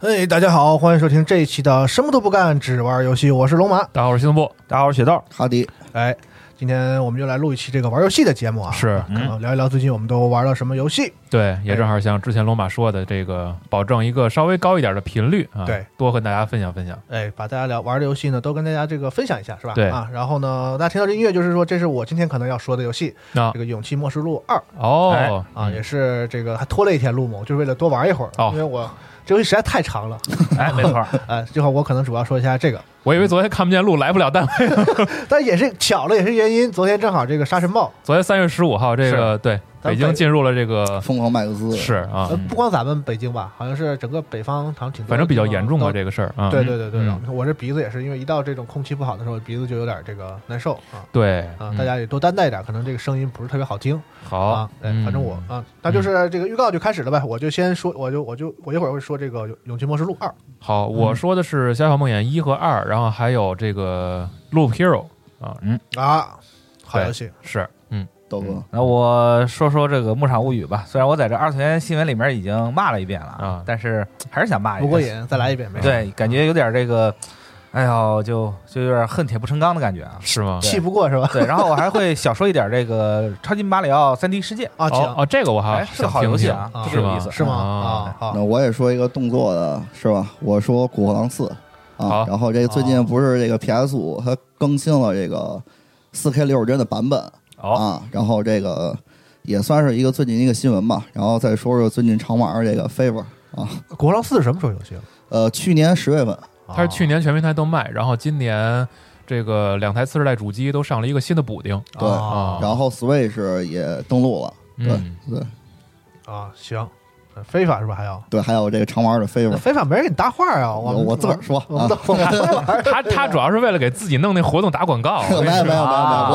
哎，大家好，欢迎收听这一期的《什么都不干，只玩游戏》，我是龙马。大家好，我是新东部。大家好，我是雪豆。好的，哎，今天我们就来录一期这个玩游戏的节目啊，是可能聊一聊最近我们都玩了什么游戏。对，哎也正好像之前龙马说的，这个保证一个稍微高一点的频率啊，对，多和大家分享分享。哎，把大家聊玩的游戏呢，都跟大家这个分享一下，是吧？对啊。然后呢，大家听到这音乐，就是说这是我今天可能要说的游戏，那这个《勇气末世录二》哦，啊，也是这个还拖了一天录嘛，我就是为了多玩一会儿，哦因为我这游戏实在太长了。哎，没错， 哎，最后我可能主要说一下这个，我以为昨天看不见路，来不 了单位。但也是巧了，也是原因，昨天正好这个沙尘暴。昨天三月十五号，这个对咱北北京进入了这个疯狂麦克斯是啊呃，，不光咱们北京吧，好像是整个北方好像挺多反正比较严重的吧，地这个事儿啊。方都。对对对对，嗯然后我这鼻子也是，因为一到这种空气不好的时候，鼻子就有点这个难受啊对啊，嗯大家也多担待一点，可能这个声音不是特别好听好啊。，对，反正我嗯啊，那就是这个预告就开始了呗，我就先说，我就我就我一会儿会说这个《勇气末世录二》好，我说的是《小小梦魇》一和二，然后还有这个《Loop Hero》啊，啊，好对游戏，是嗯，豆哥，那我说说这个《牧场物语》吧。虽然我在这二次元新闻里面已经骂了一遍了啊。但是还是想骂一不遍。过瘾，再来一遍没事。对，感觉有点这个，哎呦，就就有点恨铁不成钢的感觉啊是吗？气不过是吧？对，然后我还会小说一点这个《超级马里奥三 D 世界》，啊，哦行，哦，这个我还哎，是个好游戏啊，想特听别听有意思。是吗？哦啊，好那，我也说一个动作的，是吧？我说《古惑狼四》好啊，然后这个最近不是这个 PS 五它更新了这个四 K 六十帧的版本哦，啊，然后这个也算是一个最近一个新闻吧。然后再说说最近常玩这个 Favor 啊， 《国狼四》是什么时候游戏了？呃，去年十月份它是去年全平台都卖，然后今年这个两台次世代主机都上了一个新的补丁对啊哦然后 Switch 也登陆了，对、嗯对啊，行，非法是吧？还有。对，还有这个常玩的 Favor，非法没人给你搭话啊！我我们我自个儿说我们啊都。我们都玩他他主要是为了给自己弄那活动打 广告。没有没有没 有没有，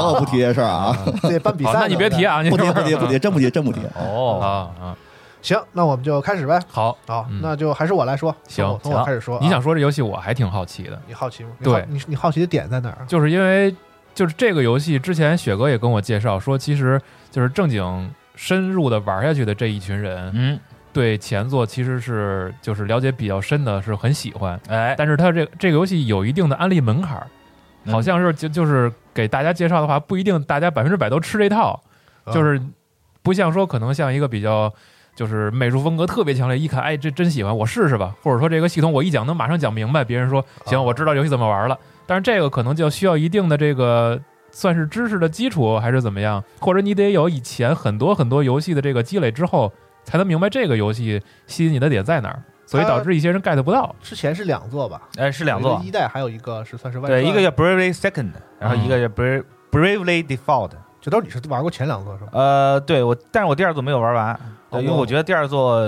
我可不提这事儿啊！自己办比赛好，呢，那你别提啊，你不提不提不提，真不提真不提。 哦啊啊，行，那我们就开始呗。好，好嗯，那就还是我来说。行从我从我行开始说啊。你想说这游戏我还挺好奇的，你好奇吗？对你好你你好奇的点在哪儿啊？就是因为就是这个游戏之前雪哥也跟我介绍说，其实就是正经深入的玩下去的这一群人，嗯，对前作其实是就是了解比较深的，是很喜欢。哎，但是它这这个游戏有一定的安利门槛儿，嗯好像是就就是给大家介绍的话，嗯不一定大家百分之百都吃这套，啊就是不像说可能像一个比较就是美术风格特别强烈，一看哎这真喜欢，我试试吧。或者说这个系统我一讲能马上讲明白，别人说啊行，我知道游戏怎么玩了。但是这个可能就需要一定的这个算是知识的基础，还是怎么样？或者你得有以前很多很多游戏的这个积累之后，才能明白这个游戏吸引你的点在哪儿。所以导致一些人 get 不到。之前是两座吧，哎，是两座有一，代还有一个是算是外对，传一个叫 Bravely Second，然后一个叫嗯 Brave Bravely Default。九豆，你是玩过前两座是吧？呃，对我，但是我第二座没有玩完，哦对因为我觉得第二座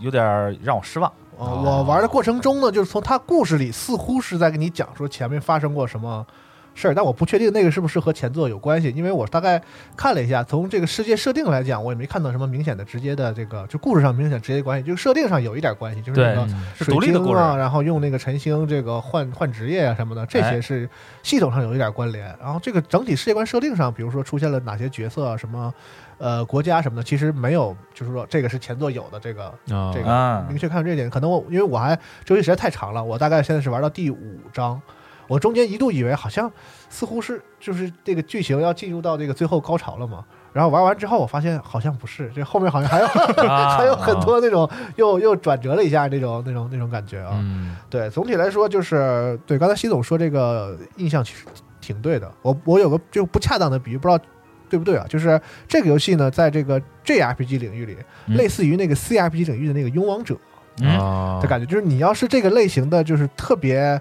有点儿让我失望。呃，我玩的过程中呢，就是从他故事里似乎是在跟你讲说前面发生过什么事儿，但我不确定那个是不是和前作有关系，因为我大概看了一下，从这个世界设定来讲，我也没看到什么明显的直接的这个，就故事上明显直接关系，就设定上有一点关系，就是那个是水独立的故晶事。啊，然后用那个晨星这个换换职业啊什么的，这些哎是系统上有一点关联。然后这个整体世界观设定上，比如说出现了哪些角色啊，什么呃国家什么的，其实没有，就是说这个是前作有的这个啊这个啊明确看这一点。可能我因为我还这游戏时间太长了，我大概现在是玩到第五章，我中间一度以为好像似乎是就是这个剧情要进入到这个最后高潮了嘛。然后玩完之后，我发现好像不是，这后面好像还有、 啊还有很多那种又又转折了一下那种那种那种感觉啊。嗯，对，总体来说就是对刚才习总说这个印象其实挺对的。我我有个就不恰当的比喻，不知道对不对啊？就是这个游戏呢，在这个 JRPG 领域里，嗯类似于那个 CRPG 领域的那个《勇王者嗯，啊》的感觉，就是你要是这个类型的，就是特别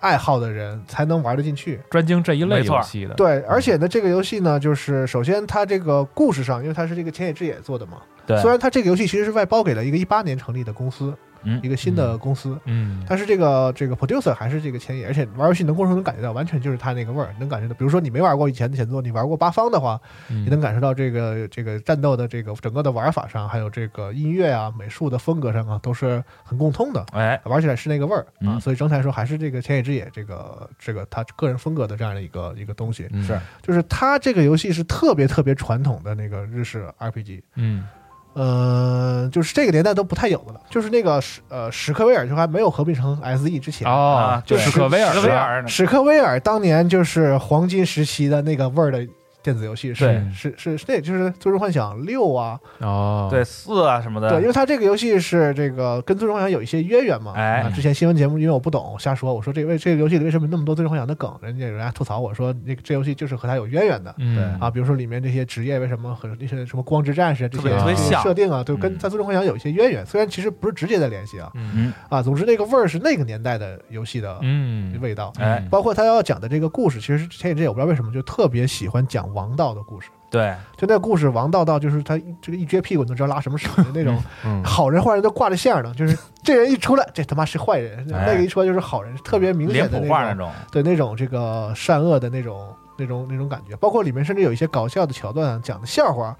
爱好的人才能玩得进去。嗯专精这一类没错游戏的，对，而且呢，这个游戏呢，就是首先它这个故事上，因为它是这个千野智也做的嘛，对，虽然它这个游戏其实是外包给了一个一八年成立的公司，嗯一个新的公司，嗯，但是这个这个 producer 还是这个前野，而且玩游戏能过程中能感觉到，完全就是他那个味儿，能感觉到。比如说你没玩过以前的前作，你玩过八方的话，嗯你能感受到这个这个战斗的这个整个的玩法上，还有这个音乐啊、美术的风格上啊，都是很共通的，哎，玩起来是那个味儿啊。嗯所以刚才说还是这个前野之野这个这个他个人风格的这样的一个一个东西，嗯是，就是他这个游戏是特别特别传统的那个日式 RPG，嗯呃，就是这个年代都不太有的了，就是那个史呃史克威尔就还没有合并成 SE 之前哦啊，就对是可威尔的，史克威尔呢史克威尔当年就是黄金时期的那个味儿的电子游戏，是对是是，是那也就是《最终幻想六》啊，哦，对四啊什么的，对，因为它这个游戏是这个跟《最终幻想》有一些渊源嘛。哎啊，之前新闻节目因为我不懂，瞎说，我说这为这个游戏里为什么那么多《最终幻想》的梗？人家人家吐槽我说，那个这游戏就是和它有渊源的。嗯，对啊，比如说里面这些职业为什么和那些什么光之战士啊这特些别特别这些像设定啊，都跟嗯在《最终幻想》有一些渊源，虽然其实不是直接的联系啊嗯嗯，啊，总之那个味儿是那个年代的游戏的嗯，味道。哎包括他要讲的这个故事，其实前几天也不知道为什么就特别喜欢讲王道的故事。对，就那故事王道到就是他一这个一撅屁股你就知道拉什么屎的那种， 嗯好人坏人都挂着线儿呢。就是 这人一出来，这他妈是坏人；哎那个一出来就是好人，特别明脸显的谱那化那种种，对那种这个善恶的那种那种那种感觉。包括里面甚至有一些搞笑的桥段，啊讲的笑话、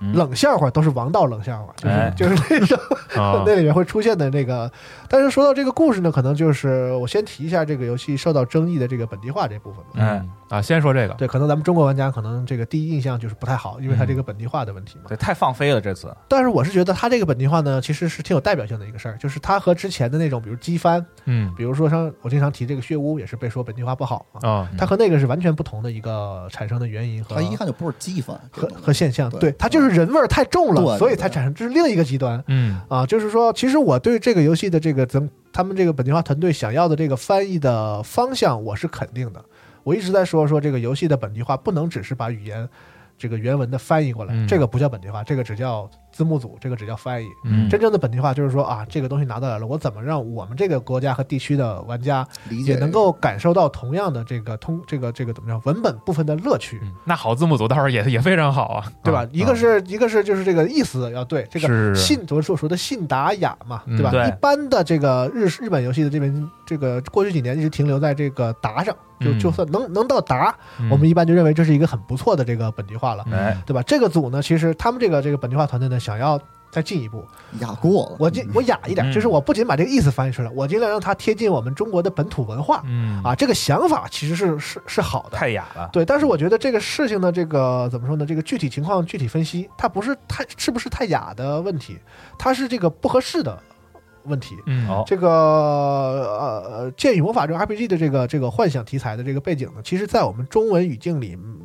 嗯冷笑话都是王道冷笑话，就是、哎就是那 种啊那里面会出现的那个。但是说到这个故事呢，可能就是我先提一下这个游戏受到争议的这个本地化这部分吧。嗯啊，先说这个，对，可能咱们中国玩家可能这个第一印象就是不太好，因为它嗯这个本地化的问题嘛。对，太放飞了这次，但是我是觉得它这个本地化呢，其实是挺有代表性的一个事儿，就是它和之前的那种，比如机翻，嗯比如说像我经常提这个血屋，也是被说本地化不好嘛。啊，它和那个是完全不同的一个产生的原因和他一看就不是机翻，这和种和现象，对对，它就是人味儿太重了，对所以对才产生这是另一个极端。嗯啊，就是说，其实我对这个游戏的这个咱们他们这个本地化团队想要的这个翻译的方向，我是肯定的。我一直在说说这个游戏的本地化不能只是把语言这个原文的翻译过来，嗯这个不叫本地化，这个只叫字幕组，这个只叫翻译。嗯，真正的本地化就是说啊，这个东西拿到来了，我怎么让我们这个国家和地区的玩家理解也能够感受到同样的这个通这个这个怎么样文本部分的乐趣，嗯那好字幕组倒是也也非常好啊，对吧？啊一个是一个是就是这个意思要对，这个是信所所说的信达雅嘛，嗯对吧？对一般的这个日日本游戏的这边，这个过去几年一直停留在这个达上，就嗯就算能能到达，嗯我们一般就认为这是一个很不错的这个本地化了，嗯哎，对吧？这个组呢，其实他们这个这个本地化团队呢，想要。再进一步，压过了。我尽我雅一点，嗯就是我不仅把这个意思翻译出来，我尽量让它贴近我们中国的本土文化嗯啊。这个想法其实是是是好的，太雅了，对，但是我觉得这个事情的这个怎么说呢？这个具体情况具体分析，它不是太是不是太雅的问题，它是这个不合适的问题。嗯哦这个呃呃，《剑与魔法》这个 RPG 的这个这个幻想题材的这个背景呢，其实在我们中文语境里，嗯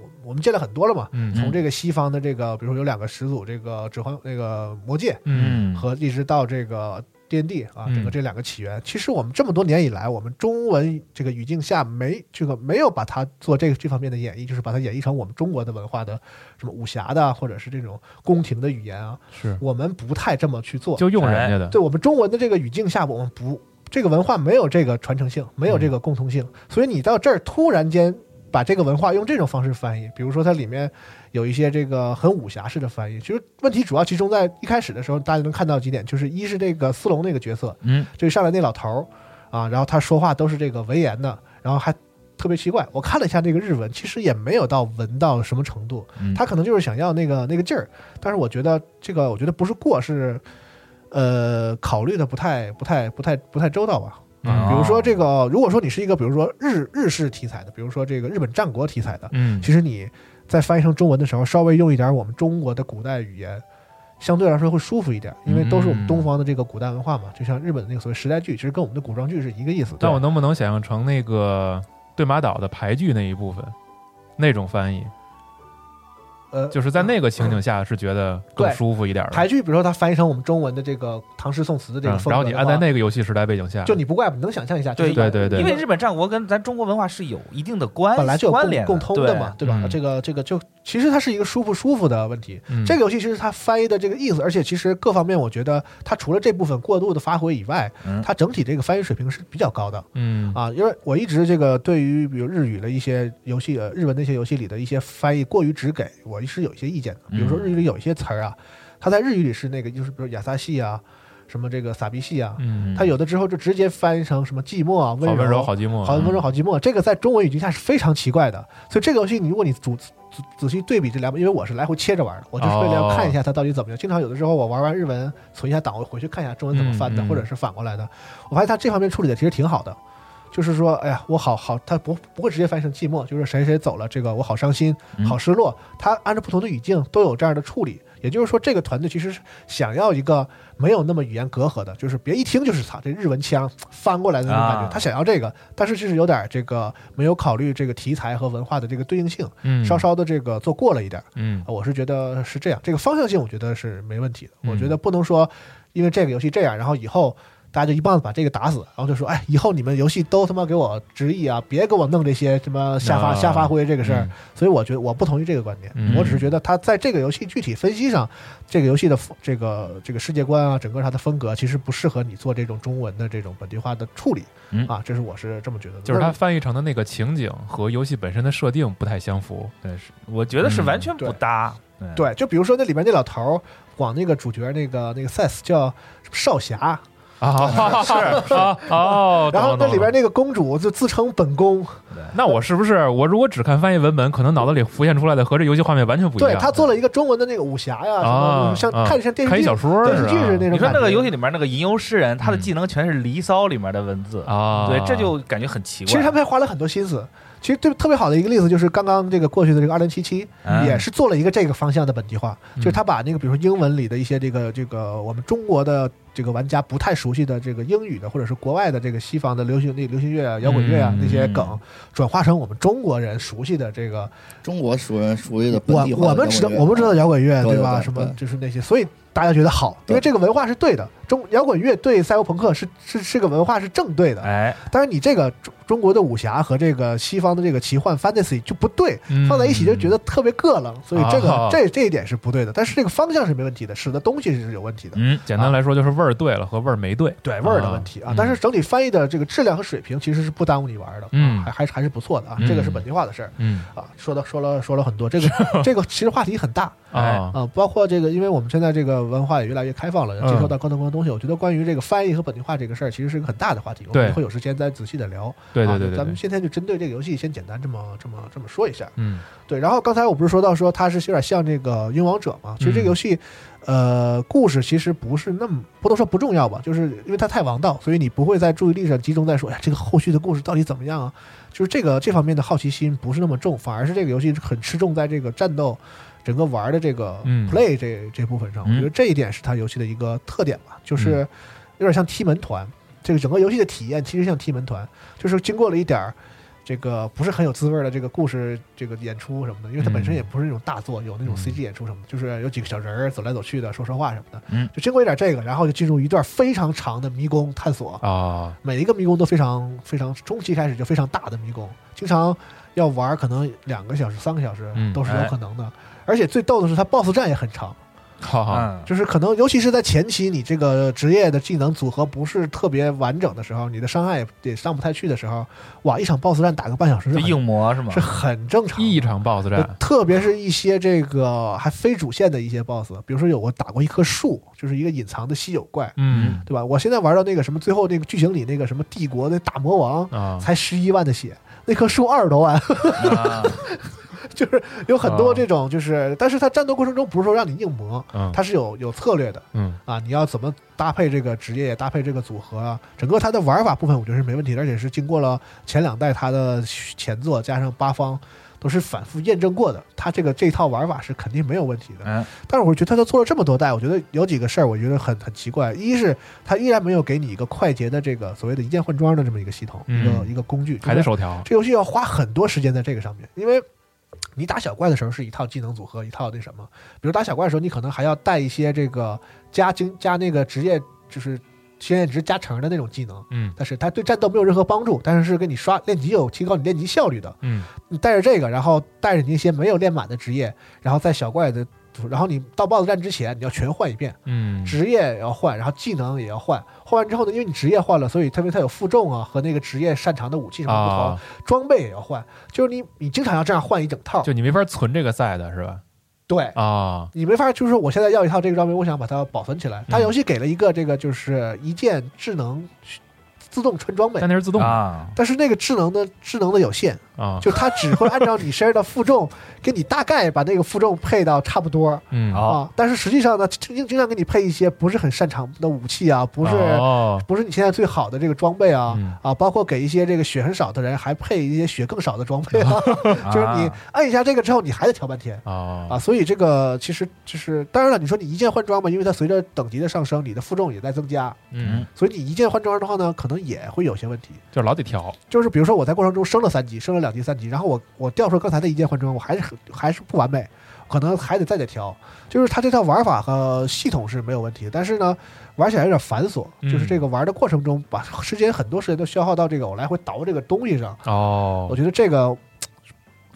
我我们见了很多了嘛。嗯从这个西方的这个，比如说有两个始祖，这个指环那个魔戒嗯嗯和一直到这个 D N D 啊，嗯整个这两个起源，其实我们这么多年以来，我们中文这个语境下没这个没有把它做这个这方面的演绎，就是把它演绎成我们中国的文化的什么武侠的啊，或者是这种宫廷的语言啊，是我们不太这么去做。就用人家的，哎对我们中文的这个语境下，我们不这个文化没有这个传承性，没有这个共同性，嗯所以你到这儿突然间把这个文化用这种方式翻译，比如说它里面有一些这个很武侠式的翻译，其实问题主要集中在一开始的时候，大家能看到几点，就是一是这个斯隆那个角色，嗯，这个上来那老头儿啊，然后他说话都是这个文言的，然后还。特别奇怪，我看了一下这个日文，其实也没有到文到什么程度，嗯他可能就是想要那个那个劲儿，但是我觉得这个，我觉得不是过，是呃考虑的不太不太不太不太周到吧。嗯比如说这个，如果说你是一个比如说日日式题材的，比如说这个日本战国题材的，嗯其实你在翻译成中文的时候，稍微用一点我们中国的古代语言，相对来说会舒服一点，因为都是我们东方的这个古代文化嘛。就像日本的那个所谓时代剧，其实跟我们的古装剧是一个意思。嗯但我能不能想象成那个对马岛的牌剧那一部分那种翻译，呃，就是在那个情景下是觉得更嗯对舒服一点的。台剧，比如说它翻译成我们中文的这个唐诗宋词的这个嗯风格、然后你按在。那个游戏时代背景下，就你不怪，你能想象一下，就对是对对对，因为日本战国跟咱中国文化是有一定的关本来就有关联共共通的嘛，，对吧？嗯这个这个就其实它是一个舒不舒服的问题。嗯这个游戏其实它翻译的这个意思，而且其实各方面我觉得它除了这部分过度的发挥以外，嗯它整体这个翻译水平是比较高的嗯啊。因为我一直这个对于比如日语的一些游戏，呃，日文的一些游戏里的一些翻译过于直给，我是有一些意见的。比如说嗯日语里有一些词儿啊，它在日语里是那个就是比如雅萨系啊，什么这个傻逼系啊，嗯，它有的之后就直接翻译成什么寂寞啊、好温温柔柔好寂寞，嗯好温柔好好寂寞，这个在中文语境下是非常奇怪的。所以这个游戏，你如果你仔仔仔细对比这两本，因为我是来回切着玩的，我就是为了要看一下它到底怎么样。经常有的时候我玩完日文，存一下档，我回去看一下中文怎么翻的，嗯嗯或者是反过来的。我发现它这方面处理的其实挺好的，就是说，哎呀，我好好，它不不会直接翻译成寂寞，就是谁谁走了，这个我好伤心，嗯好失落。它按照不同的语境都有这样的处理。也就是说，这个团队其实是想要一个没有那么语言隔阂的，就是别一听就是操这日文腔翻过来的那种感觉。啊他想要这个，但是就是有点这个没有考虑这个题材和文化的这个对应性，嗯稍稍的这个做过了一点儿。嗯啊我是觉得是这样，这个方向性我觉得是没问题的。嗯我觉得不能说因为这个游戏这样，然后以后。大家就一棒子把这个打死，然后就说：“哎，以后你们游戏都他妈给我直译啊，别给我弄这些什么瞎发、啊瞎发挥这个事儿。嗯所以我觉得我不同意这个观点，嗯我只是觉得他在这个游戏具体分析上，这个游戏的这个这个世界观啊，整个它的风格其实不适合你做这种中文的这种本地化的处理、嗯啊，这是我是这么觉得的。就是它翻译成的那个情景和游戏本身的设定不太相符，对，是我觉得是完全不搭，对嗯对，就比如说那里面那老头儿管那个主角那个那个 Seth 叫少侠，啊，是啊，哦，然后懂了那里边。那个公主就自称本宫，懂了那我是不是我如果只看翻译文本，可能脑子里浮现出来的和这游戏画面完全不一样？对他做了一个中文的那个武侠呀、啊什么嗯啊像看像电视看一剧小说，电视剧是那你种说感那个游觉。戏里面那个吟游诗人，他的嗯技能全是《离骚》里面的文字，啊，对，这就感觉很奇怪。其实他们还花了很多心思。其实对特别好的一个例子就是刚刚这个过去的这个二零七七，嗯也是做了一个这个方向的本地化，嗯就是他把那个比如说英文里的一些这个这个我们中国的这个玩家不太熟悉的这个英语的或者是国外的这个西方的流行那流行乐啊、摇滚乐啊嗯那些梗，转化成我们中国人熟悉的这个中国属于属于的本我地化我的们知道摇滚乐我们知道摇滚乐对吧？对对什么对就是那些，所以大家觉得好，因为对这个文化是对的，中摇滚乐对赛博朋克是是是个文化是正对的，哎，但是你这个中中国的武侠和这个西方的这个奇幻 fantasy 就不对，嗯放在一起就觉得特别膈冷，所以这个、啊这这一点是不对的。但是这个方向是没问题的，使的东西是有问题的，嗯，简单来说就是味儿对了和味儿没对。对味儿的问题啊。但是整体翻译的这个质量和水平其实是不耽误你玩的，嗯还还是还是不错的啊。嗯这个是本地化的事儿嗯啊。说的说了说了很多，这个这个其实话题很大啊啊，包括这个，因为我们现在这个文化也越来越开放了，嗯接受到更多更多东西。我觉得关于这个翻译和本地化这个事儿，其实是一个很大的话题，我对们会有时间再仔细的聊。对对啊对对咱们对，今天就针对这个游戏，先简单这么这么这么说一下。嗯对，然后刚才我不是说到说它是有点像这个《英王者》嘛，其实这个游戏，呃，故事其实不是那么不能说不重要吧，就是因为它太王道，所以你不会在注意力上集中在说，哎呀，这个后续的故事到底怎么样啊？就是这个这方面的好奇心不是那么重，反而是这个游戏很吃重在这个战斗。整个玩的这个嗯 play 这、这部分上，我嗯觉得这一点是它游戏的一个特点吧，就是有点像踢门团，这个整个游戏的体验其实像踢门团，就是经过了一点儿这个不是很有滋味儿的这个故事这个演出什么的，因为它本身嗯也不是那种大作，有那种嗯 CG 演出什么的，就是有几个小人儿走来走去的说说话什么的，嗯就经过一点这个，然后就进入一段非常长的迷宫探索，啊，每一个迷宫都非常非常中期开始就非常大的迷宫，经常要玩可能两个小时、三个小时嗯都是有可能的。而且最逗的是，它 BOSS 战也很长，好 好，嗯，就是可能尤其是在前期你这个职业的技能组合不是特别完整的时候，你的伤害也上不太去的时候，哇，一场 BOSS 战打个半小时是就很硬磨是吗是？很正常的。一场 BOSS 就战，特别是一些这个还非主线的一些 BOSS，比如说有我打过一棵树，就是一个隐藏的稀有怪，嗯对吧？我现在玩到那个什么最后那个剧情里那个什么帝国的大魔王，啊，才十一万的血，那棵树二十多万， 啊就是有很多哦这种，就是，但是它战斗过程中不是说让你硬磨，嗯它是有有策略的嗯啊，你要怎么搭配这个职业，搭配这个组合啊，整个它的玩法部分我觉得是没问题的，而且是经过了前两代它的前作加上八方。都是反复验证过的，它这个这套玩法是肯定没有问题的。嗯但是我觉得他做了这么多代，我觉得有几个事儿，我觉得很很奇怪。一是他依然没有给你一个快捷的这个所谓的一键换装的这么一个系统，一个嗯一个工具，还就是得手调，这游戏要花很多时间在这个上面，因为你打小怪的时候是一套技能组合，一套那什么，比如打小怪的时候，你可能还要带一些这个加经加那个职业就是经验值加成的那种技能。嗯但是它对战斗没有任何帮助，但是是给你刷练级有提高你练级效率的。嗯你带着这个，然后带着你一些没有练满的职业，然后在小怪的，然后你到 BOSS 战之前，你要全换一遍，嗯，职业也要换，然后技能也要换。换完之后呢，因为你职业换了，所以特别它有负重啊和那个职业擅长的武器什么不同，啊，装备也要换，就是你你经常要这样换一整套，就你没法存这个赛的是吧？对。啊，你没法，就是我现在要一套这个装备，我想把它保存起来。嗯它游戏给了一个这个就是一键智能自动穿装备但，那是自动的啊，但是那个智能的智能的有限，啊，就它只会按照你身上的负重给你大概把那个负重配到差不多嗯哦啊。但是实际上呢，经经常给你配一些不是很擅长的武器啊，不是哦不是你现在最好的这个装备啊、嗯啊，包括给一些这个血很少的人还配一些血更少的装备啊， 就是你按一下这个之后，你还得调半天。哦啊，所以这个其实就是，当然了，你说你一键换装吧，因为它随着等级的上升，你的负重也在增加，嗯，所以你一键换装的话呢，可能也会有些问题。就老得调，就是比如说我在过程中升了三级，升了两级、三级，然后我我调出刚才的一键换装，我还是很还是不完美，可能还得再得调。就是它这套玩法和系统是没有问题，但是呢，玩起来有点繁琐，嗯就是这个玩的过程中把时间很多时间都消耗到这个我来回倒这个东西上，哦我，觉得这个。嘖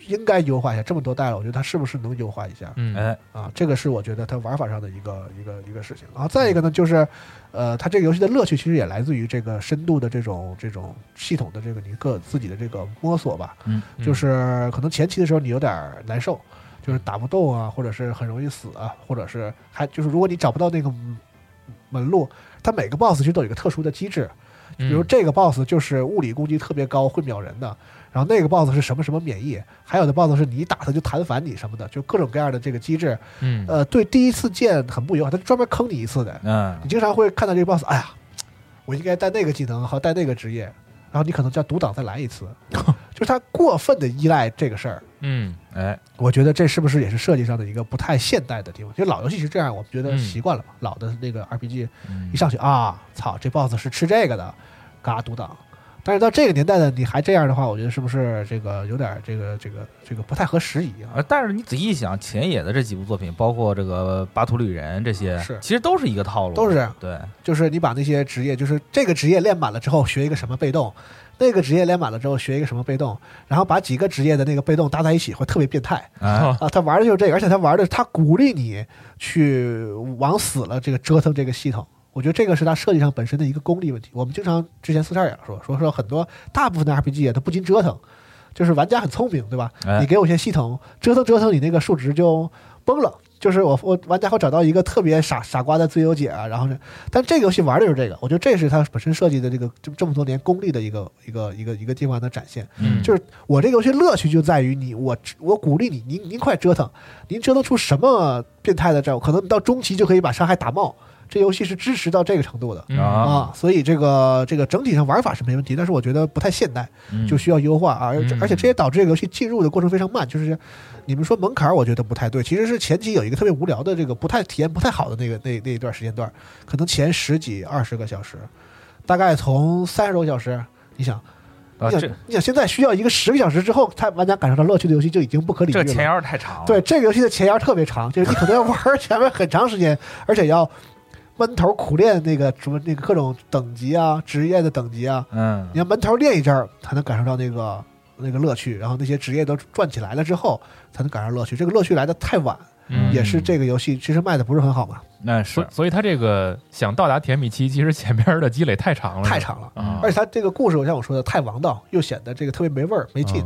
应该优化一下，这么多代了，我觉得它是不是能优化一下？嗯哎，啊，这个是我觉得它玩法上的一个一个一个事情。然后再一个呢，就是，呃，它这个游戏的乐趣其实也来自于这个深度的这种这种系统的这个你个自己的这个摸索吧。嗯就是可能前期的时候你有点儿难受，就是打不动啊，或者是很容易死啊，或者是还就是如果你找不到那个门门路，它每个 BOSS 其实都有一个特殊的机制，比如嗯这个 BOSS 就是物理攻击特别高，会秒人的。然后那个 boss 是什么什么免疫，还有的 boss 是你一打他就弹反你什么的，就各种各样的这个机制，嗯呃，对第一次见很不友好，他专门坑你一次的。嗯你经常会看到这个 boss，哎呀，我应该带那个技能和带那个职业，然后你可能叫独挡再来一 次，就是他过分的依赖这个事儿。嗯哎，我觉得这是不是也是设计上的一个不太现代的地方？因为老游戏是这样，我们觉得嗯习惯了嘛。老的那个 RPG 嗯一上去啊，操，这 boss 是吃这个的，嘎独挡。但是到这个年代呢，你还这样的话，我觉得是不是这个有点儿这个这个这个不太合时宜啊？呃但是你仔细一想，前野的这几部作品，包括这个《巴图旅人》这些，是其实都是一个套路，都是这样。对，就是你把那些职业，就是这个职业练满了之后学一个什么被动，那个职业练满了之后学一个什么被动，然后把几个职业的那个被动搭在一起，会特别变态啊，啊！他玩的就是这个，而且他玩的他鼓励你去往死了这个折腾这个系统。我觉得这个是他设计上本身的一个功力问题。我们经常之前四十二也说说说很多大部分的 RPG 啊，它不经折腾，就是玩家很聪明，对吧？你哎，给我一些系统，折腾折腾，你那个数值就崩了。就是我我玩家会找到一个特别傻傻瓜的最优解啊，然后呢，但这个游戏玩的就是这个，我觉得这是它本身设计的这个这这么多年功力的一个一个一个一个地方的展现。嗯就是我这个游戏乐趣就在于你，我我鼓励你，您您快折腾，您折腾出什么变态的战，可能你到中期就可以把伤害打冒。这游戏是支持到这个程度的嗯啊啊，所以这个这个整体上玩法是没问题，但是我觉得不太现代。嗯就需要优化啊，而嗯而且这也导致这个游戏进入的过程非常慢。就是你们说门槛，我觉得不太对，其实是前期有一个特别无聊的这个不太体验不太好的那个那那一段时间段，可能前十几二十个小时，大概从三十多个小时，你想。啊，你这想，你想现在需要一个十个小时之后才玩家感受到乐趣的游戏，就已经不可理喻这了。前摇太长了。对，这个游戏的前摇特别长，就是你可能要玩儿前面很长时间，而且要闷头苦练那个什么那个各种等级啊、职业的等级啊，嗯你要闷头练一阵儿，才能感受到那个那个乐趣。然后那些职业都转起来了之后，才能感受乐趣。这个乐趣来的太晚，嗯也是这个游戏其实卖的不是很好嘛，那所是所以他这个想到达甜蜜期，其实前边的积累太长了，太长了。啊而且它这个故事，我像我说的太王道，又显得这个特别没味儿、没劲，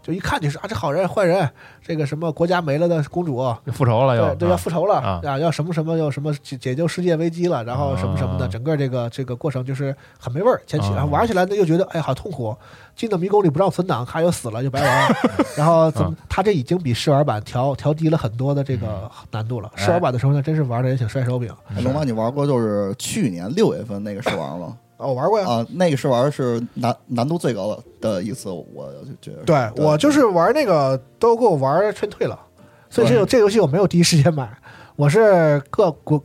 就一看就是啊，这好人、坏人，这个什么国家没了的公主，嗯复仇了又对对，要啊复仇了啊要什么什么，要什么解解救世界危机了，然后什么什么的，啊整个这个这个过程就是很没味儿。前期啊然后玩起来呢，又觉得哎好痛苦，进到迷宫里不让存档，咔又死了，就白玩 了。然后怎么，他这已经比试玩版调调低了很多的这嗯个难度了。哎试玩版的时候呢，真是玩的也挺摔手柄。哎龙马，你玩过就是去年六月份那个试玩吗？哦，我玩过呀。啊，那个试玩是难难度最高的的一次，我就觉得。对我就是玩那个都给我玩劝退了，所以这个这个游戏我没有第一时间买，我是各隔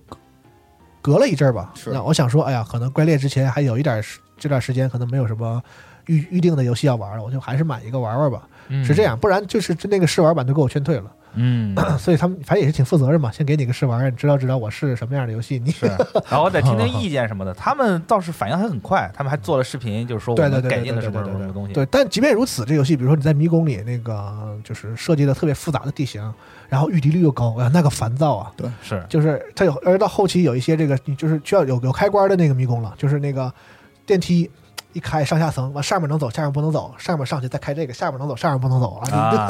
隔了一阵儿吧。是那我想说，哎呀，可能怪猎之前还有一点儿时这段时间可能没有什么预预定的游戏要玩了，我就还是买一个玩玩吧。嗯是这样，不然就是那个试玩版都给我劝退了。嗯，所以他们反正也是挺负责任嘛，先给你个试玩，你知道知道我是什么样的游戏，你是，然后我得听听意见什么的。他们倒是反应还很快，他们还做了视频，就是说我对对们对改对进对了对什对么什么什对么东西。对，但即便如此，这游戏比如说你在迷宫里那个就是设计的特别复杂的地形，然后预敌率又高，哎呀那个烦躁啊！是，就是它有，而到后期有一些这个，你就是需要有有开关的那个迷宫了，就是那个电梯一开上下层，完上面能走，下面不能走，上面上去再开这个，下面能走，上面不能走啊。啊，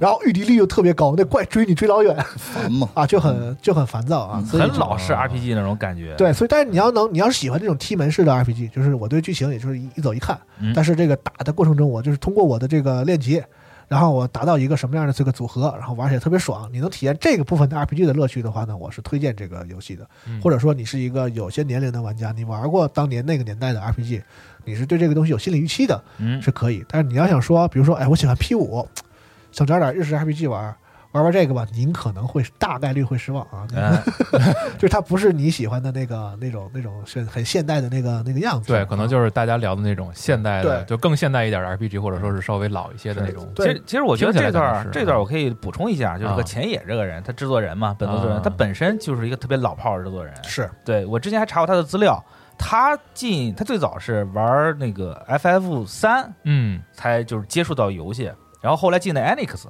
然后预敌率又特别高，那怪追你追老远 烦嘛，啊，就很就很烦躁啊。所以嗯很老式 RPG 那种感觉。，对，所以但是你要能，你要是喜欢这种踢门式的 RPG，就是我对剧情也就是一一走一看，嗯但是这个打的过程中，我就是通过我的这个练级，然后我达到一个什么样的这个组合，然后玩起来特别爽。你能体验这个部分的 RPG 的乐趣的话呢，我是推荐这个游戏的。嗯或者说你是一个有些年龄的玩家，你玩过当年那个年代的 RPG，你是对这个东西有心理预期的，嗯，是可以。但是你要想说，比如说，哎，我喜欢 P 五，想找点日式 RPG 玩。玩玩这个吧，您可能会大概率会失望啊！嗯就是它不是你喜欢的那个那种那种是很现代的那个那个样子。对，可能就是大家聊的那种现代的，对就更现代一点的 RPG，或者说是稍微老一些的那种。其对实，其实我觉得听起这来段可能儿是嗯这段儿我可以补充一下，就是啊和浅野这个人，他制作人嘛，本作制作人，啊他本身就是一个特别老炮儿的制作人。是对我之前还查过他的资料，他进他最早是玩那个 FF 三嗯，才就是接触到游戏，然后后来进的 Anix，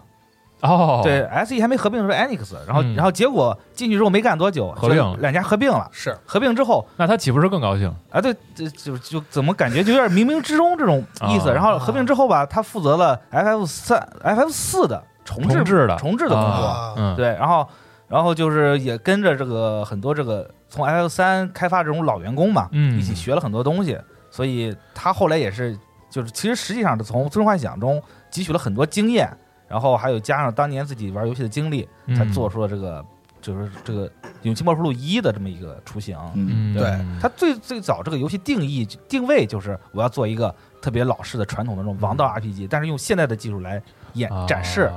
哦，对 SE 还没合并的时候 Anix，然后嗯然后结果进去之后没干多久，合并就两家合并了，是，合并之后那他岂不是更高兴？啊，对，这就就怎么感觉就有点冥冥之中这种意思。啊然后合并之后吧，他负责了 FF 三、FF 四的重置重置的重置的工作，啊嗯，对，然后然后就是也跟着这个很多这个从 FF 三开发这种老员工嘛，嗯一起学了很多东西，所以他后来也是就是其实实际上是从《最终幻想》中汲取了很多经验，然后还有加上当年自己玩游戏的经历，嗯才做出了这个就是这个《勇气冒出录一》的这么一个雏形。嗯，嗯，对它最最早这个游戏定义定位就是我要做一个特别老式的传统的那种王道 RPG，但是用现代的技术来演嗯啊展示。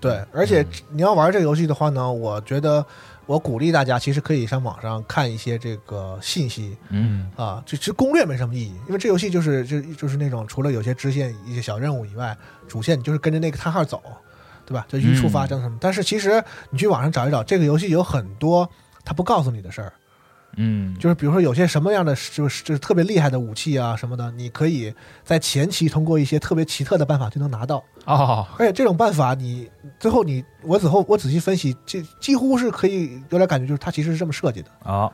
对，而且嗯你要玩这个游戏的话呢，我觉得我鼓励大家其实可以上网上看一些这个信息嗯啊，这其实攻略没什么意义，因为这游戏就是就就是那种除了有些支线一些小任务以外，主线你就是跟着那个叹号走，对吧？就一触发嗯生什么，但是其实你去网上找一找，这个游戏有很多他不告诉你的事儿。嗯，就是比如说有些什么样的就是就是特别厉害的武器啊什么的，你可以在前期通过一些特别奇特的办法就能拿到，哦，而且这种办法你最后你我此后我仔细分析，这几乎是可以有点感觉，就是它其实是这么设计的，啊、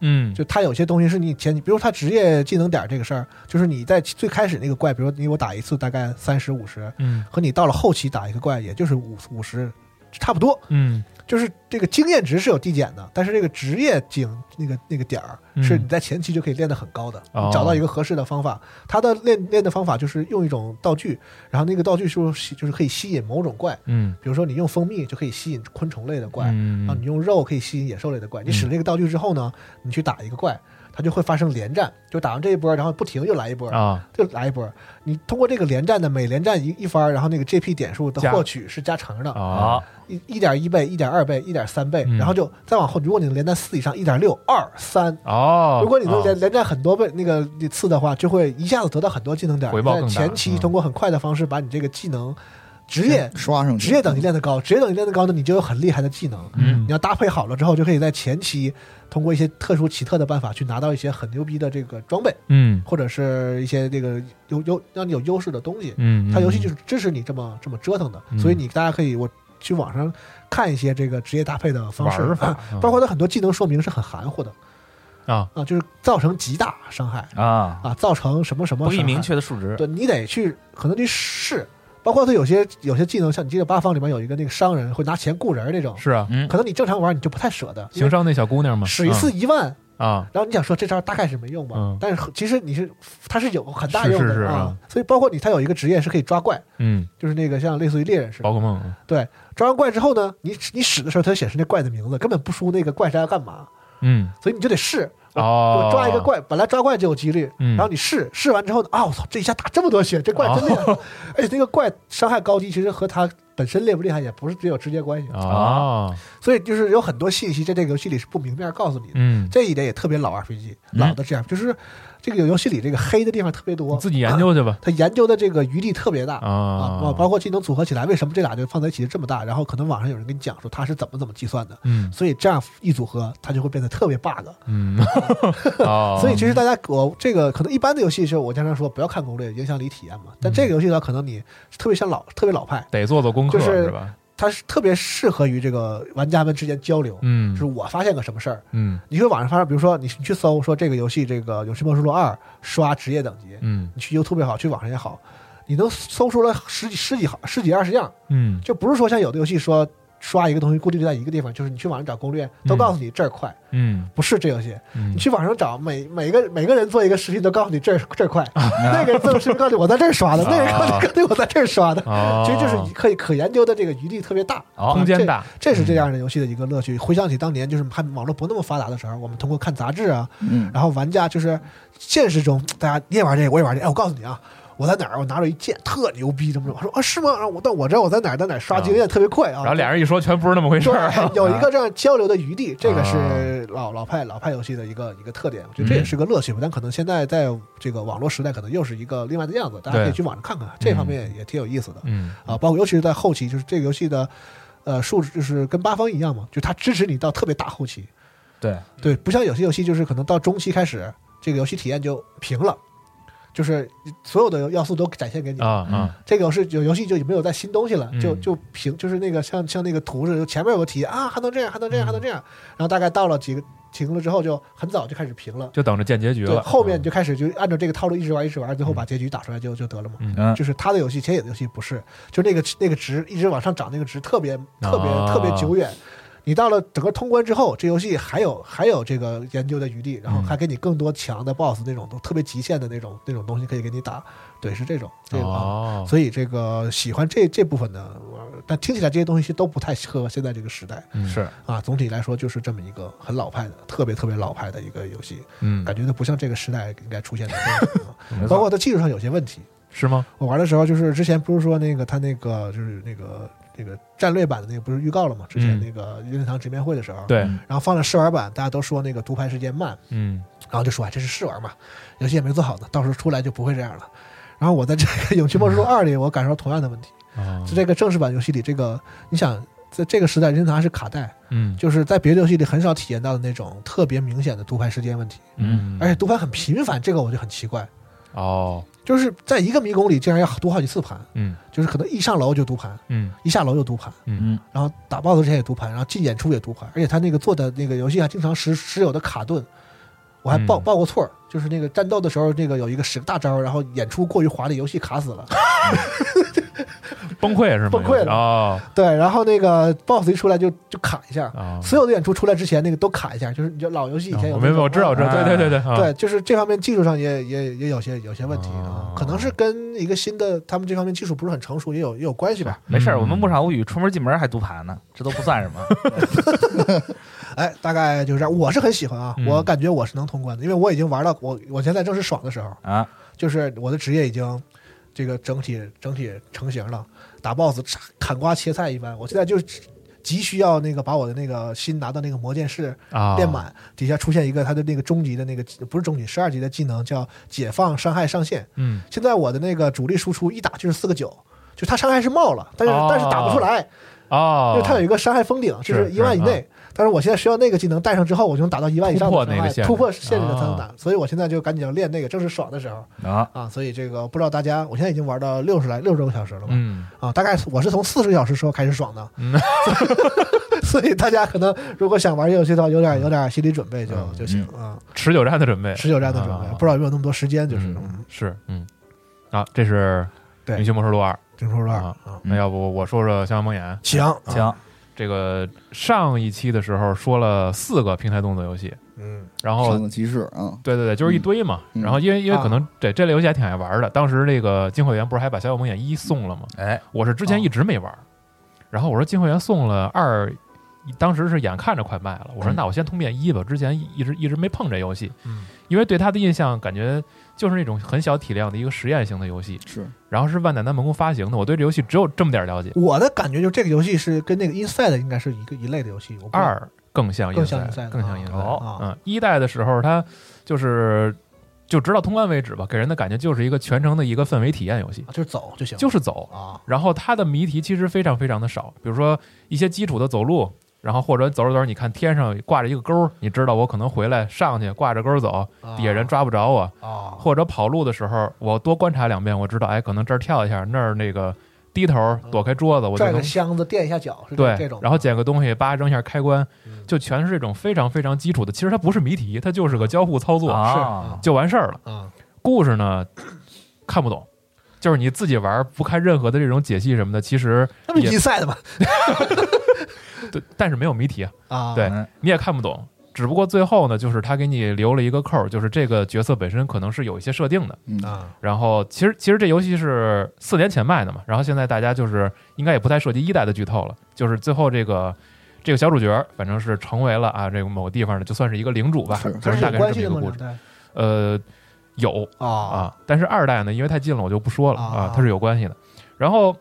嗯，就它有些东西是你前比如它职业技能点这个事儿，就是你在最开始那个怪，比如你我打一次大概三十五十，嗯和你到了后期打一个怪也就是五五十。差不多，嗯就是这个经验值是有递减的，但是这个职业经那个那个点儿嗯是你在前期就可以练得很高的，哦你找到一个合适的方法。它的练练的方法就是用一种道具，然后那个道具就是就是可以吸引某种怪，嗯，比如说你用蜂蜜就可以吸引昆虫类的怪，嗯然后你用肉可以吸引野兽类的怪。你使了这个道具之后呢，你去打一个怪，它就会发生连战，就打完这一波，然后不停又来一波，啊，就来一波。你通过这个连战的每连战一一番，然后那个 GP 点数的加获取是加成的，啊，一一点一倍、一点二倍、一点三倍，嗯然后就再往后，如果你能连战四以上，一点六、二、三。哦，如果你能啊连连战很多倍那个次的话，就会一下子得到很多技能点。回报在更大前期嗯通过很快的方式把你这个技能、职业、刷上去，职业等级练得高，职业等级练得高呢，你就有很厉害的技能。嗯你要搭配好了之后，就可以在前期通过一些特殊奇特的办法去拿到一些很牛逼的这个装备，嗯或者是一些这个优优让你有优势的东西。嗯，它游戏就是是支持你这么这么折腾的，嗯所以你大家可以我去网上看一些这个职业搭配的方式玩，法嗯啊，包括它很多技能说明是很含糊的啊啊，就是造成极大伤害啊，啊，造成什么什么不给伤你害明确的数值，对你得去，可能得试。包括他有些有些技能，像你记得八方里面有一个那个商人会拿钱雇人儿那种，是啊，嗯可能你正常玩你就不太舍得，因行为商那小姑娘嘛，使一次一万，嗯啊，然后你想说这招大概是没用吧？嗯但是其实你是它是有很大用的是嗯是是啊，所以包括你它有一个职业是可以抓怪，嗯，就是那个像类似于猎人似的，宝可梦，抓完怪之后呢，你你使的时候它显示那怪的名字，根本不输那个怪是要干嘛，嗯，所以你就得试。我哦我抓一个怪，本来抓怪就有几率，嗯然后你试试完之后呢，啊，我操，这一下打这么多血，这怪真厉害！哦 而且那个怪伤害高低其实和它本身厉不厉害也不是只有直接关系，啊，所以就是有很多信息在这个游戏里是不明面告诉你的。嗯，这一点也特别老 RPG，老的这样，就是这个游戏里这个黑的地方特别你多，自己研究去吧它研究的这个余地特别大。啊，啊，包括技能组合起来，为什么这俩就放在一起这么大？然后可能网上有人跟你讲说它是怎么怎么计算的，嗯所以这样一组合它就会变得特别 bug。嗯，啊， 所以其实大家我这个可能一般的游戏是我经常说不要看攻略，影响你体验嘛。嗯但这个游戏呢，可能你特别像老特别老派，得做做功课就是吧？它是特别适合于这个玩家们之间交流。嗯是我发现个什么事儿，嗯你去网上发现，比如说你你去搜说这个游戏这个《勇士末世录二》刷职业等级，嗯你去 YouTube 也好，去网上也好，你能搜出来十几十几行十几二十样，嗯就不是说像有的游戏说刷一个东西固定就在一个地方，就是你去网上找攻略都告诉你这儿快，嗯不是这游戏。嗯你去网上找每每个每个人做一个视频都告诉你这儿这儿快，那个人做的视频告诉你我在这儿刷的，啊那个人告诉你告诉你我在这儿刷的。啊，其实就是可以可研究的这个余地特别大，哦空间这大，这是这样的游戏的一个乐趣。回想起当年就是还网络不那么发达的时候，我们通过看杂志啊，嗯，然后玩家就是现实中，大家你也玩这个，我也玩这个。哎，我告诉你啊，我在哪儿，我拿着一剑，特牛逼，怎么怎么。我说啊，是吗？啊，我但我知道我在哪儿，在哪儿刷经验特别快啊。然后俩人一说，全不是那么回事对儿。啊 有一个这样交流的余地，这个是老老派老派游戏的一个一个特点，我觉得这嗯也是个乐趣吧。但可能现在在这个网络时代，可能又是一个另外的样子，大家可以对去网上看看，这方面也挺有意思的嗯啊。包括尤其是在后期，就是这个游戏的。呃，数值就是跟八方一样嘛，就它支持你到特别大后期，对，嗯对，不像有些游戏就是可能到中期开始，这个游戏体验就平了，就是所有的要素都展现给你。啊啊，这个游戏有游戏就没有在新东西了，嗯就就平就是那个像像那个图似的，前面有个体验啊，还能这样，还嗯能这样，还能这样，然后大概到了几个停了之后，就很早就开始平了。就等着见结局对，了。嗯后面就开始就按照这个套路一直玩，一直玩，最后把结局打出来就就得了嘛。嗯就是他的游戏，前野的游戏不是，就那个那个值一直往上涨，那个值特别特别、啊特别久远。你到了整个通关之后，这游戏还有还有这个研究的余地，然后嗯还给你更多强的 BOSS 那种都特别极限的那种那种东西可以给你打，对，是这种这种啊。哦，所以这个喜欢这这部分的，我但听起来这些东西都不太适合现在这个时代嗯是啊。总体来说就是这么一个很老派的，特别特别老派的一个游戏，嗯，感觉它不像这个时代应该出现的东 西啊，没错包括它技术上有些问题。是吗？我玩的时候，就是之前不是说那个他那个就是那个那个战略版的那个不是预告了吗？之前嗯那个任天堂直面会的时候，，对，然后放了试玩版，大家都说那个读牌时间慢，嗯然后就说哎这是试玩嘛，游戏也没做好呢，到时候出来就不会这样了。然后我在这个《勇气末世录二》里，我感受到同样的问题，啊就，这个正式版游戏里，这个你想。在这个时代，任天堂是卡带，嗯就是在别的游戏里很少体验到的那种特别明显的读牌时间问题，嗯，而且读牌很频繁，这个我就很奇怪，哦，就是在一个迷宫里竟然要读好几次盘，嗯就是可能一上楼就读盘，嗯一下楼就读盘，嗯然后打 BOSS 之前也读盘，然后进演出也读盘，而且他那个做的那个游戏还经常时时有的卡顿，我还报嗯报过错儿，就是那个战斗的时候，那个有一个使个大招，然后演出过于华丽，游戏卡死了。 崩溃是吗？嗯崩溃了啊对，然后那个 BOSS 一出来就就卡一下，啊！所有的演出出来之前那个都卡一下，就是你就老游戏以前有我那种、明嗯白，哦我知道，我知道，啊对对对对，啊对，就是这方面技术上也也也有些有些问题哦啊，可能是跟一个新的他们这方面技术不是很成熟也有也有关系吧。没事儿，我嗯们牧场物语出门进门还读盘呢，这都不算什么。哎，大概就是这样。我是很喜欢啊，嗯我感觉我是能通关的，因为我已经玩到我我现在正是爽的时候，啊，就是我的职业已经这个整体整体成型了，打 BOSS 嚓砍瓜切菜一般。我现在就急需要那个把我的那个新拿到那个魔剑士啊，练满，底下出现一个他的那个终极的那个不是终极十二级的技能叫解放伤害上限。嗯，现在我的那个主力输出一打就是四个九，就他伤害是冒了，但是、哦但是打不出来，哦，因为他有一个伤害封顶，就是是一万以内。但是我现在需要那个技能带上之后，我就能打到一万以上的嗯突破伤那个害限制突破限制了才能打。哦所以我现在就赶紧要练那个，正是爽的时候啊，啊！所以这个不知道大家，我现在已经玩到六十来六十多个小时了吧？嗯，啊，大概我是从四十小时时候开始爽的，嗯 所以大家可能如果想玩这游戏的话，有点有点心理准备就就行啊。持久战的准备持久战的准备嗯啊，不知道有没有那么多时间，就是嗯嗯，是，嗯，啊，这是《对女性魔兽录二》听说说啊啊，那要不我说说《香港梦魇》行行，，这个上一期的时候说了四个平台动作游戏，嗯，然上后个骑士啊，对对对，就是一堆嘛。嗯然后因为因为啊可能这这类游戏还挺爱玩的，当时那个金会员不是还把《小小梦魇一》送了吗？哎，我是之前一直没玩，然后我说金会员送了二，当时是眼看着快卖了，我说嗯那我先通遍一吧，之前一直一直没碰这游戏，嗯因为对它的印象感觉就是那种很小体量的一个实验型的游戏，是然后是万代南梦宫发行的，我对这游戏只有这么点了解。嗯我的感觉就是这个游戏是跟那个 Inside 应该是一个一类的游戏。我不知道二更像更硬像塞，硬塞更像啊硬塞。哦嗯，一代的时候它就是就直到通关为止吧，给人的感觉就是一个全程的一个氛围体验游戏，啊就是走就行，就是走。啊，然后它的谜题其实非常非常的少，比如说一些基础的走路，然后或者走着走着，你看天上挂着一个钩儿，你知道我可能回来上去挂着钩儿哦走，底下人抓不着我，啊，或者跑路的时候我多观察两遍，我知道哎，可能这儿跳一下，那儿那个低头躲开桌子，我就哦拽能个箱子垫一下脚，是对这种。啊然后捡个东西，叭扔一下开关，嗯就全是这种非常非常基础的。其实它不是谜题，它就是个交互操作，是啊啊，就完事儿了。啊， 故事呢，看不懂，就是你自己玩儿不看任何的这种解析什么的，其实那不也 Inside 嘛对，但是没有谜题啊，啊，对嗯你也看不懂。只不过最后呢，就是他给你留了一个扣儿，就是这个角色本身可能是有一些设定的。嗯啊，然后其实其实这游戏是四年前卖的嘛，然后现在大家就是应该也不太涉及一代的剧透了，就是最后这个这个小主角反正是成为了啊这个某个地方的就算是一个领主吧，是就它是大有概关是系这的么吗？一个故两事。代呃，有啊啊，但是二代呢，因为太近了，我就不说了啊啊，它是有关系的。然后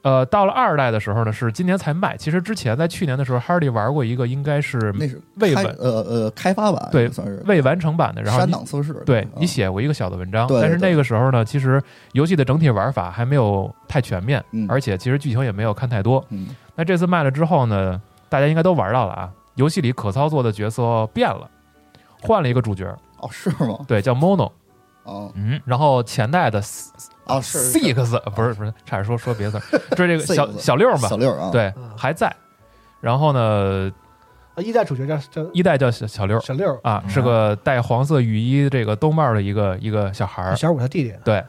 呃，到了二代的时候呢，是今年才卖，其实之前在去年的时候，哈利玩过一个应该是那是未开完呃呃开发版对算是未完成版的，然后删你档测试，对啊你写过一个小的文章，对但是对那个时候呢，其实游戏的整体玩法还没有太全面，嗯而且其实剧情也没有看太多。嗯那这次卖了之后呢，大家应该都玩到了啊，游戏里可操作的角色变了，换了一个主角，哦是吗？对，叫 Mono，哦嗯，然后前代的啊是是 Six 不是不是，差点说说别的字儿，就是这个 Six 小小六吧小，六啊，，对，啊还在。然后呢，啊一代主角叫叫一代叫小小六小六，啊，嗯是个戴黄色雨衣、这个兜帽的一个一个小孩儿。小五他弟弟 对，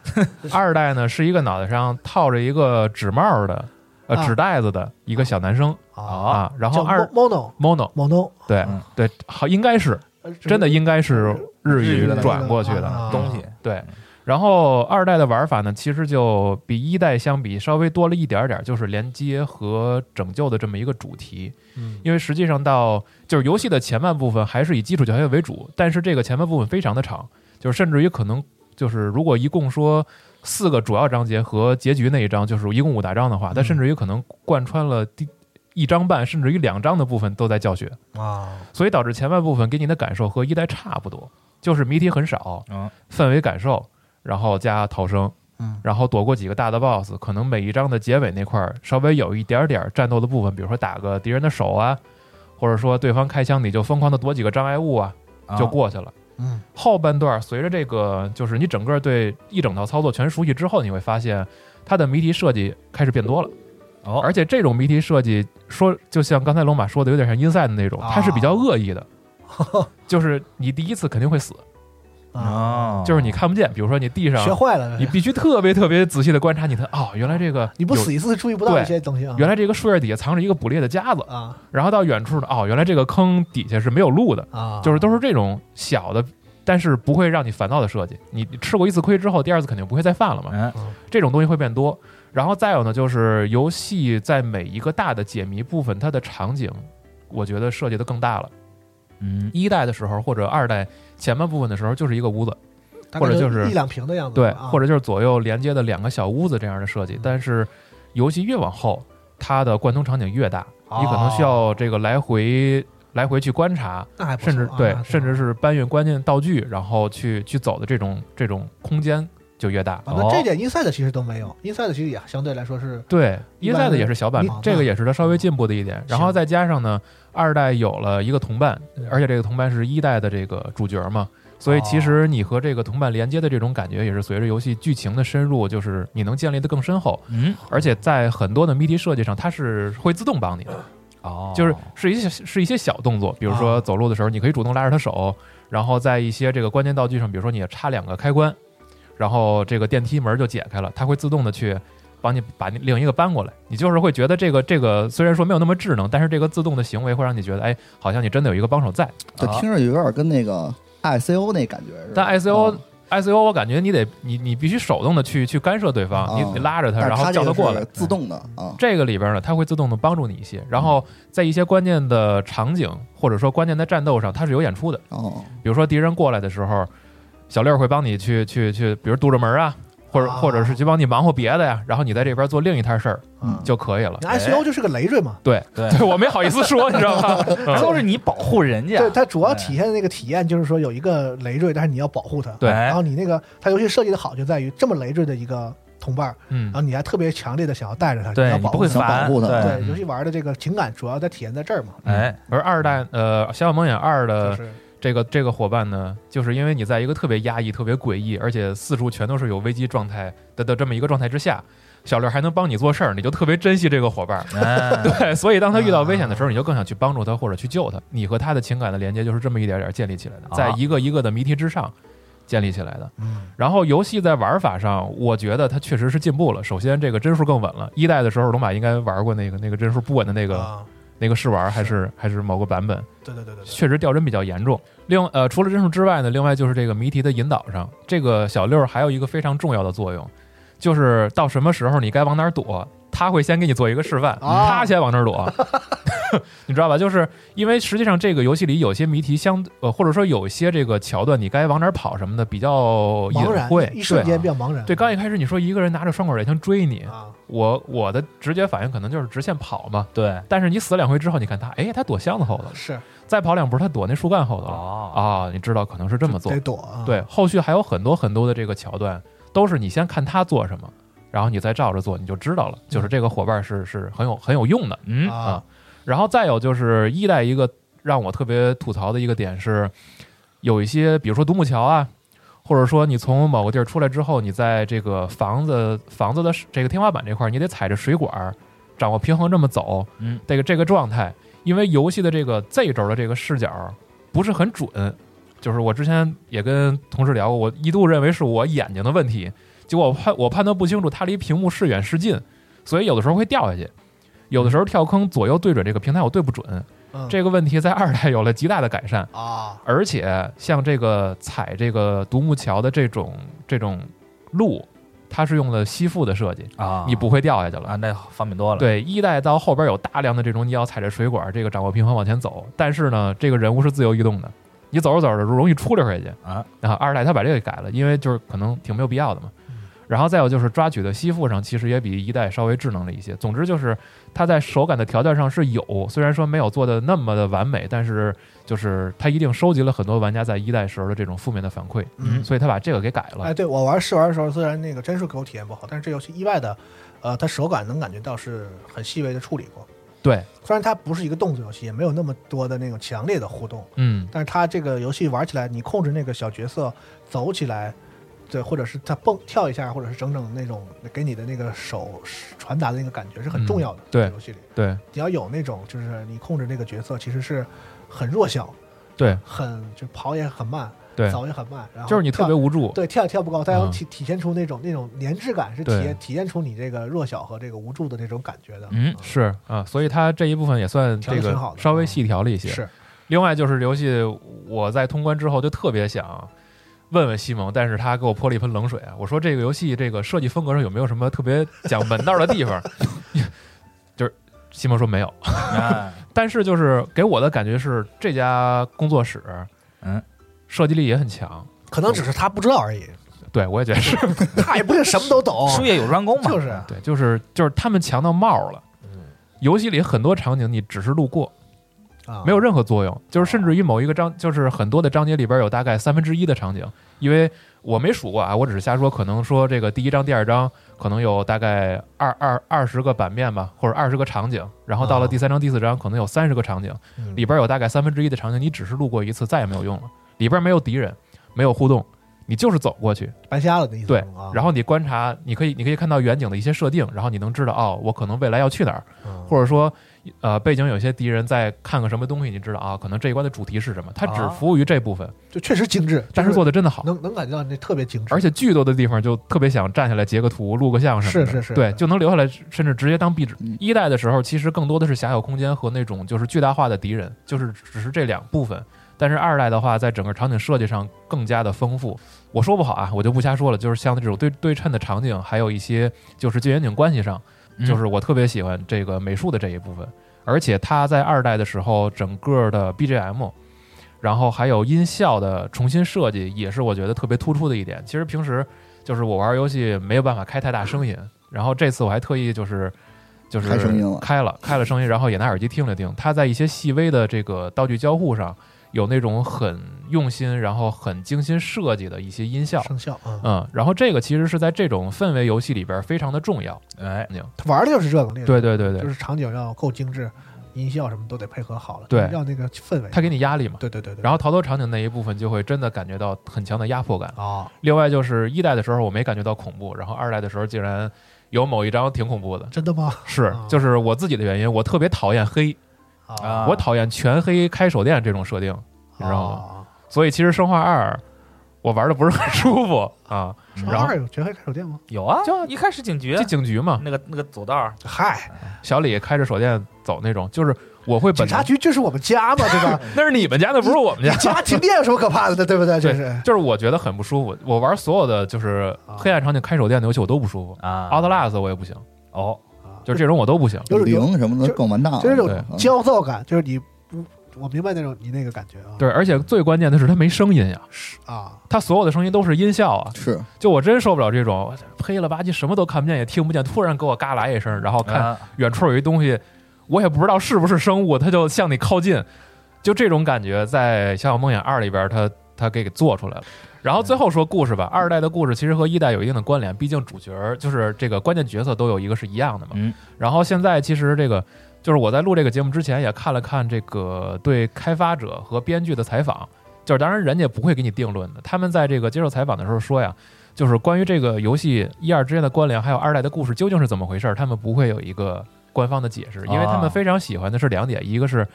二代呢是一个脑袋上套着一个纸帽的，呃，啊纸袋子的一个小男生啊，啊。然后叫二 Mono mono Mono，对嗯对，好应该是呃真的应该是日日语语的转过去的啊东西对。然后二代的玩法呢，其实就比一代相比稍微多了一点点，就是连接和拯救的这么一个主题。嗯因为实际上到就是游戏的前半部分还是以基础教学为主，但是这个前半部分非常的长，就是甚至于可能就是如果一共说四个主要章节和结局那一章，就是一共五大章的话，它嗯甚至于可能贯穿了第一章半，甚至于两章的部分都在教学，啊，所以导致前半部分给你的感受和一代差不多，就是谜题很少，啊嗯氛围感受，然后加逃生。嗯然后躲过几个大的 BOSS，可能每一章的结尾那块儿稍微有一点点战斗的部分，比如说打个敌人的手啊，或者说对方开枪，你就疯狂的躲几个障碍物啊，啊就过去了。嗯后半段随着这个就是你整个对一整套操作全熟悉之后，你会发现它的谜题设计开始变多了。哦而且这种谜题设计说，就像刚才龙马说的，有啊 点像 inside 的那种，它是比较恶意的，就是你第一次肯定会死，啊，就是你看不见，比如说你地上学坏了，你必须特别特别仔细的观察你的哦，原来这个哎 你不有死一次注意不到对一些东西啊。原来这个树叶底下藏着一个捕猎的夹子，啊然后到远处呢，哦，原来这个坑底下是没有路的，啊，就是都是这种小的，但是不会让你烦躁的设计。你吃过一次亏之后，第二次肯定不会再犯了哎嘛。嗯这种东西会变多。然后再有呢，就是游戏在每一个大的解谜部分，它的场景，我觉得设计的更大了。嗯，一代的时候或者二代前半部分的时候，就是一个屋子，大或概者就就是一两平的样子，对，啊或者就是左右连接的两个小屋子这样的设计。但是游戏越往后，它的贯通场景越大，哦你可能需要这个来回来回去观察，那还不错甚至啊对那，挺甚至好是搬运关键道具，然后去去走的这种这种空间就越大。哦啊，那这点 inside 其实都没有，inside 其实也相对来说是对，一一代般的也是小版嗯你本，这个也是它稍微进步的一点。然后再加上呢，二代有了一个同伴，而且这个同伴是一代的这个主角嘛，所以其实你和这个同伴连接的这种感觉，也是随着游戏剧情的深入，就是你能建立的更深厚。嗯，而且在很多的谜题设计上，它是会自动帮你的，哦就是是一些是一些小动作，比如啊说走路的时候，你可以主动拉着他手，然后在一些这个关键道具上，比如说你插两个开关，然后这个电梯门就解开了，它会自动的去帮你把你另一个搬过来。你就是会觉得这个这个虽然说没有那么智能，但是这个自动的行为会让你觉得，哎，好像你真的有一个帮手在。就听着有点跟那个 ICO 那感觉似的。啊但 ICO 嗯 I C O，我感觉你得你你必须手动的去去干涉对方，你啊你拉着他，但然是后它叫这他个过来是，自动的啊，这个里边呢，它会自动的帮助你一些，然后嗯在一些关键的场景或者说关键的战斗上，它是有演出的。哦，比如说敌人过来的时候，小六会帮你去去去，比如堵着门啊，或者啊或者是去帮你忙活别的呀，然后你在这边做另一摊事儿啊，就可以了。 你 ICO 就是个累赘嘛，对，对对我没好意思说，你知 道吗？嗯都是你保护人家，对，它主要体哎现的那个体验就是说有一个累赘，但是你要保护它。对然后你那个它游戏设计的好就在于这么累赘的一个同伴儿，然后嗯，你还特别强烈的想要带着它，对要你保不护会它。烦，保护他对，对，游戏玩的这个情感主要在体现在这儿嘛，哎，嗯而二代呃《小小梦魇二》就的是这个这个伙伴呢，就是因为你在一个特别压抑、特别诡异，而且四处全都是有危机状态的的这么一个状态之下，小六还能帮你做事儿，你就特别珍惜这个伙伴儿。哎 对，所以当他遇到危险的时候，你就更想去帮助他或者去救他。你和他的情感的连接就是这么一点点建立起来的，啊在一个一个的谜题之上建立起来的。嗯，然后游戏在玩法上，我觉得它确实是进步了。首先，这个帧数更稳了。一代的时候，龙马应该玩过那个那个帧数不稳的那个、啊，那个试玩，还是还是某个版本。对对对对对，确实掉帧比较严重。另呃，除了帧数之外呢，另外就是这个谜题的引导上，这个小六儿还有一个非常重要的作用，就是到什么时候你该往哪儿躲，他会先给你做一个示范，啊他先往哪儿躲， 你知道吧？就是因为实际上这个游戏里有些谜题相呃，或者说有些这个桥段，你该往哪儿跑什么的比较隐茫然晦，，一瞬对。啊间比较茫然。对，刚一开始你说一个人拿着双管猎枪追你，啊，我我的直觉反应可能就是直线跑嘛。对，但是你死两回之后，你看他，哎，他躲箱子后头了，是再跑两步，他躲那树干后头了。哦啊，你知道可能是这么做得。躲啊，对，后续还有很多很多的这个桥段，都是你先看他做什么，然后你再照着做，你就知道了。就是这个伙伴是是很有很有用的嗯啊啊，。然后再有就是一代一个让我特别吐槽的一个点是，有一些比如说独木桥啊，或者说你从某个地儿出来之后，你在这个房子房子的这个天花板这块儿，你得踩着水管儿，掌握平衡这么走，嗯，这个这个状态，因为游戏的这个 Z 轴的这个视角不是很准，就是我之前也跟同事聊过，我一度认为是我眼睛的问题，结果我判我判断不清楚，它离屏幕是远是近，所以有的时候会掉下去，有的时候跳坑左右对准这个平台我对不准，嗯这个问题在二代有了极大的改善，啊，而且像这个踩这个独木桥的这种这种路，它是用了吸附的设计，啊，你不会掉下去了啊，。那方便多了，对，一代到后边有大量的这种你要踩着水管，这个掌握平衡往前走，但是呢，这个人物是自由移动的，你走着走着容易出溜回去啊。然后二代他把这个给改了，因为就是可能挺没有必要的嘛嗯。然后再有就是抓取的吸附上，其实也比一代稍微智能了一些。总之就是它在手感的调教上是有，虽然说没有做的那么的完美，但是就是它一定收集了很多玩家在一代时候的这种负面的反馈，嗯所以他把这个给改了。哎，对我玩试玩的时候，虽然那个帧数给我体验不好，但是这游戏意外的，呃，它手感能感觉到是很细微的处理过。对，虽然它不是一个动作游戏，也没有那么多的那种强烈的互动，嗯，但是它这个游戏玩起来，你控制那个小角色走起来，对，或者是它蹦跳一下，或者是整整那种给你的那个手传达的那个感觉是很重要的。嗯对这个游戏里对你要有那种就是你控制那个角色其实是很弱小，对，很就跑也很慢，对嗓音很慢，然后就是你特别跳无助，对跳也跳不高，但能嗯体体现出那种那种粘滞感，是体对验体现出你这个弱小和这个无助的这种感觉的。嗯，是啊，所以它这一部分也算调这得个挺好的嗯稍微细调了一些。是，另外就是这游戏，我在通关之后就特别想问问西蒙，但是他给我泼了一盆冷水啊！我说这个游戏这个设计风格上有没有什么特别讲门道的地方？ 就是西蒙说没有，哎但是就是给我的感觉是这家工作室，嗯，设计力也很强。可能只是他不知道而 已，对，我也觉得是，他也不是什么都懂，术业有专攻嘛，哦就是啊对，就是就是他们强到冒了。游戏里很多场景你只是路过，啊没有任何作用，就是甚哦至于某一个章，就是很多的章节里边有大概三分之一的场景，因为我没数过啊，我只是瞎说，可能说这个第一章、第二章可能有大概二二二十个版面吧，或者二十个场景，然后到了啊第三章、第四章可能有三十个场景，嗯里边有大概三分之一的场景你只是路过一次，再也没有用了，里边没有敌人，没有互动，你就是走过去，白瞎了的意思。对啊，然后你观察，你可以你可以看到远景的一些设定，然后你能知道哦，我可能未来要去哪儿，嗯或者说，呃，背景有些敌人在看个什么东西，你知道啊，可能这一关的主题是什么，它只啊服务于这部分，就确实精致，但是做的真的好，能能感觉到你特别精致，而且巨多的地方就特别想站下来截个图、录个像什么的，是是是对，就能留下来，甚至直接当壁纸。嗯一代的时候，其实更多的是狭小空间和那种就是巨大化的敌人，就是只是这两部分。但是二代的话，在整个场景设计上更加的丰富。我说不好啊，我就不瞎说了，就是像这种对对称的场景，还有一些就是近远景关系上，嗯就是我特别喜欢这个美术的这一部分。而且它在二代的时候，整个的 BGM，然后还有音效的重新设计，也是我觉得特别突出的一点。其实平时就是我玩游戏没有办法开太大声音，然后这次我还特意就是就是开声音了开了开了声音，然后也拿耳机听了听。它在一些细微的这个道具交互上，有那种很用心，然后很精心设计的一些音效。生效啊，嗯，然后这个其实是在这种氛围游戏里边非常的重要。哎，他玩的就是这个，对，对对对，就是场景要够精致，音效什么都得配合好了，对要那个氛围。它给你压力嘛。对对对对，然后逃脱场景那一部分就会真的感觉到很强的压迫感。啊，另外就是一代的时候我没感觉到恐怖，然后二代的时候竟然有某一张挺恐 怖的，真的吗？是啊就是我自己的原因，我特别讨厌黑，啊，我讨厌全黑开手电这种设定，你知道哦吗？所以其实生化二我玩的不是很舒服啊，生然化后二有全黑开手电吗？有啊，就一开始警局这警局嘛，那个那个走道儿，嗨，小李开着手电走那种，就是我会警本察能局就是我们家嘛，对 吧？那是你们家，那不是我们你家。家停电有什么可怕的？对不对？就对是就是我觉得很不舒服，我玩所有的就是啊黑暗场景开手电的游戏我都不舒服啊，Outlast 我也不行，哦，啊就是这种我都不行。有种零什么的更完蛋了，就是那对种焦躁感，就是你不，我明白那种你那个感觉啊。对，而且最关键的是它没声音呀，是啊，它所有的声音都是音效啊。是就我真受不了这种黑了吧唧什么都看不见也听不见，突然给我嘎啦一声，然后看啊远处有一东西，我也不知道是不是生物，它就向你靠近，就这种感觉在《小小梦魇二》里边它，它给给做出来了。然后最后说故事吧，二代的故事其实和一代有一定的关联，毕竟主角儿就是这个关键角色都有一个是一样的嘛。嗯然后现在其实这个就是我在录这个节目之前也看了看这个对开发者和编剧的采访，就是当然人家不会给你定论的，他们在这个接受采访的时候说呀，就是关于这个游戏一二之间的关联，还有二代的故事究竟是怎么回事儿，他们不会有一个官方的解释，因为他们非常喜欢的是两点，一个是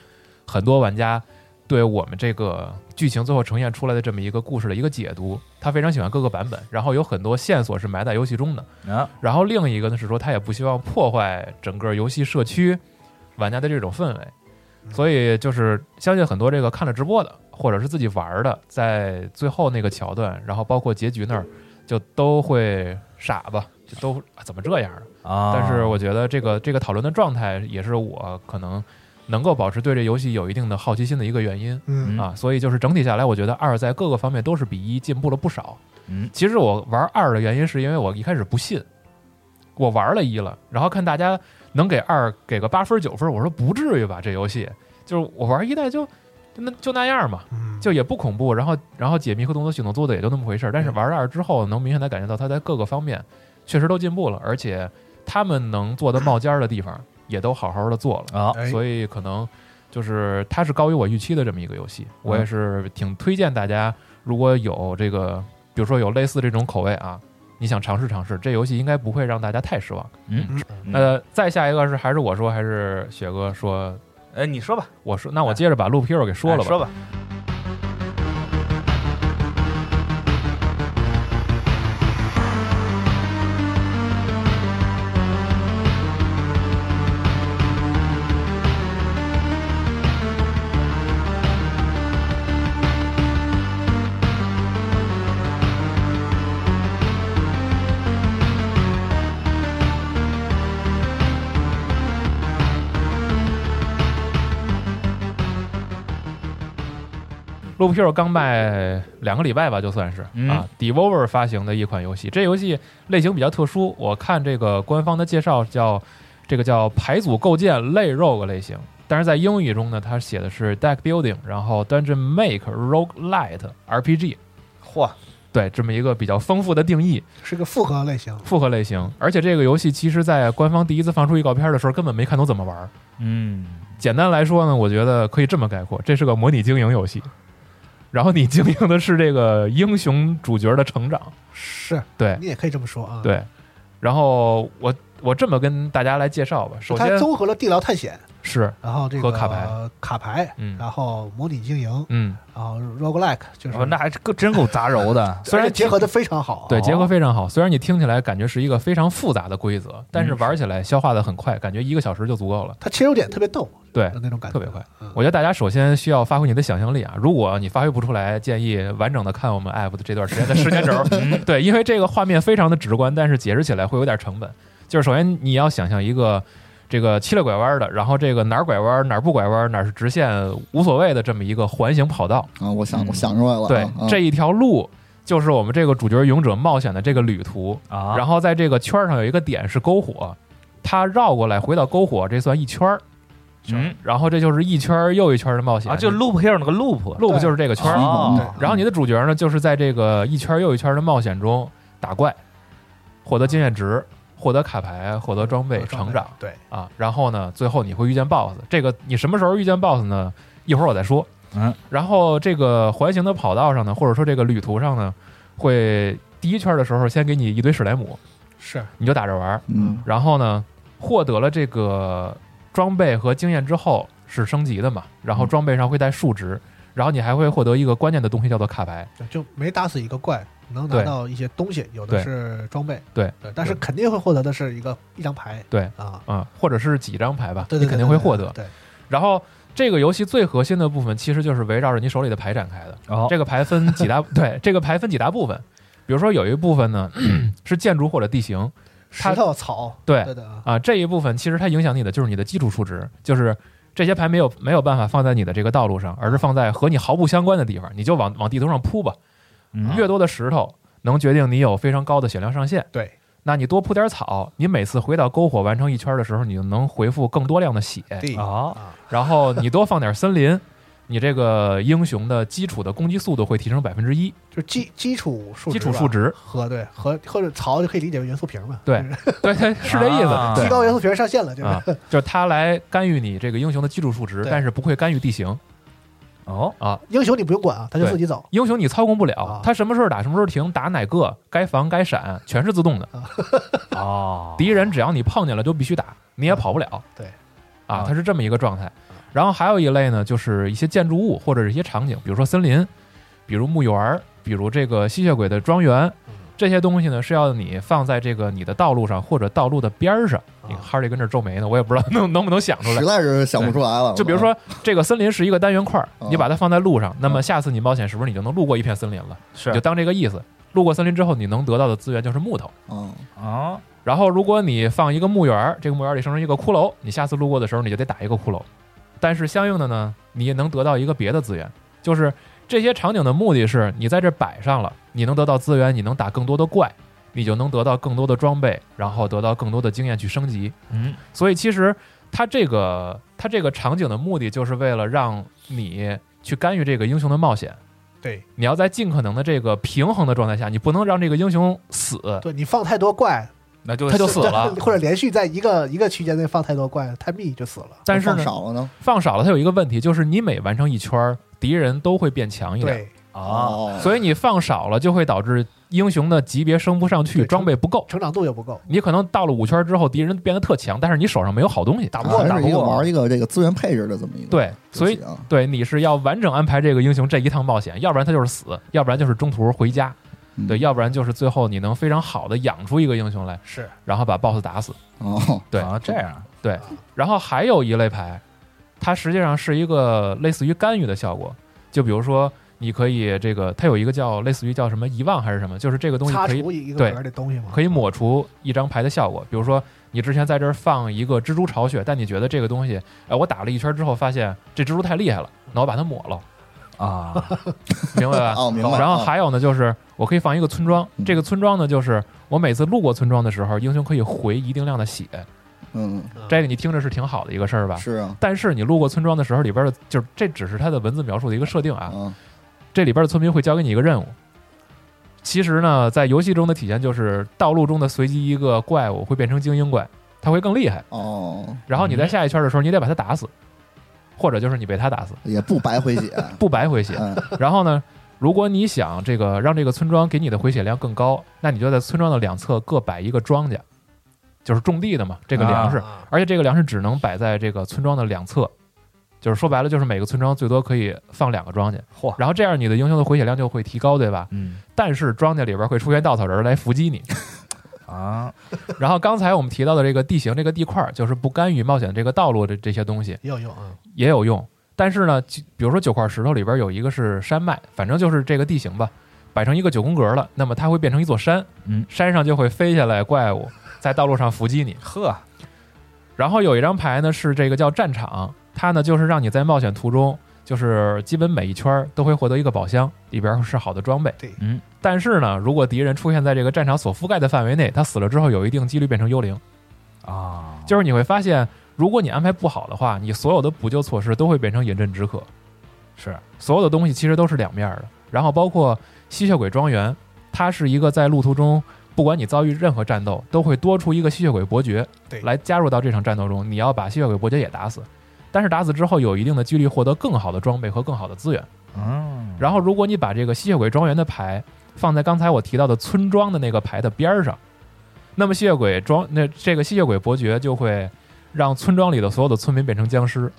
很多玩家。对我们这个剧情最后呈现出来的这么一个故事的一个解读，他非常喜欢各个版本，然后有很多线索是埋在游戏中的。啊然后另一个呢是说，他也不希望破坏整个游戏社区玩家的这种氛围，所以就是相信很多这个看了直播的，或者是自己玩儿的，在最后那个桥段，然后包括结局那儿，就都会傻吧，就都啊怎么这样啊？啊，但是我觉得这个这个讨论的状态，也是我可能能够保持对这游戏有一定的好奇心的一个原因。嗯啊，所以就是整体下来，我觉得二在各个方面都是比一进步了不少。嗯，其实我玩二的原因是因为我一开始不信，我玩了一了，然后看大家能给二给个八分九分，我说不至于吧，这游戏就是我玩一代就就那就那样嘛，嗯，就也不恐怖，然后然后解谜和动作系统做的也就那么回事儿。但是玩了二之后，能明显的感觉到它在各个方面确实都进步了，而且他们能做的冒尖儿的地方也都好好的做了。啊哎所以可能就是它是高于我预期的这么一个游戏，我也是挺推荐大家，如果有这个，比如说有类似这种口味啊，你想尝试尝试，这游戏应该不会让大家太失望。嗯，嗯呃，再下一个是还是我说还是雪哥说，哎，你说吧，我说那我接着把路皮尔给说了哎吧。说吧， Loop Hero 刚卖两个礼拜吧，就算是、嗯啊，Devolver 发行的一款游戏。这游戏类型比较特殊，我看这个官方的介绍叫这个叫牌组构建类 Rogue 类型，但是在英语中呢，它写的是 Deck Building，然后 Dungeon Make Rogue Lite RPG，嚯，对，这么一个比较丰富的定义。是个复合类型。复合类型，而且这个游戏其实，在官方第一次放出预告片的时候，根本没看懂怎么玩儿。嗯，简单来说呢，我觉得可以这么概括：这是个模拟经营游戏，然后你经营的是这个英雄主角的成长，是对你也可以这么说啊。，对。然后我我这么跟大家来介绍吧，首它先综合了地牢探险，是然后这和个卡牌，卡牌，嗯然后模拟经营，嗯，然后 roguelike 就是，哦，那还是够真够杂糅的虽然结合的非常好啊，对，哦结合非常好。虽然你听起来感觉是一个非常复杂的规则，但是嗯玩起来消化的很快，感觉一个小时就足够了。它切入点特别逗，对，那种感特觉别快。嗯我觉得大家首先需要发挥你的想象力啊！如果你发挥不出来，建议完整的看我们 app 的这段时间的时间轴。嗯对，因为这个画面非常的直观，但是解释起来会有点成本。就是首先你要想象一个这个七了拐弯的，然后这个哪儿拐弯哪儿不拐弯哪儿是直线无所谓的这么一个环形跑道。啊，我想嗯我想出来了啊，对啊，这一条路就是我们这个主角勇者冒险的这个旅途。 啊，然后在这个圈儿上有一个点是篝火，它绕过来回到篝火，这算一圈儿。嗯然后这就是一圈儿又一圈儿的冒险啊，就 loop hero 那个 loop， loop 就是这个圈儿。哦嗯然后你的主角呢，就是在这个一圈又一圈的冒险中打怪，获得经验值，获得卡牌，获得装备，成长，对，啊。然后呢，最后你会遇见 BOSS。这个你什么时候遇见 BOSS 呢？一会儿我再说。嗯。然后这个环形的跑道上呢，或者说这个旅途上呢，会第一圈的时候先给你一堆史莱姆，是你就打着玩儿。嗯然后呢，获得了这个装备和经验之后是升级的嘛，然嗯后装备上会带数值，然后你还会获得一个关键的东西叫做卡牌。就没打死一个怪，能拿对到一些东西，有的对是装备，对但是肯定会获得的是一个一张牌，对啊，啊、或者是几张牌吧，对对，对你肯定会获得。对，然后这个游戏最核心的部分其实就是围绕着你手里的牌展开的。哦，这个牌分几大 对，这个牌分几大部分，比如说有一部 分呢是建筑或者地形，它石头草，对对的啊，啊，这一部分其实它影响你的就是你的基础数值，就是这些牌没有没有办法放在你的这个道路上，而是放在和你毫不相关的地方，你就往往地图上铺吧。嗯越多的石头能决定你有非常高的血量上限。对，那你多铺点草，你每次回到篝火完成一圈的时候，你就能回复更多量的血。地啊，啊，然后你多放点森林，你这个英雄的基础的攻击速度会提升百分之一。就是基基础数基础吧 数值和对和或者槽就可以理解为元素瓶嘛，对就是对，对是这意思。啊提高元素瓶上限了，就是啊，就是它来干预你这个英雄的基础数值，对但是不会干预地形。哦，啊，英雄你不用管啊，他就对自己走，英雄你操控不了啊，他什么时候打什么时候停，打哪个该防该闪全是自动的。哦，敌人只要你碰见了就必须打，你也跑不了。对，啊啊，它是这么一个状态。然后还有一类呢，就是一些建筑物或者是一些场景，比如说森林，比如墓园儿，比如这个吸血鬼的庄园，这些东西呢是要你放在这个你的道路上或者道路的边儿上。你看啊哈利跟这儿皱眉呢，我也不知道 能能不能想出来实。在是想不出来了。嗯就比如说这个森林是一个单元块儿，啊你把它放在路上，那么下次你冒险是不是你就能路过一片森林了？是你就当这个意思。路过森林之后，你能得到的资源就是木头。啊，啊，然后，如果你放一个墓园儿，这个墓园儿里生成一个骷髅，你下次路过的时候你就得打一个骷髅。但是相应的呢，你也能得到一个别的资源，就是这些场景的目的是你在这摆上了，你能得到资源，你能打更多的怪，你就能得到更多的装备，然后得到更多的经验去升级。嗯，所以其实它这个它这个场景的目的就是为了让你去干预这个英雄的冒险。对你要在尽可能的这个平衡的状态下，你不能让这个英雄死，对，你放太多怪，那就他就死了。或者连续在一个一个区间内放太多怪，太密就死了。但是放呢，少了呢，放少了它有一个问题，就是你每完成一圈儿，敌人都会变强一点。对，啊，哦所以你放少了，就会导致英雄的级别升不上去，对装备不够。成长度又不够，你可能到了五圈之后，敌人变得特强，但是你手上没有好东西。打不过啊还打是不一个过。玩一个这个资源配置的这么一个啊对，游所戏以啊，对你是要完整安排这个英雄这一趟冒险，要不然他就是死，要不然就是中途回家，嗯对，要不然就是最后你能非常好的养出一个英雄来，是然后把 BOSS 打死。哦，对啊，这样然后还有一类牌，它实际上是一个类似于干预的效果，就比如说你可以这个，它有一个叫类似于叫什么遗忘还是什么，就是这个东西擦可以除一个对格的东西嘛，可以抹除一张牌的效果。比如说，你之前在这儿放一个蜘蛛 巢穴，但你觉得这个东西，哎、我打了一圈之后发现这蜘蛛太厉害了，那我把它抹了。啊，明白吧？哦，明白。然后哦还有呢，就是我可以放一个村庄，嗯这个村庄呢，就是我每次路过村庄的时候，英雄可以回一定量的血，嗯，这个你听着是挺好的一个事儿吧？是啊，但是你路过村庄的时候，里边的就是这只是它的文字描述的一个设定啊，啊，这里边的村民会交给你一个任务。其实呢，在游戏中的体现就是道路中的随机一个怪物会变成精英怪，它会更厉害。哦，然后你在下一圈的时候，你得把它打死，或者就是你被它打死，也不白回 血，不白回血。嗯然后呢，如果你想这个让这个村庄给你的回血量更高，那你就在村庄的两侧各摆一个庄稼，就是种地的嘛，这个粮食，啊而且这个粮食只能摆在这个村庄的两侧，就是说白了，就是每个村庄最多可以放两个庄稼，嚯，然后这样你的英雄的回血量就会提高，对吧？嗯但是庄稼里边会出现稻草人来伏击你。啊，然后刚才我们提到的这个地形、这个地块儿，就是不干预冒险这个道路的这些东西，也有用啊，也有用。但是呢，其比如说九块石头里边有一个是山脉，反正就是这个地形吧，摆成一个九宫格了，那么它会变成一座山，嗯，山上就会飞下来怪物，在道路上伏击你。呵，然后有一张牌呢是这个叫战场，它呢就是让你在冒险途中，就是基本每一圈儿都会获得一个宝箱，里边是好的装备。对嗯，但是呢，如果敌人出现在这个战场所覆盖的范围内，他死了之后有一定几率变成幽灵。啊，就是你会发现，如果你安排不好的话，你所有的补救措施都会变成饮鸩止渴。是所有的东西其实都是两面儿的。然后包括吸血鬼庄园，它是一个在路途中，不管你遭遇任何战斗，都会多出一个吸血鬼伯爵对来加入到这场战斗中。你要把吸血鬼伯爵也打死，但是打死之后有一定的几率获得更好的装备和更好的资源。嗯，然后如果你把这个吸血鬼庄园的牌放在刚才我提到的村庄的那个牌的边儿上，那么吸血鬼庄那这个吸血鬼伯爵就会让村庄里的所有的村民变成僵尸。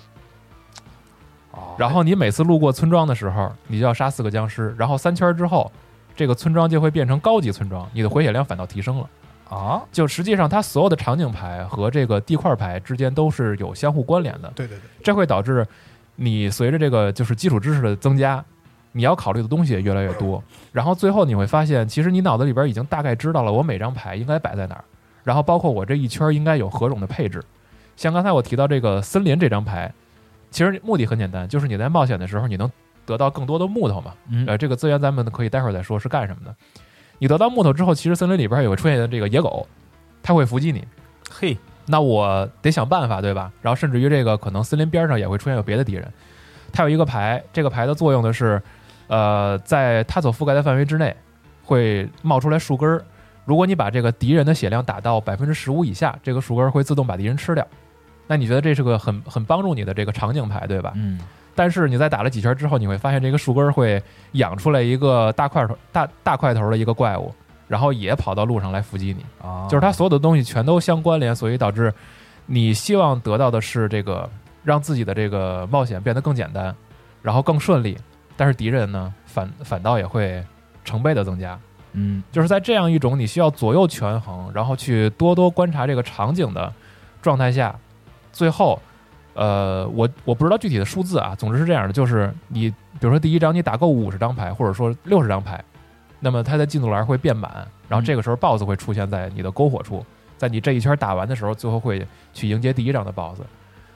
哦然后你每次路过村庄的时候，你就要杀四个僵尸，然后三圈之后，这个村庄就会变成高级村庄，你的回血量反倒提升了。啊，就实际上，它所有的场景牌和这个地块牌之间都是有相互关联的，对对对，这会导致你随着这个就是基础知识的增加，你要考虑的东西也越来越多。然后最后你会发现，其实你脑子里边已经大概知道了我每张牌应该摆在哪儿，然后包括我这一圈应该有何种的配置。像刚才我提到这个森林这张牌，其实目的很简单，就是你在冒险的时候你能得到更多的木头嘛。嗯呃，这个资源咱们可以待会儿再说是干什么的。你得到木头之后，其实森林里边也会出现这个野狗，它会伏击你。嘿，那我得想办法，对吧？然后甚至于这个可能森林边上也会出现有别的敌人。它有一个牌，这个牌的作用呢是，呃，在它所覆盖的范围之内会冒出来树根儿。如果你把这个敌人的血量打到百分之十五以下，这个树根儿会自动把敌人吃掉。那你觉得这是个很很帮助你的这个场景牌，对吧？嗯，但是你在打了几圈之后，你会发现这个树根儿会养出来一个大块头大大块头的一个怪物，然后也跑到路上来伏击你。啊，就是它所有的东西全都相关联，所以导致你希望得到的是这个让自己的这个冒险变得更简单，然后更顺利，但是敌人呢反反倒也会成倍的增加。嗯就是在这样一种你需要左右权衡，然后去多多观察这个场景的状态下，最后，呃，我我不知道具体的数字啊，总之是这样的，就是你比如说第一张你打够五十张牌，或者说六十张牌，那么它的进度栏会变满，然后这个时候 BOSS 会出现在你的篝火处，在你这一圈打完的时候，最后会去迎接第一张的 BOSS。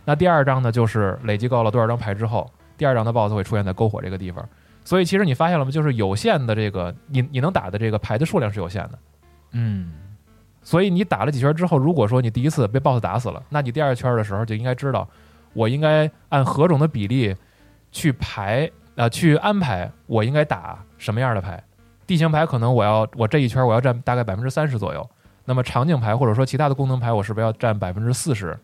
那第二张呢，就是累积够了多少张牌之后，第二张的 BOSS 会出现在篝火这个地方。所以其实你发现了吗？就是有限的这个你你能打的这个牌的数量是有限的。嗯，所以你打了几圈之后，如果说你第一次被 BOSS 打死了，那你第二圈的时候就应该知道，我应该按何种的比例去排呃去安排我应该打什么样的牌。地形牌可能我要我这一圈我要占大概百分之三十左右，那么场景牌或者说其他的功能牌，我是不是要占百分之四十？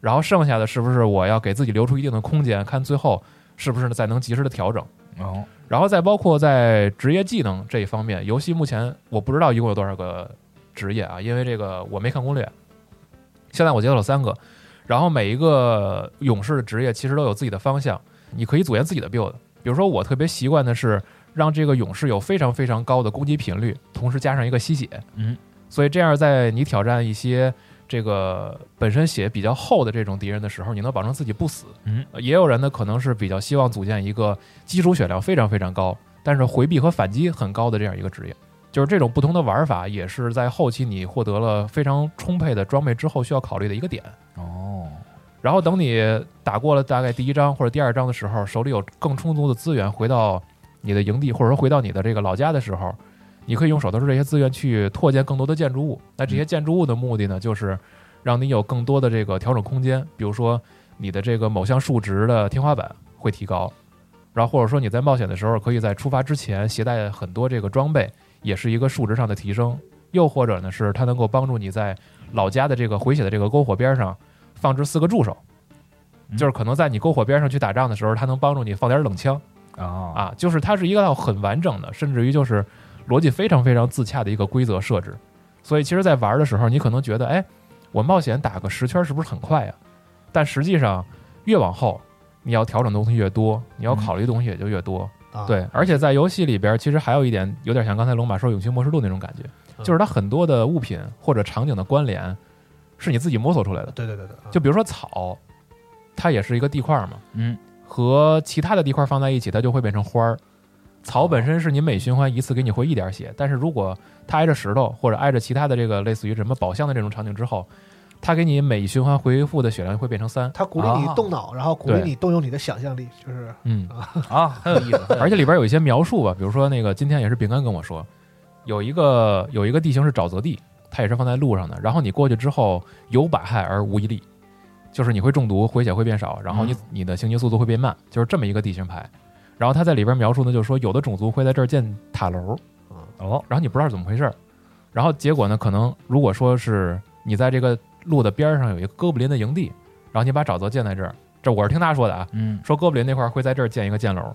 然后剩下的是不是我要给自己留出一定的空间，看最后是不是再能及时的调整？哦，然后再包括在职业技能这一方面，游戏目前我不知道一共有多少个职业啊，因为这个我没看攻略。现在我接到了三个，然后每一个勇士的职业其实都有自己的方向，你可以组建自己的 build。比如说，我特别习惯的是让这个勇士有非常非常高的攻击频率，同时加上一个吸血。嗯，所以这样在你挑战一些这个本身血比较厚的这种敌人的时候，你能保证自己不死。嗯呃，也有人呢可能是比较希望组建一个基础血量非常非常高，但是回避和反击很高的这样一个职业。就是这种不同的玩法，也是在后期你获得了非常充沛的装备之后需要考虑的一个点。哦，然后等你打过了大概第一章或者第二章的时候，手里有更充足的资源，回到你的营地或者说回到你的这个老家的时候，你可以用手头这些资源去拓建更多的建筑物。那这些建筑物的目的呢，就是让你有更多的这个调整空间，比如说你的这个某项数值的天花板会提高，然后或者说你在冒险的时候，可以在出发之前携带很多这个装备，也是一个数值上的提升。又或者呢，是它能够帮助你在老家的这个回血的这个篝火边上放置四个助手，嗯就是可能在你篝火边上去打仗的时候，它能帮助你放点冷枪啊啊，就是它是一个套很完整的，甚至于就是逻辑非常非常自洽的一个规则设置。所以其实，在玩的时候，你可能觉得，哎，我冒险打个十圈是不是很快呀？但实际上，越往后，你要调整的东西越多，你要嗯考虑的东西也就越多。啊，对，而且在游戏里边，其实还有一点有点像刚才龙马说《永续模式录》那种感觉，嗯就是它很多的物品或者场景的关联是你自己摸索出来的。对对对对，啊就比如说草，它也是一个地块嘛，嗯，和其他的地块放在一起，它就会变成花儿。草本身是你每循环一次给你回一点血，但是如果它挨着石头或者挨着其他的这个类似于什么宝箱的这种场景之后，它给你每循环回复的血量会变成三。他鼓励你动哦脑，然后鼓励对你动用你的想象力，就是哎嗯，啊，很有意思， 而且里边有一些描述吧，比如说那个今天也是饼干跟我说，有一个有一个地形是沼泽地，它也是放在路上的。然后你过去之后，有百害而无一利，就是你会中毒，回血会变少，然后你、你的行进速度会变慢，就是这么一个地形牌。然后他在里边描述呢，就是说有的种族会在这儿建塔楼，哦，然后你不知道是怎么回事儿，然后结果呢，可能如果说是你在这个路的边儿上有一个哥布林的营地，然后你把沼泽建在这儿，这我是听他说的啊，嗯说哥布林那块儿会在这儿建一个箭楼，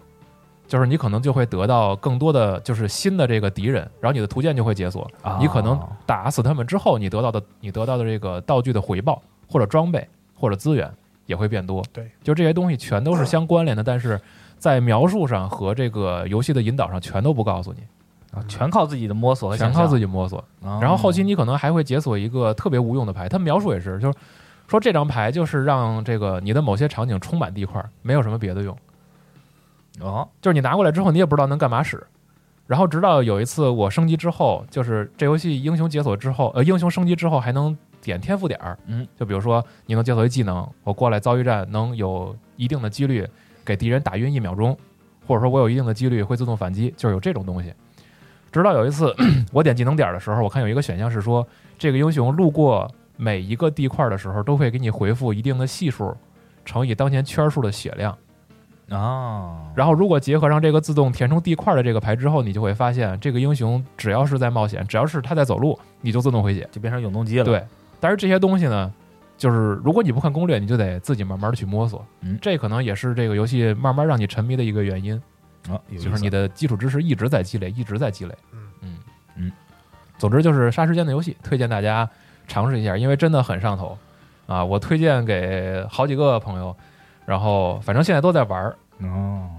就是你可能就会得到更多的就是新的这个敌人，然后你的图鉴就会解锁啊，你可能打死他们之后，你得到的你得到的这个道具的回报或者装备或者资源也会变多。对，就这些东西全都是相关联的，但是在描述上和这个游戏的引导上全都不告诉你，啊全靠自己的摸索和全靠自己。己摸索。哦然后后期你可能还会解锁一个特别无用的牌，它描述也是，就是说这张牌就是让这个你的某些场景充满地块，没有什么别的用。哦，就是你拿过来之后，你也不知道能干嘛使。然后直到有一次我升级之后，就是这游戏英雄解锁之后，呃，英雄升级之后还能点天赋点儿，嗯，就比如说你能解锁一技能，我过来遭遇战能有一定的几率给敌人打晕一秒钟，或者说我有一定的几率会自动反击，就是有这种东西。直到有一次 我点技能点儿的时候，我看有一个选项是说，这个英雄路过每一个地块儿的时候，都会给你回复一定的系数乘以当前圈数的血量。啊，然后如果结合上这个自动填充地块的这个牌之后，你就会发现这个英雄只要是在冒险，只要是他在走路，你就自动回血。就变成永动机了。，对，但是这些东西呢，就是如果你不看攻略，你就得自己慢慢的去摸索。嗯这可能也是这个游戏慢慢让你沉迷的一个原因，啊，就有意是思你的基础知识一直在积累，一直在积累。嗯嗯嗯，总之就是杀时间的游戏，推荐大家尝试一下，因为真的很上头啊！我推荐给好几个朋友，然后反正现在都在玩儿，哦，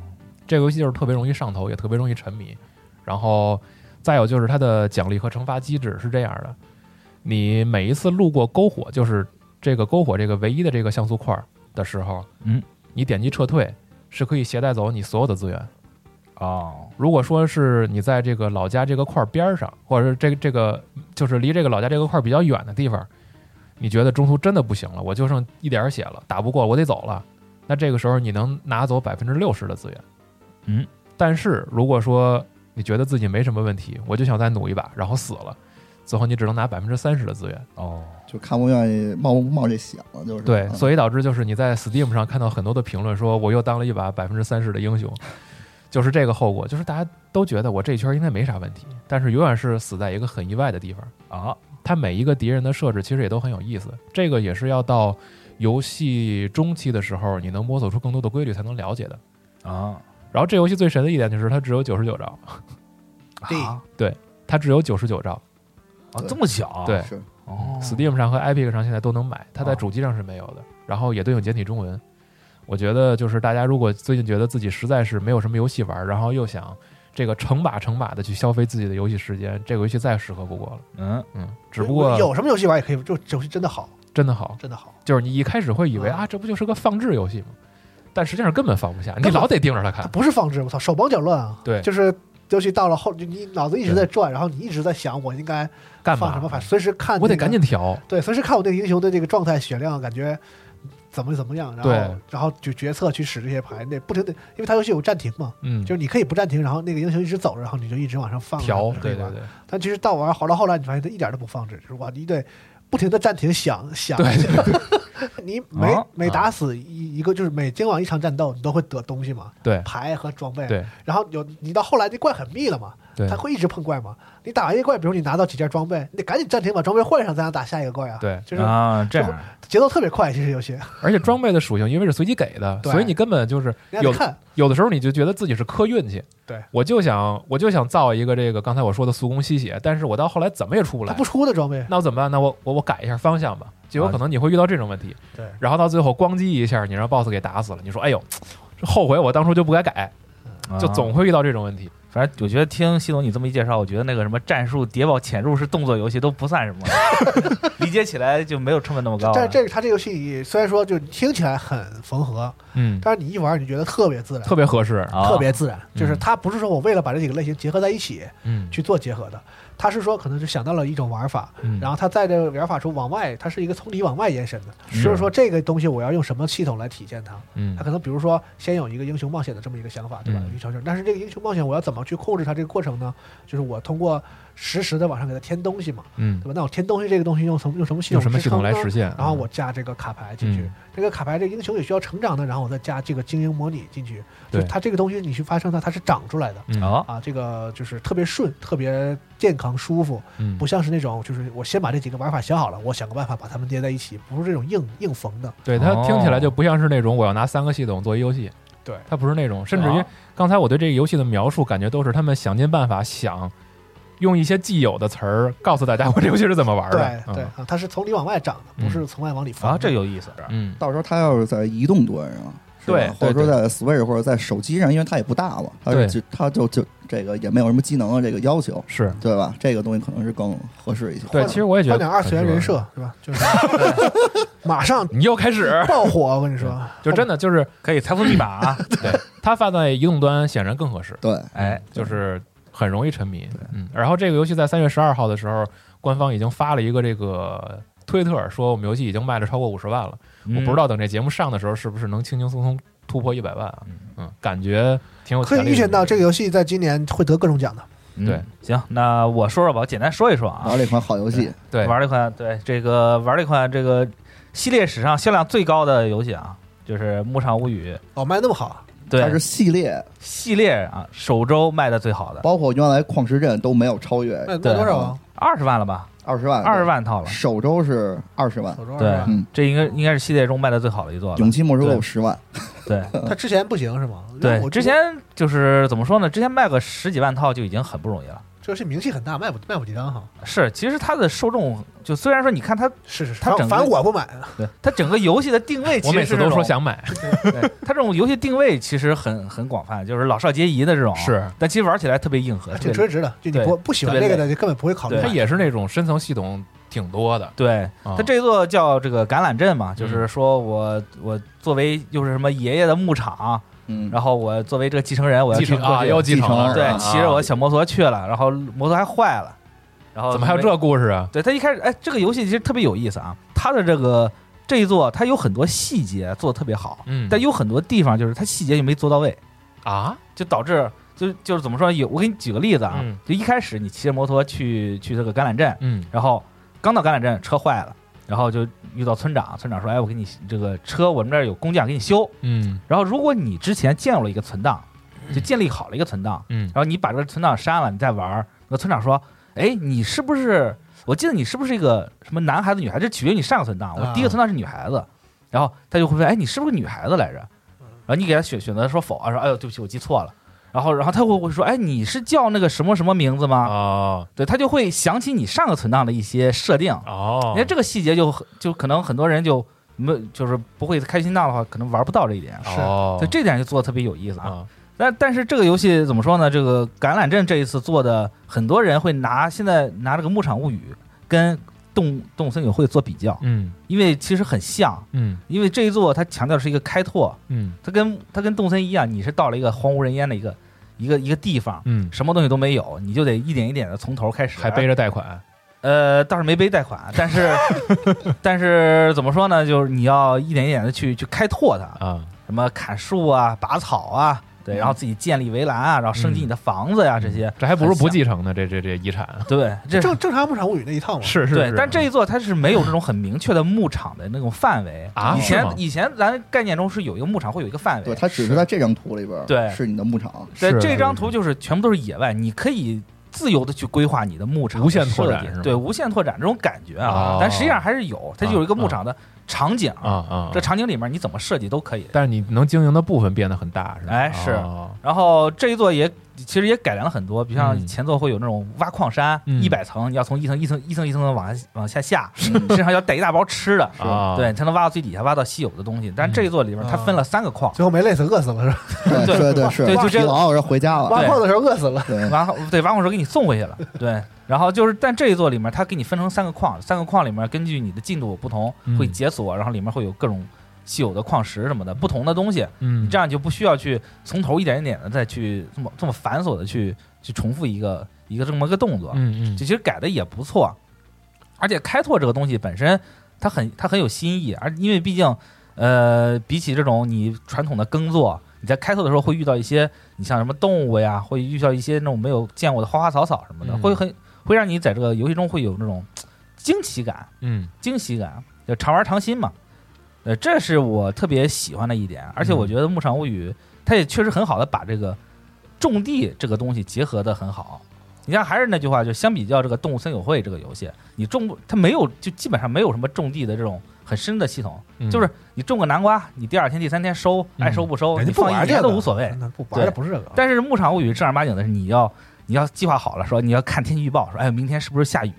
这个游戏就是特别容易上头，也特别容易沉迷。然后再有就是它的奖励和惩罚机制是这样的：你每一次路过篝火，就是这个篝火这个唯一的这个像素块儿的时候，嗯，你点击撤退是可以携带走你所有的资源。哦，如果说是你在这个老家这个块儿边儿上，或者是这个这个就是离这个老家这个块儿比较远的地方，你觉得中途真的不行了，我就剩一点儿血了，打不过我得走了，那这个时候你能拿走百分之六十的资源。嗯，但是如果说你觉得自己没什么问题，我就想再努一把，然后死了，最后你只能拿百分之三十的资源。哦，就看不愿意冒不冒这险了，就是对，嗯所以导致就是你在 Steam 上看到很多的评论说，我又当了一把百分之三十的英雄，就是这个后果，就是大家都觉得我这一圈应该没啥问题，但是永远是死在一个很意外的地方。啊，它每一个敌人的设置其实也都很有意思，这个也是要到游戏中期的时候，你能摸索出更多的规律才能了解的。啊，然后这游戏最神的一点就是它只有九十九招，对啊它只有九十九招。啊，这么小，对是哦 Steam 上和 Epic 上现在都能买，它在哦主机上是没有的，然后也都有简体中文。我觉得就是大家如果最近觉得自己实在是没有什么游戏玩，然后又想这个成把成把的去消费自己的游戏时间，这个游戏再适合不过了。嗯，嗯，只不过有什么嗯游戏玩也可以，就这游戏真的好，真的好，真的好，就是你一开始会以为啊啊，这不就是个放置游戏吗？但实际上根本放不下，你本老得盯着它它看。不是放置，我操，手忙脚乱啊，对就是。尤其到了后，就你脑子一直在转，然后你一直在想我应该干放什么嘛反，？随时看、我得赶紧调。对，随时看我那个英雄的这个状态、血量，感觉怎么怎么样，然对后然后就决策去使这些牌，那不停的，因为它游戏有暂停嘛，嗯，就是你可以不暂停，然后那个英雄一直走，然后你就一直往上放调，然后对可以对玩对，但其实到玩好到后来，你发现它一点都不放置，就是哇，你得不停的暂停想想， 你每、哦啊每打死一一个，就是每经往一场战斗，你都会得东西嘛，对牌和装备，对然后有你到后来那怪很密了嘛，对它会一直碰怪嘛，你打完一个怪，比如你拿到几件装备，你得赶紧暂停把装备换上，再想打下一个怪啊，对就是啊，这样节奏特别快，其实游 戏，而且装备的属性因为是随机给的，对所以你根本就是你还有得看，有的时候你就觉得自己是磕运气。对，我就想我就想造一个这个刚才我说的速攻吸血，但是我到后来怎么也出不它来不，出的装备，那我怎么办？那我我我改一下方向吧，就有可能你会遇到这种问题。对然后到最后咣叽一下，你让 BOSS 给打死了，你说哎呦，这后悔我当初就不该改，啊就总会遇到这种问题。反正我觉得听系统你这么一介绍，我觉得那个什么战术、谍报、潜入式动作游戏都不算什么， 理解起来就没有成本那哦么高了。但是这个它这游戏虽然说就听起来很缝合，嗯，但是你一玩你觉得特别自然特。别合适。啊特别自然，嗯就是它不是说我为了把这几个类型结合在一起嗯，去做结合的，它是说可能就想到了一种玩法，嗯然后它在这个玩法中往外，它是一个从里往外延伸的，是就是说这个东西我要用什么系统来体现它。嗯它可能比如说先有一个英雄冒险的这么一个想法，对吧？嗯英雄，但是这个英雄冒险我要怎么去控制它这个过程呢？就是我通过实时的往上给它添东西嘛，嗯对，吧？那我添东西这个东西用什么用什么系用统什么系统来支撑呢实现？然后我加这个卡牌进去，嗯这个卡牌这个英雄也需要成长的，然后我再加这个精英模拟进去，就对它这个东西你去发生它，它是长出来的嗯啊，啊，这个就是特别顺，特别健康舒服，嗯不像是那种就是我先把这几个玩法想好了，我想个办法把它们连在一起，不是这种硬硬缝的，对它听哦起来就不像是那种我要拿三个系统做一游戏，对它不是那种，甚至啊于刚才我对这个游戏的描述，感觉都是他们想尽办法想用一些既有的词儿告诉大家我 这游戏是怎么玩的。嗯对对啊，它是从里往外长的，不是从外往里缝的。啊，这有意思。嗯，嗯，到时候它要是在移动端上，是吧对或者对说在 Switch 或者在手机上，因为它也不大嘛，它对是就它就就这个也没有什么机能啊，这个要求，是对吧？这个东西可能是更合适一些。对，其实我也觉换得点二次元人是吧，设是吧？就是 马上你又开 始，爆火，我跟你说，嗯就真的就是 可以财富密码 啊，它放在移动端显然更合适，对，哎，就是很容易沉迷。嗯，然后这个游戏在三月十二号的时候，官方已经发了一个这个推特，说我们游戏已经卖了超过五十万了。我不知道等这节目上的时候是不是能轻轻松松突破一百万啊？嗯，感觉挺有可以预见到这个游戏在今年会得各种奖的。嗯。对嗯行，那我说说吧，我简单说一说啊。玩了一款好游戏，对玩了一款对这个玩了一款这个系列史上销量最高的游戏啊，就是《牧场物语》哦，卖得那么好，它是对系列，系列啊，首周卖的最好的，包括原来矿石镇都没有超越卖卖对多少啊？二十万了吧，二啊十万，二十，万套了，首周是二十万，手镯对是吧？嗯，这应该应该是系列中卖的最好的一座了勇。气没收对够十万，对他之前不行是吗？对，我之前就是怎么说呢？之前卖个十几万套就已经很不容易了。这游戏名气很大，卖不卖不几张哈？是，其实它的受众就虽然说你看它，是是是，它反整个反正我不买，对它整个游戏的定位，我其每实次是都这说种想买，对它这种游戏定位其实很很广泛，就是老少皆宜的这种。，是但其实玩起来特别硬核，啊特挺别垂直的。就你不对不喜欢这个的，就根本不会考虑对它买。也是那种深层系统挺多的。对，啊它这座叫这个橄榄镇嘛，就是说我我作为就是什么爷爷的牧场，嗯，然后我作为这个继承人，我要继去承啊，过去又继承了，继承对，啊骑着我的小摩托去了，然后摩托还坏了，然后怎么还有没这？故事啊？对他一开始，哎，这个游戏其实特别有意思啊，它的这个这一座它有很多细节做的特别好，嗯，但有很多地方就是它细节就没做到位，啊，就导致就就是怎么说有我给你举个例子啊嗯，就一开始你骑着摩托去去这个橄榄镇，嗯然后刚到橄榄镇，车坏了，然后就遇到村长，村长说：“哎，我给你这个车，我们这儿有工匠给你修。嗯然后如果你之前建了一个存档，就建立好了一个存档，嗯然后你把这个存档删了，你再玩儿，那村长说：‘哎，你是不是？我记得你是不是一个什么男孩子、女孩子？这取决于你上个存啊档。我第一个存档是女孩子，然后他就会问：‘哎，你是不是个女孩子来着？’然后你给他选选择说否啊，说：‘哎呦，对不起，我记错了。’然后，然后他会会说：‘哎，你是叫那个什么什么名字吗？’哦对他就会想起你上个存档的一些设定。哦，你看这个细节就很就可能很多人就没有就是不会开心档的话，可能玩不到这一点。哦，对，这点就做的特别有意思啊。啊，但但是这个游戏怎么说呢？这个橄榄镇这一次做的，很多人会拿现在拿这个《牧场物语》跟动动物森友会做比较，嗯因为其实很像。嗯因为这一座它强调的是一个开拓，嗯它跟它跟动森一样，你是到了一个荒无人烟的一个一个一个地方，嗯，什么东西都没有，你就得一点一点的从头开始，还背着贷款，呃，倒是没背贷款，但是 但是怎么说呢？就是你要一点一点的去去开拓它，啊，什么砍树啊、拔草啊，嗯对，然后自己建立围栏啊，然后升级你的房子呀、这些。这还不如不继承呢，这这嗯这遗产对，这正正常牧场物语那一趟嘛。 是是对是，，但这一座它是没有这种很明确的牧场的那种范围啊以是前吗以前咱概念中是有一个牧场，会有一个范对，围。它只是在这张图里边儿，对是你的 牧场。对，是这是张是图就是全部都是野外，你可以自由的去规划你的牧场的无限拓展设计是吗对，无限拓展这种感觉啊哦，但实际上还是有，它就有一个牧场的场景，啊啊，这场景里面你怎么设计都可以。但是你能经营的部分变得很大，是吧？哎是哦然后这一座也其实也改良了很多，比如像嗯前座会有那种挖矿山，嗯一百层，你要从一层一层一层一层的往下往下下，身上要带一大包吃的，啊，对，才能挖到最底下，挖到稀有的东西。但嗯这一座里面它分了三个矿，最后没累死，饿死了是吧？对对对，是对就这疲劳，然后回家了。挖矿的时候饿死了。对，挖对挖矿时候给你送回去了，对。然后就是，但这一座里面它给你分成三个矿，三个矿里面根据你的进度不同嗯会解锁，然后里面会有各种稀有的矿石什么的，不同的东西，嗯，这样就不需要去从头一点一点的再去这么这么繁琐的去去重复一个一个这么个动作，嗯嗯这其实改的也不错，而且开拓这个东西本身它很它很有新意，而因为毕竟呃，比起这种你传统的耕作，你在开拓的时候会遇到一些你像什么动物呀，会遇到一些那种没有见过的花花草草什么的，嗯会很会让你在这个游戏中会有那种嘖惊奇感，嗯惊喜感，就常玩常新嘛。呃，这是我特别喜欢的一点，而且嗯我觉得《牧场物语》它也确实很好的把这个种地这个东西结合的很好。你像还是那句话，就相比较这个《动物森友会》这个游戏，你种不它没有就基本上没有什么种地的这种很深的系统，嗯，就是你种个南瓜，你第二天、第三天收，嗯爱收不收，人你家不放一玩这年个都无所谓。那不玩的不是这个。啊但是《牧场物语》正儿八经的是你要你要计划好了，说你要看天气预报，说哎明天是不是下雨？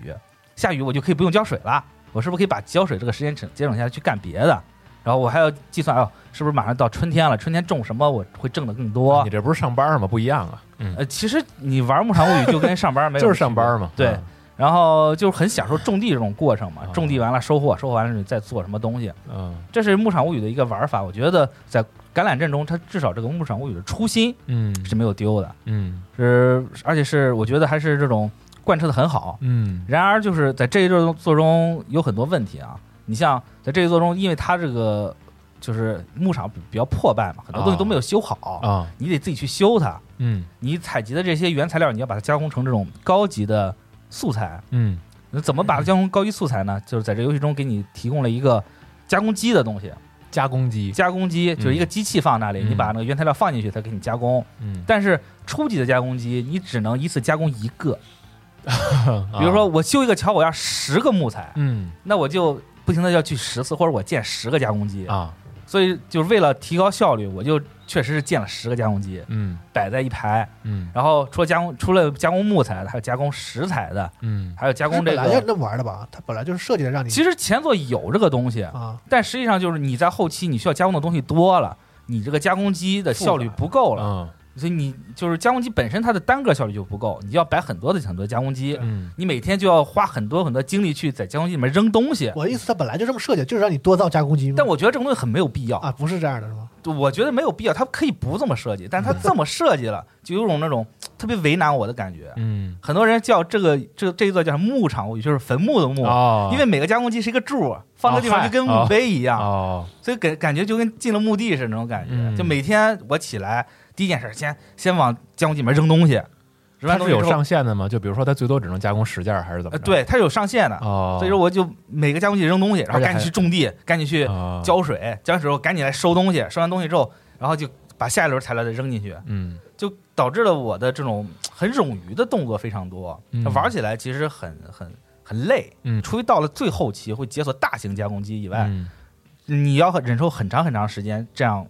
下雨我就可以不用浇水了，我是不是可以把浇水这个时间整节省下来去干别的？然后我还要计算哦，是不是马上到春天了？春天种什么我会挣得更多哎啊你？这不是上班吗？不一样啊，嗯，呃，其实你玩《牧场物语》就跟 上班没有就是区别上班嘛，对啊，然后就是很享受种地这种过程嘛啊，种地完了收获，收获完了你再做什么东西，嗯这是《牧场物语》的一个玩法。我觉得在橄榄镇中，它至少这个《牧场物语》的初心嗯是没有丢的，嗯是而且是我觉得还是这种贯彻的很好。嗯然而就是在这一座座中有很多问题啊，你像在这一座中，因为它这个就是牧场比较破败嘛，很多东西都没有修好，啊你得自己去修它。嗯你采集的这些原材料，你要把它加工成这种高级的素材，嗯那怎么把它加工高级素材呢？就是在这游戏中给你提供了一个加工机的东西，加工机，加工机就是一个机器放那里，嗯你把那个原材料放进去，它给你加工。嗯，但是初级的加工机，你只能一次加工一个。比嗯比如说，我修一个桥，我要十个木材，啊嗯那我就不停的要去十次，或者我建十个加工机。啊所以就是为了提高效率，我就确实是建了十个加工机，嗯摆在一排。嗯然后除了加工，除了加工木材的，还有加工石材的，嗯还有加它工这哎本来就个。那么玩的吧？它本来就是设计的让你其实前作有这个东西，啊，但实际上就是你在后期你需要加工的东西多了，你这个加工机的效率不够了，嗯所以你就是加工机本身它的单个效率就不够，你要摆很多的很多加工机，嗯你每天就要花很多很多精力去在加工机里面扔东西。我的意思它本来就这么设计，就是让你多造加工机嘛。但我觉得这种东西很没有必要，啊，不是这样的是吗？我觉得没有必要，它可以不这么设计，但是它这么设计了，就有种那种特别为难我的感觉。嗯很多人叫这个这这一座叫什么牧场物语，就是坟墓的墓，哦，因为每个加工机是一个柱，放这地方哦就跟嗨墓碑一样，哦所以感感觉就跟进了墓地似的那种感觉。嗯就每天我起来第一件事先先往加工机里面扔东西，扔完它东是有西之后，上限的吗？就比如说它最多只能加工十件儿还是怎么呃，着？对，它是有上限的，哦，所以说我就每个加工机扔东西，然后而且还赶紧去种地，赶紧去哦浇水，浇完水之后赶紧来收东西，收完东西之后，然后就把下一轮材料再扔进去。嗯就导致了我的这种很冗余的动作非常多，嗯玩起来其实很很很累。嗯除非到了最后期会解锁大型加工机以外，嗯你要忍受很长很长时间这样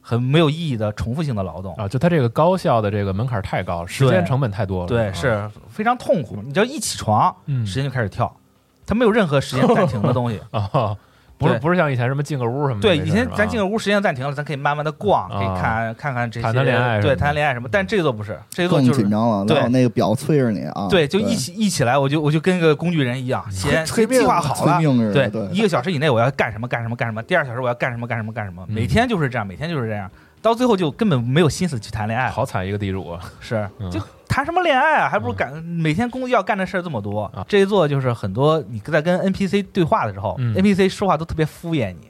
很没有意义的重复性的劳动。啊，就它这个高效的这个门槛儿太高，时间成本太多了。对，啊是非常痛苦。你只要一起床，嗯。时间就开始跳，它没有任何时间暂停的东西啊，不是对不是像以前什么进个屋什么的对，嗯那事儿以是吧。前咱进个屋时间暂停了，咱可以慢慢的逛，啊可以看看看这些，谈谈恋爱什么对，的谈谈恋爱什么。但这座不是，这座更就是紧张了，对老有那个表催着你啊。对，就一起一起来，我就我就跟个工具人一样，先催先命计划了好催了，命似的，对对，一个小时以内我要干什么干什么干什么，第二小时我要干什么干什么干什么，嗯每天哎就是这样，每天就是这样，到最后就根本没有心思去谈恋爱了， 好惨一个地主啊，是嗯就谈什么恋爱啊？还不如嗯干每天工作要干的事儿这么多啊。这一做就是很多你在跟 NPC 对话的时候嗯，NPC 说话都特别敷衍你。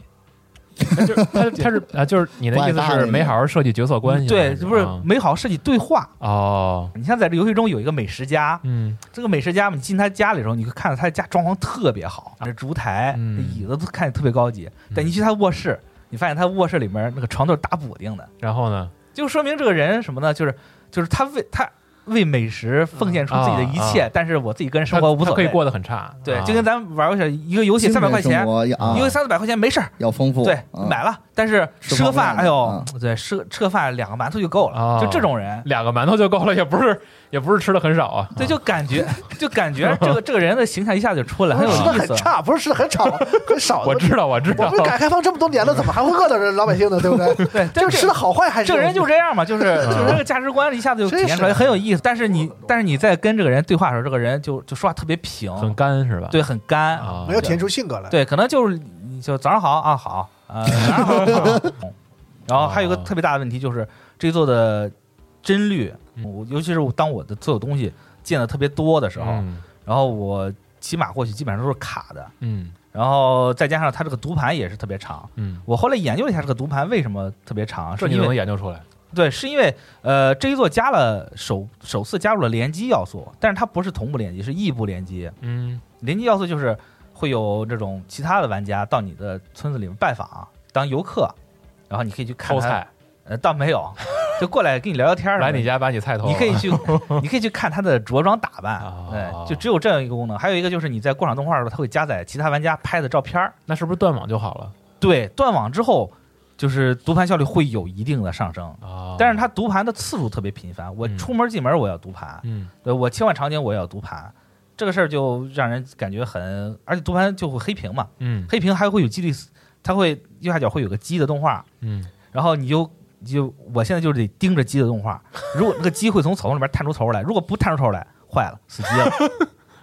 他就是他他是啊，就是你的意思是没好好设计角色关系，对，就不是啊没好好设计对话。哦，你像在这游戏中有一个美食家，嗯这个美食家嘛，你进他家里的时候，你会看到他家装潢特别好，这烛台、嗯这椅子都看着特别高级。但你去他卧室，你发现他卧室里面那个床都是打补丁的，然后呢，就说明这个人什么呢？就是就是他为他为美食奉献出自己的一切，啊啊但是我自己个人生活无他所他可谓。以过得很差，对，啊就跟咱们玩游戏一个游戏精三百块神生钱，活要啊一个三四百块钱没事儿，要丰富，对，啊买了，但是吃吃个泡面饭，的哎呦啊，对，吃个吃个饭两个馒头就够了，啊就这种人。两个馒头就够了，也不是也不是吃的很少啊，对，就感觉，就感觉 这个这个人的形象一下就出来，很有吃的意很思。啊差，不是吃的很 少，很少的。我知道我知我道们，改革开放这么多年了，怎么还会饿到这老百姓呢？对不对？对，但这个是吃的好坏还是这个人就这样嘛，就是就是这个价值观一下子就体现出真来，是很有意思。但是你但是你在跟这个人对话的时候，这个人就就说话特别平，很干是吧？对，很干。啊没，有体现出性格来。对，可能就是就早上好啊，好啊，早上好。好 然后还有一个啊特别大的问题就是这一座的帧率，嗯我尤其是我当我的所有东西建的特别多的时候，嗯然后我骑马过去基本上都是卡的，嗯然后再加上它这个读盘也是特别长。嗯，我后来研究了一下这个读盘为什么特别长，这是你因都为能研究出来，对，是因为呃，这一座加了首首次加入了联机要素，但是它不是同步联机，是异步联机。嗯联机要素就是会有这种其他的玩家到你的村子里面拜访，当游客，然后你可以去看偷他，菜呃，倒没有，就过来跟你聊 聊天儿什么来的，你家把你菜偷，你可 以去，你可以去看他的着装打扮哦，对，就只有这样一个功能。还有一个就是你在过场动画的时候，它会加载其他玩家拍的照片儿，那是不是断网就好了对，断网之后。就是读盘效率会有一定的上升，啊？但是它读盘的次数特别频繁。我嗯出门进门我要读盘，嗯对我切换场景我也要读盘，这个事儿就让人感觉很，而且读盘就会黑屏嘛，嗯黑屏还会有几率，它会右下角会有个鸡的动画，嗯然后你就你就我现在就是得盯着鸡的 动画，如果那个鸡会从草丛里边探出头来，如果不探出头来，坏了，死机了，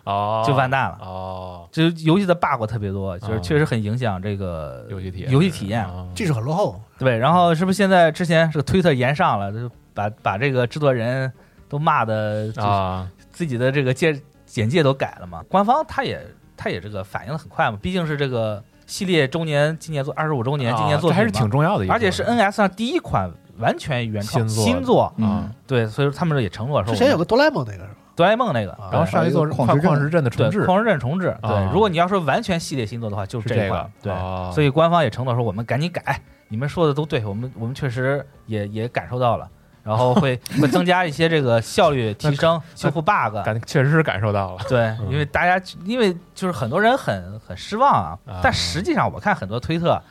哦，就完蛋了。哦，就是游戏的 bug 特别多，就是啊确实很影响这个游戏体验游戏体验。啊技术很落后，对，然后是不是现在之前是推特延上了，就把把这个制作人都骂的啊，自己的这个介简介都改了嘛。官方他也他也这个反应的很快嘛，毕竟是这个系列周年，今年做二十五周年，今年啊做这还是挺，重要的一个，而且是 NS 上第一款完全原创新作新作。嗯啊，对，所以说他们也承诺说，之前有个哆啦 A 梦那个是吧？哆啦 A 梦那个，啊然后上一座是还有一个矿矿石石镇的重对置《狂人镇重置》对啊，如果你要说完全系列新作的话，就是是这一款个，，对。哦所以官方也承诺说，我们赶紧改，你们说的都对，我们我们确实也也感受到了，然后会 会增加一些这个效率提升，修复 bug，感确实是感受到了，对，嗯因为大家因为就是很多人很很失望啊啊，但实际上我看很多推特，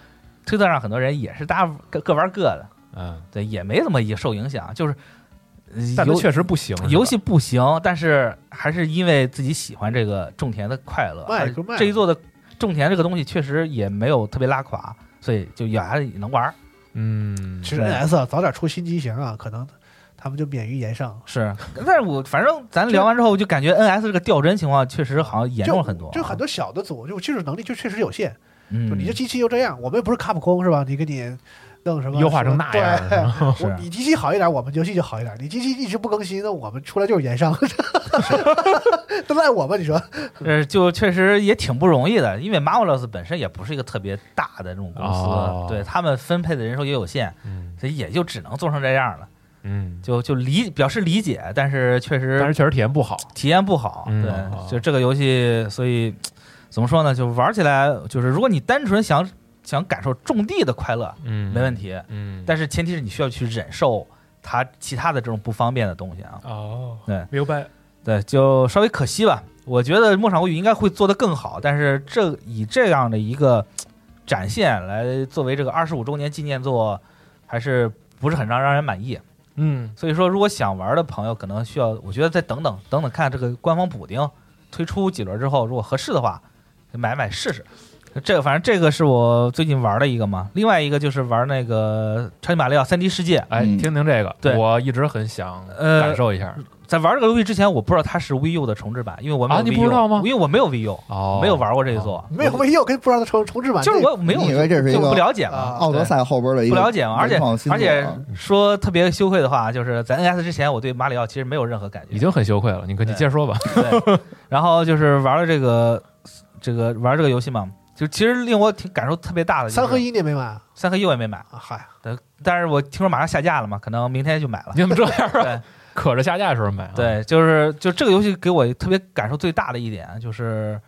推特上很多人也是大家各各玩各的，嗯，对，也没怎么也受影响，啊就是呃但它游确实不行，是吧游戏不行，但是还是因为自己喜欢这个种田的快乐，卖而就卖这一座的种田这个东西确实也没有特别拉垮，所以就也还能玩儿，嗯，其实对 NS 啊，早点出新机型啊，可能他们就免于延上。是，但是我反正咱聊完之后，我就感觉 NS 这个掉帧情况确实好像严重就了很多啊，就很多小的组，就技术能力就确实有限。嗯，就你这机器又这样，我们又不是卡普空是吧？你给你弄什么优化成那样对， 是啊我你机器好一点，我们游戏就好一点。你机器一直不更新，那我们出来就是延上， 都赖我吧？你说呃，就确实也挺不容易的，因为 Marvelous 本身也不是一个特别大的这种公司，哦对他们分配的人手也有限，嗯所以也就只能做成这样了。嗯，就就理表示理解，但是确但实是确实体验不好，体验不好。嗯哦对，就这个游戏，所以怎么说呢？就玩起来，就是如果你单纯想想感受种地的快乐，嗯，没问，题，嗯，但是前提是你需要去忍受它其他的这种不方便的东西啊。哦，对，明白，对，就稍微可惜吧。我觉得《牧场物语》应该会做得更好，但是这以这样的一个嘖展现来作为这个二十五周年纪念作，还是不是很让让人满意。嗯，所以说，如果想玩的朋友，可能需要我觉得再等等等等看这个官方补丁推出几轮之后，如果合适的话，买买试试。这个反正这个是我最近玩的一个嘛，另外一个就是玩那个《超级马里奥 3D 世界》。哎，嗯听听这个，对我一直很想呃感受一下。在玩这个游戏之前，我不知道它是 VU 的重置版，因为我没有啊你 VU 不知道吗因为我没有 VU，哦，没有玩过这一座，没有没有，跟不知道重重置版就是我没有，哦你以为这是一就个不了解嘛啊，奥德赛后边的一不个了解嘛，而且原创新而且作啊说特别羞愧的话，就是在 NS 之前，我对马里奥其实没有任何感觉，已经很羞愧了。你可你对接着说吧。对， 然后就是玩了这个这个玩这个游戏嘛，就其实令我挺感受特别大的、就是三合，一你也没买啊？三合一我也没买，嗨，但是我听说马上下架了嘛，可能明天就买了。 你怎么这样对啊？可着下架的时候买、啊。，对，就是就这个游戏给我特别感受最大的一点就是。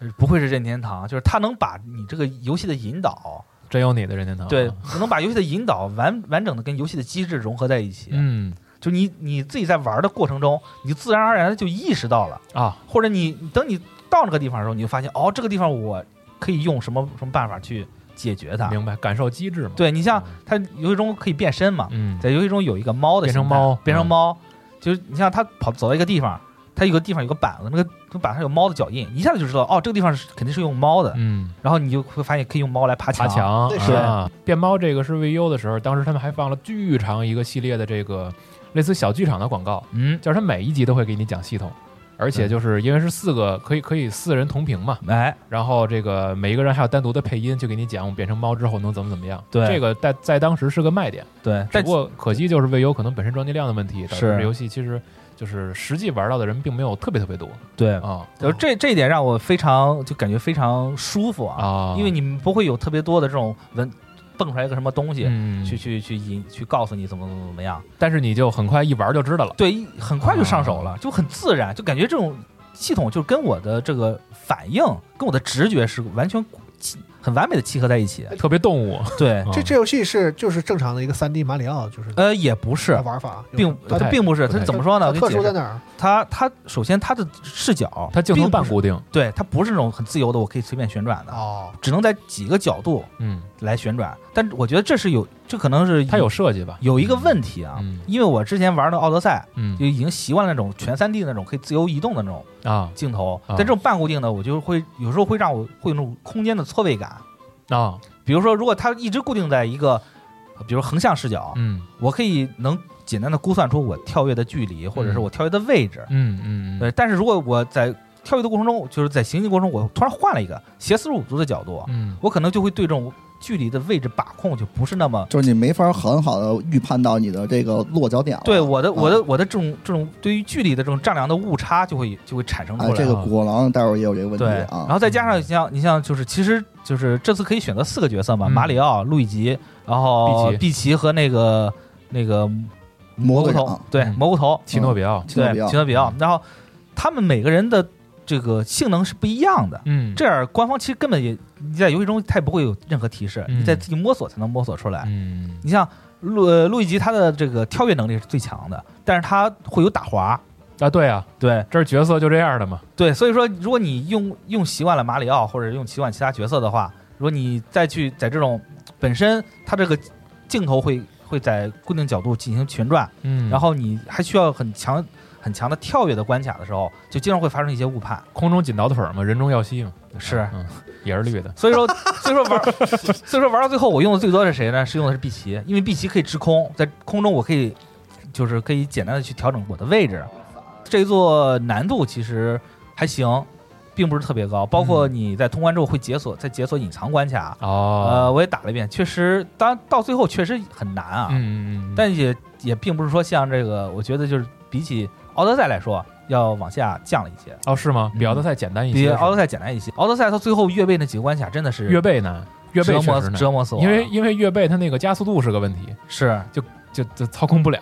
呃不愧是任天堂，就是他能把你这个游戏的引导，真有你的任天堂。啊对，能把游戏的引导完完整的跟游戏的机制融合在一起。嗯就你你自己在玩的过程中，你自然而然的就意识到了，啊，或者你你等你到那个地方的时候，你就发现哦，这个地方我可以用什么什么办法去解决它。明白，感受机制嘛。，对你像它游戏中可以变身嘛，嗯，在游戏中有一个猫的变成形态猫变嗯成猫，就是你像它跑走到一个地方，它有个地方有个板子，那个那个板上有猫的脚印，你一下子就知道哦，这个地方是肯定是用猫的，嗯，然后你就会发现可以用猫来爬爬墙那是啊。变猫这个是 VU 的时候，当时他们还放了巨长一个系列的这个类似小剧场的广告，嗯，就是他每一集都会给你讲系统，而且对就是因为是四个，可以可以四人同屏嘛，哎，然后这个每一个人还有单独的配音，就给你讲我变成猫之后能怎么怎么样。对这个在在当时是个卖点，对，只但不过可惜就是未有可能本身装机量的问题，导致是这游戏其实就是实际玩到的人并没有特别特别多对，啊就这这一点让我非常就感觉非常舒服啊，啊，因为你们不会有特别多的这种文蹦出来一个什么东西。嗯，去去去引去告诉你怎么怎么怎么样，但是你就很快一玩就知道了。对，一很快就上手啊了，就很自然，就感觉这种系统就跟我的这个反应跟我的直觉是完全契很完美的契合在一 起。特别动物，啊对，这这游戏是就是正常的一个三 D 马里奥，就是啊呃，也不 是，玩法，并呃有太它并不是，不太它怎么说呢？我给特你解殊在释，哪儿？它它首先它的视角，它镜头并不半啊是固定，对，它不是那种很自由的，我可以随便旋转的，哦，只能在几个角度嗯，来旋转。但我觉得这是有，这可能是它有设计吧？有一个问题啊，嗯因为我之前玩的奥德赛嗯就已经习惯了那种全三 D 那种可以自由移动的那种啊镜头，啊但这种半固定的，我就会有时候会让我会有那种空间的错位感。啊比如说，如果它一直固定在一个，比如横向视角，嗯我可以能简单的估算出我跳跃的距离，或者是嗯我跳跃的位置。嗯嗯嗯对，但是如果我在跳跃的过程中，就是在行进过程中，我突然换了一个斜四十五度的角度，嗯，我可能就会对这种距离的位置把控就不是那么就是你没法很好的预判到你的这个落脚点哦了。对嗯我的我的啊我的这种这种对于距离的这种丈量的误差就会就会产生出哎，来。啊这个古惑狼待会儿也有这个问题对，啊。然后再加上你像你像就是其实就是这次可以选择四个角色嘛，嗯马里奥、路易吉，然后碧琪碧琪和那个那个蘑蘑菇菇长头，，对嗯蘑菇头，奇诺比奥，奇诺对比奥嗯奇诺比奥，然后他们每个人的这个性能是不一样的。嗯，这样，官方其实根本也你在游戏中，它也不会有任何提示，嗯你在自己摸索才能摸索出来。嗯你像路呃路易吉，他的这个跳跃能力是最强的，但是他会有打滑，啊对啊，对，这角色就这样的嘛，对，所以说，如果你用用习惯了马里奥，或者用习惯其他角色的话，如果你再去在这种本身它这个镜头会会在固定角度进行旋转，嗯，然后你还需要很强很强的跳跃的关卡的时候，就经常会发生一些误判。空中锦倒腿儿嘛，人中耀西嘛，是，嗯，也是绿的，所以说 所以说玩所以说玩到最后，我用的最多的是谁呢？是用的是碧琪，因为碧琪可以滞空，在空中我可以就是可以简单的去调整我的位置。这一座难度其实还行，并不是特别嗯高。包括你在通关之后会解锁，再解锁隐藏关卡。哦，呃，我也打了一遍，确实，当然到最后确实很难啊，嗯嗯嗯，但也也并不是说像这个，我觉得就是比起奥德赛来说，要往下降了一些，哦是吗？比奥德赛简单一些嗯比是吧，奥德赛简单一些。奥德赛它最后越位那几个关卡真的是越背难，越背折确磨实难，折磨死我了，因为因为越背它那个加速度是个问题，是就就操控不了，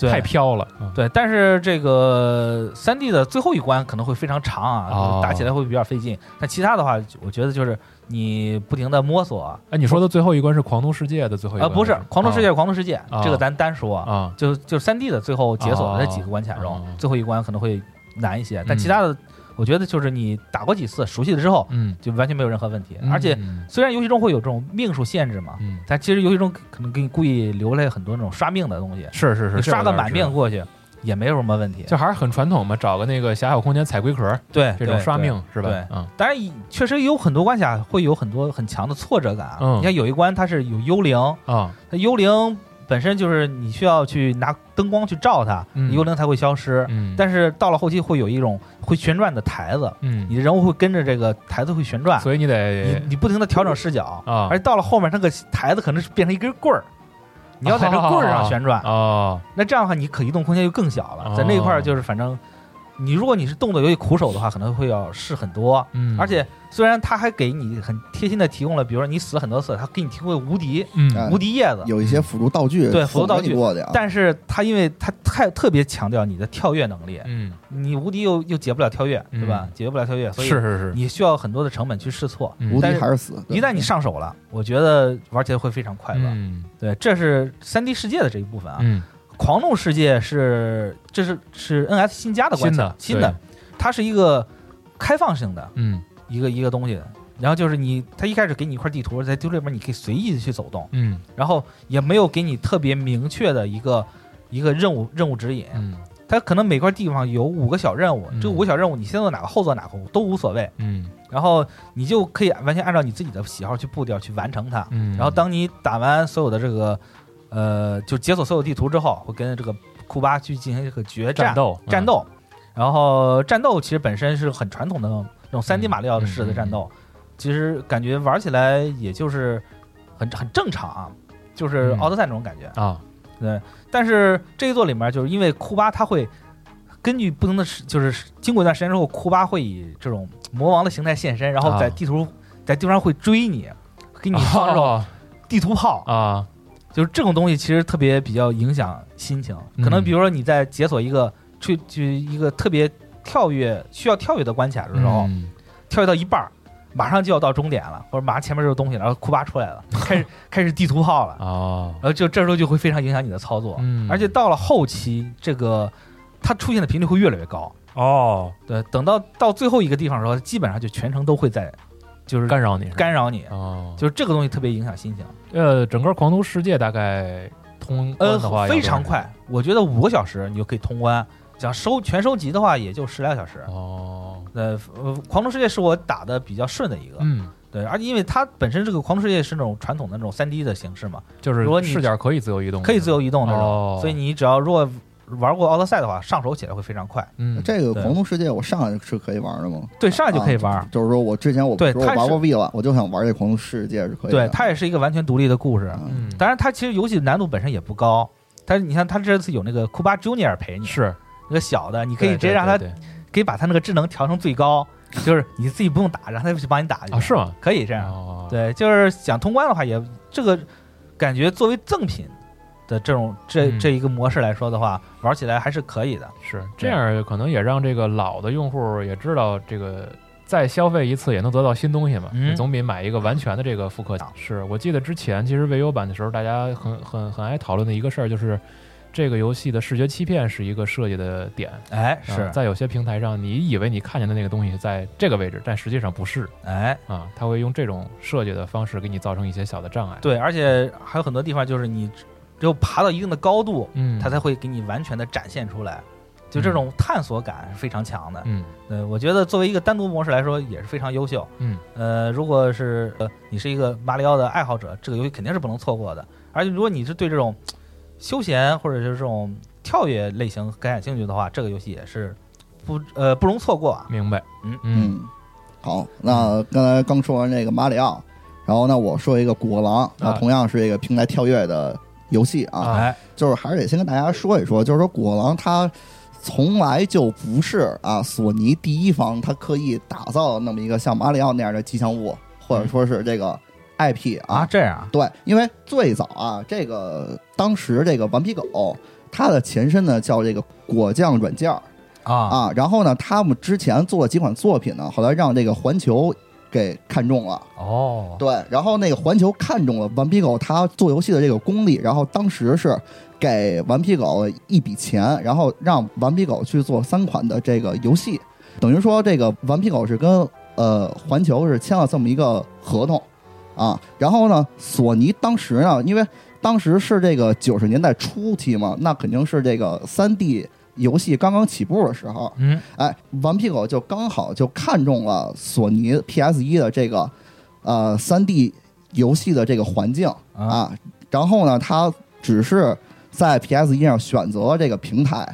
对太飘了，嗯对，但是这个三 D 的最后一关可能会非常长啊，哦打起来会比较费劲。但其他的话，我觉得就是你不停的摸索啊，哎，你说的最后一关是狂徒世界的最后一呃，关，不是《狂徒世界》，《狂徒世界》啊这个咱单说，啊、啊，就就三 D 的最后解锁哦的那几个关卡中，哦最后一关可能会难一些，但嗯其他的，我觉得就是你打过几次熟悉了之后，嗯，就完全没有任何问题。而且嗯虽然游戏中会有这种命数限制嘛，嗯，但其实游戏中可能给你故意留了很多那种刷命的东西，是是是，你这刷我个倒是满知道命过去，也没有什么问题。就还是很传统嘛，找个那个狭小空间踩龟壳对这种对刷对命是吧对？嗯，当然，确实有很多关卡会有很多很强的挫折感啊。嗯你看有一关它是有幽灵，啊，它幽灵本身就是你需要去拿灯光去照它，嗯幽灵才会消失。嗯，但是到了后期会有一种会旋转的台子，嗯，你的人物会跟着这个台子会旋转，所以你得你你不停的调整视角，啊而到了后面那个台子可能是变成一根棍儿，你要在这棍儿上旋转，哦，那这样的话你可移动空间就更小了。在哦那一块儿就是反正你如果你是动作游戏苦手的话，可能会要试很多。嗯，而且虽然他还给你很贴心的提供了，比如说你死了很多次，他给你提供了无敌嗯哎无敌叶子，有一些辅助道具，对辅助道具过的啊，但是他因为他太特别强调你的跳跃能力，嗯，你无敌又又解不了跳跃，对吧嗯？解决不了跳跃，所以是是是，你需要很多的成本去试错。嗯无敌但是还是死。对一旦你上手了，我觉得玩起来会非常快乐。嗯对，这是三 D 世界的这一部分啊。嗯，狂怒世界是这是是 NS 新加的关新卡的新的，它是一个开放性的嗯一个一个东西。然后就是你，它一开始给你一块地图，在地图里边你可以随意的去走动，嗯然后也没有给你特别明确的一个一个任务任务指引。嗯它可能每块地方有五个小任务，嗯这五个小任务你先做哪个后做哪个都无所谓，嗯然后你就可以完全按照你自己的喜好去步调去完成它。嗯，然后当你打完所有的这个，呃，就解锁所有地图之后，会跟这个库巴去进行这个决战战斗嗯战，斗。然后战斗其实本身是很传统的那种那种三嗯 D 马里奥式的战斗，其实感觉玩起来也就是很很正常啊，就是嗯奥德赛那种感觉。啊，但是这一座里面，就是因为库巴他会根据不同的时，就是经过一段时间之后，库巴会以这种魔王的形态现身，然后在啊地图、在地图上会追你，给你 放这种地图炮啊，就是这种东西其实特别比较影响心情，嗯可能比如说你在解锁一个去去一个特别跳跃需要跳跃的关卡的时候，嗯跳跃到一半儿，马上就要到终点了，或者马上前面就有东西了，然后库巴出来 了，开始开始地图炮了，哦，然后就这时候就会非常影响你的操作，嗯，而且到了后期这个它出现的频率会越来越高，哦，对，等到到最后一个地方的时候，基本上就全程都会在就是干扰你是吧干扰你，哦，就是这个东西特别影响心情，呃，整个狂徒世界大概通关的话要呃，多少非时间常快，我觉得五个小时你就可以通关。想收全收集的话，也就十来个小时。哦，呃，呃狂徒世界是我打的比较顺的一个，嗯，对，而且因为它本身这个狂徒世界是那种传统的那种三 D 的形式嘛，就是如果你视角可以自由移动，可以自由移动那种，哦，所以你只要如果玩过奥德赛的话，上手起来会非常快。嗯，这个对狂怒世界我上来是可以玩的吗？对，上来就可以玩。啊就是说我之前我对说我它是玩过 V 了，我就想玩这狂怒世界是可以的。对，它也是一个完全独立的故事。嗯嗯，当然，它其实游戏难度本身也不高，但是你看它这次有那个库巴 Junior 陪你，是那个小的，你可以对直接让它对对对可以把它那个智能调成 最高，就是你自己不用打，让它去帮你打就行啊，是吗？可以这样。哦，对，就是想通关的话也，这个感觉作为赠品的这种这嗯这一个模式来说的话，玩起来还是可以的。是这样，可能也让这个老的用户也知道这个。再消费一次也能得到新东西嘛，嗯总比买一个完全的这个复刻强。是我记得之前其实 VU 版的时候，大家很很很爱讨论的一个事儿，就是这个游戏的视觉欺骗是一个设计的点。哎，啊是，在有些平台上，你以为你看见的那个东西在这个位置，但实际上不是哎，啊，它会用这种设计的方式给你造成一些小的障碍。，对，而且还有很多地方就是你只有爬到一定的高度，嗯，它才会给你完全的展现出来。就这种探索感是非常强的，嗯呃，我觉得作为一个单独模式来说也是非常优秀。嗯呃，如果是呃你是一个马里奥的爱好者，这个游戏肯定是不能错过的。而且如果你是对这种休闲或者是这种跳跃类型感兴趣的话，这个游戏也是不呃不容错过啊。明白，嗯嗯嗯，好，那刚才刚说完这个马里奥，然后那我说一个古惑狼，那啊同样是一个平台跳跃的游戏啊啊，哎，就是还是得先跟大家说一说，就是说古惑狼它。从来就不是啊，索尼第一方它刻意打造那么一个像马里奥那样的吉祥物，或者说是这个 IP 啊，啊这样啊，对，因为最早啊，这个当时这个顽皮狗，它的前身呢叫这个果酱软件儿啊啊，然后呢，他们之前做了几款作品呢，后来让这个环球给看中了。哦，对，然后那个环球看中了顽皮狗它做游戏的这个功力，然后当时是给顽皮狗一笔钱，然后让顽皮狗去做三款的这个游戏，等于说这个顽皮狗是跟呃环球是签了这么一个合同啊。然后呢，索尼当时呢，因为当时是这个九十年代初期嘛，那肯定是这个三 D 游戏刚刚起步的时候，嗯，哎，顽皮狗就刚好就看中了索尼 PS 一的这个呃三 D 游戏的这个环境嗯啊，然后呢，它只是在 PS 一上选择这个平台，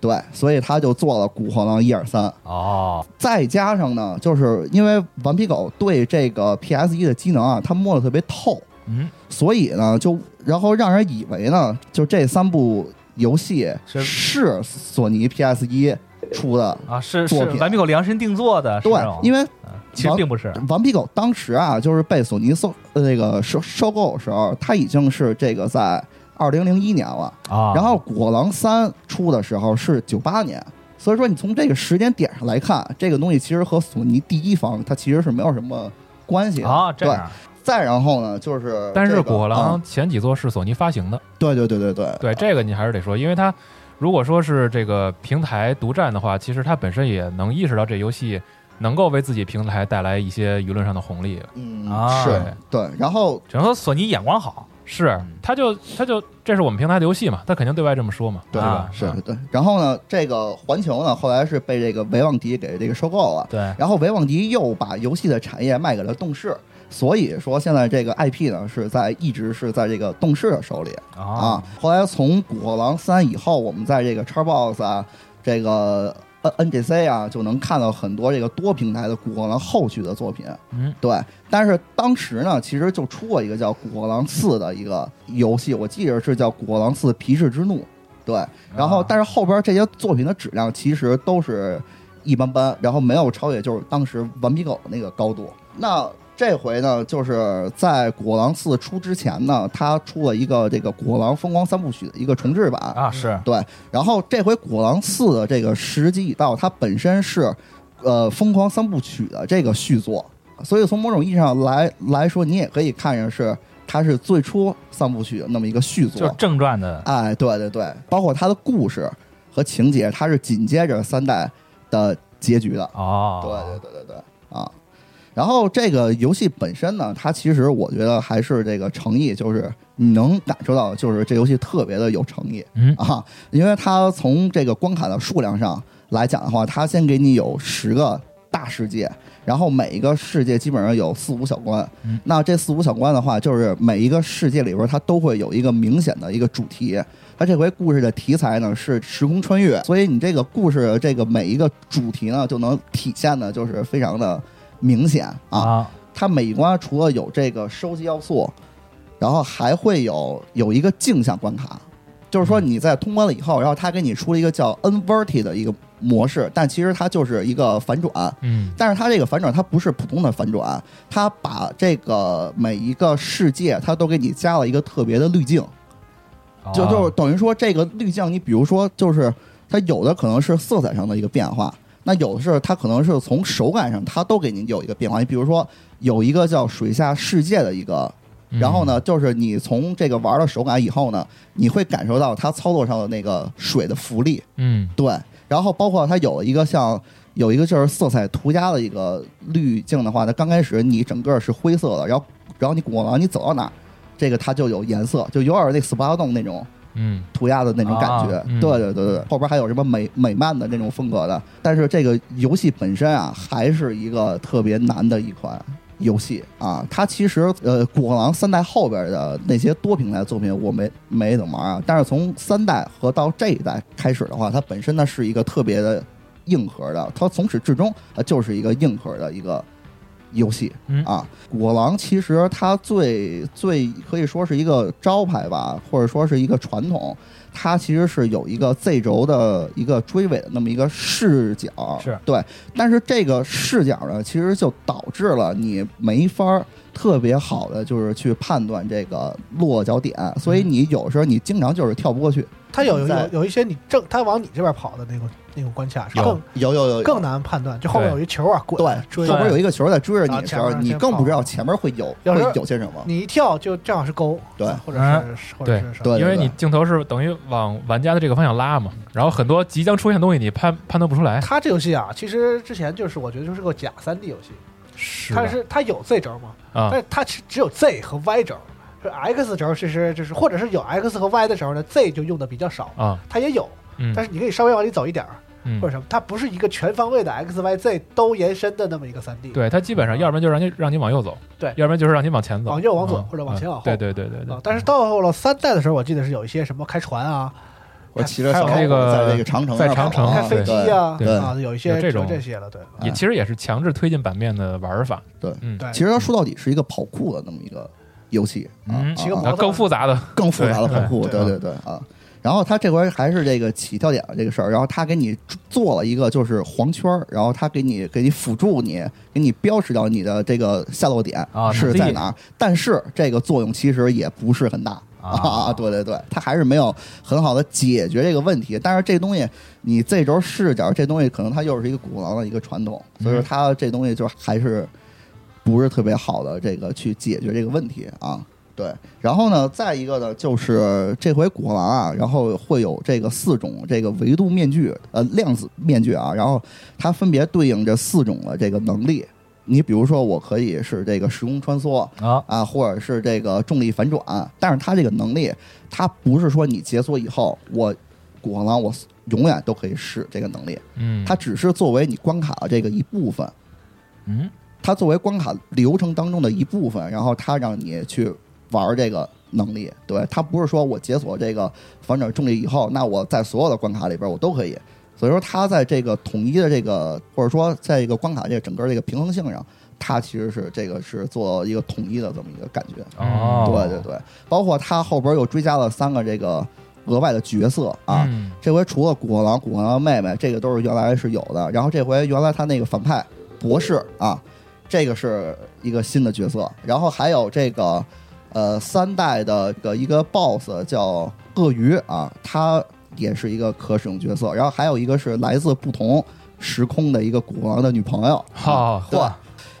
对，所以它就做了《古惑狼一二三》。哦，再加上呢，就是因为顽皮狗对这个 PS 一的机能啊，它摸得特别透，嗯，所以呢，就然后让人以为呢，就这三部游戏是是索尼 PS 一出的。啊，是是作品顽皮狗量身定做的，是对这种，因为嗯其实王并不是，顽皮狗当时啊，就是被索尼收呃那个收收购的时候，它已经是这个在二零零一年了。啊然后《古惑狼三》出的时候是九八年，所以说你从这个时间点上来看，这个东西其实和索尼第一方它其实是没有什么关系的啊，这对。样再然后呢，就是但是这《个古惑狼嗯》前几座是索尼发行的，对对对对对对这个你还是得说，因为它如果说是这个平台独占的话，其实它本身也能意识到这游戏能够为自己平台带来一些舆论上的红利，嗯啊是对，然后只能说索尼眼光好，是嗯，它就它就这是我们平台的游戏嘛，它肯定对外这么说嘛，对啊吧？是对，然后呢，这个环球呢后来是被这个维旺迪给这个收购了，对，然后维旺迪又把游戏的产业卖给了动视，所以说现在这个 IP 呢是在一直是在这个动视的手里。啊，。后来从《古惑狼三》以后，我们在这个 Xbox 啊，这个 N NGC 啊，就能看到很多这个多平台的《古惑狼》后续的作品。嗯，对。但是当时呢，其实就出过一个叫《古惑狼四》的一个游戏，我记得是叫《古惑狼四：皮氏之怒》。对。然后，但是后边这些作品的质量其实都是一般般，然后没有超越就是当时《顽皮狗》那个高度。那这回呢，就是在《古惑狼四》出之前呢，它出了一个这个《古惑狼风光三部曲》的一个重制版。啊，是对，然后这回《古惑狼四》的这个时机已到，它本身是呃《疯狂三部曲》的这个续作，所以从某种意义上来来说，你也可以看成是它是最初三部曲的那么一个续作。就是正传的哎，对对对，包括它的故事和情节，它是紧接着三代的结局的。哦，啊对对对对对啊。然后这个游戏本身呢，它其实我觉得还是这个诚意，就是你能感受到，就是这游戏特别的有诚意，嗯啊，因为它从这个关卡的数量上来讲的话，它先给你有十个大世界，然后每一个世界基本上有四五小关，嗯那这四五小关的话，就是每一个世界里边它都会有一个明显的一个主题，它这回故事的题材呢是时空穿越，所以你这个故事的这个每一个主题呢，就能体现的就是非常的明显啊。啊，它每一关除了有这个收集要素，然后还会有有一个镜像关卡，就是说你在通关了以后，然后它给你出了一个叫 Inverted 的一个模式，但其实它就是一个反转。嗯但是它这个反转，它不是普通的反转，啊它把这个每一个世界，它都给你加了一个特别的滤镜，啊哦就就是等于说这个滤镜，你比如说就是它有的可能是色彩上的一个变化，那有的是它可能是从手感上，它都给你有一个变化。你比如说有一个叫水下世界的一个，嗯然后呢，就是你从这个玩了手感以后呢，你会感受到它操作上的那个水的浮力，嗯对，然后包括它有一个像有一个就是色彩涂鸦的一个滤镜的话，它刚开始你整个是灰色的，然后然后你滚完你走到哪儿，这个它就有颜色，就有点那 SPA 洞那种。嗯涂鸦的那种感觉，啊嗯对对对对，后边还有什么美美漫的那种风格的，但是这个游戏本身啊，还是一个特别难的一款游戏啊。它其实呃，《古惑狼》三代后边的那些多平台作品我没没怎么玩啊，但是从三代和到这一代开始的话，它本身呢是一个特别的硬核的，它从始至终它就是一个硬核的一个游戏嗯啊。《古惑狼》其实它最最可以说是一个招牌吧，或者说是一个传统，它其实是有一个 Z 轴的一个追尾的那么一个视角，是对。但是这个视角呢，其实就导致了你没法儿特别好的就是去判断这个落脚点，所以你有时候你经常就是跳不过去。它有有在有有一些你正它往你这边跑的那种那种关卡是有更有有有更难判断，就后面有一球啊滚对，追后边有一个球在追着你然后的时前候，面你先更不跑知道前面会有要会是有些什么。你一跳就正好是勾，对或者嗯是或者是什么对，因为对你镜头是等于往玩家的这个方向拉嘛，然后很多即将出现的东西你判判断不出来，它这游戏啊，其实之前就是我觉得就是个假三 D 游戏，是它是它有 Z 轴嘛，啊但是它只只有 Z 和 Y 轴，是 X 轴其实就是或者是有 X 和 Y 的时候呢，Z 就用的比较少，啊它也有，嗯，但是你可以稍微往里走一点儿，嗯或者什么，它不是一个全方位的 X Y Z 都延伸的那么一个三 D，对它基本上，要不然就让你让你往右走，对要不然就是让你往前走，往右往左嗯或者往前往后对对对对对啊。。但是到了三代的时候，我记得是有一些什么开船啊，我骑着还有小那个在这个长城在上长跑城啊开飞机对啊对啊，有一些哦有这种这些了，对。哎也其实也是强制推进版面的玩法，嗯对，其实它说到底是一个跑酷的那么一个游戏，啊嗯啊骑个摩托啊啊，更复杂的，更复杂的跑酷，对对对对啊。然后他这回还是这个起跳点这个事儿，然后他给你做了一个就是黄圈儿，然后他给你给你辅助你，给你标识到你的这个下落点啊是能在力哪儿，但是这个作用其实也不是很大 啊对对对，他还是没有很好的解决这个问题。但是这东西你这周试点，这东西可能它又是一个古老的一个传统，所以说它这东西就还是不是特别好的这个去解决这个问题啊。对，然后呢，再一个呢，就是这回古惑狼啊，然后会有这个四种这个维度面具，呃，量子面具啊，然后它分别对应着四种的这个能力。你比如说，我可以是这个时空穿梭啊啊，或者是这个重力反转，但是它这个能力，它不是说你解锁以后，我古惑狼我永远都可以使这个能力，嗯，它只是作为你关卡的这个一部分。嗯它作为关卡流程当中的一部分，然后它让你去玩这个能力。对，它不是说我解锁这个反转重力以后，那我在所有的关卡里边我都可以。所以说，它在这个统一的这个，或者说在一个关卡这个整个这个平衡性上，它其实是这个是做一个统一的这么一个感觉。哦嗯对对对，包括它后边又追加了三个这个额外的角色啊，嗯这回除了古惑狼、古惑狼妹妹，这个都是原来是有的。然后这回原来他那个反派博士啊，这个是一个新的角色。然后还有这个呃三代的这个一个 BOSS 叫鳄鱼啊，他也是一个可使用角色。然后还有一个是来自不同时空的一个古王的女朋友。好，对嚯，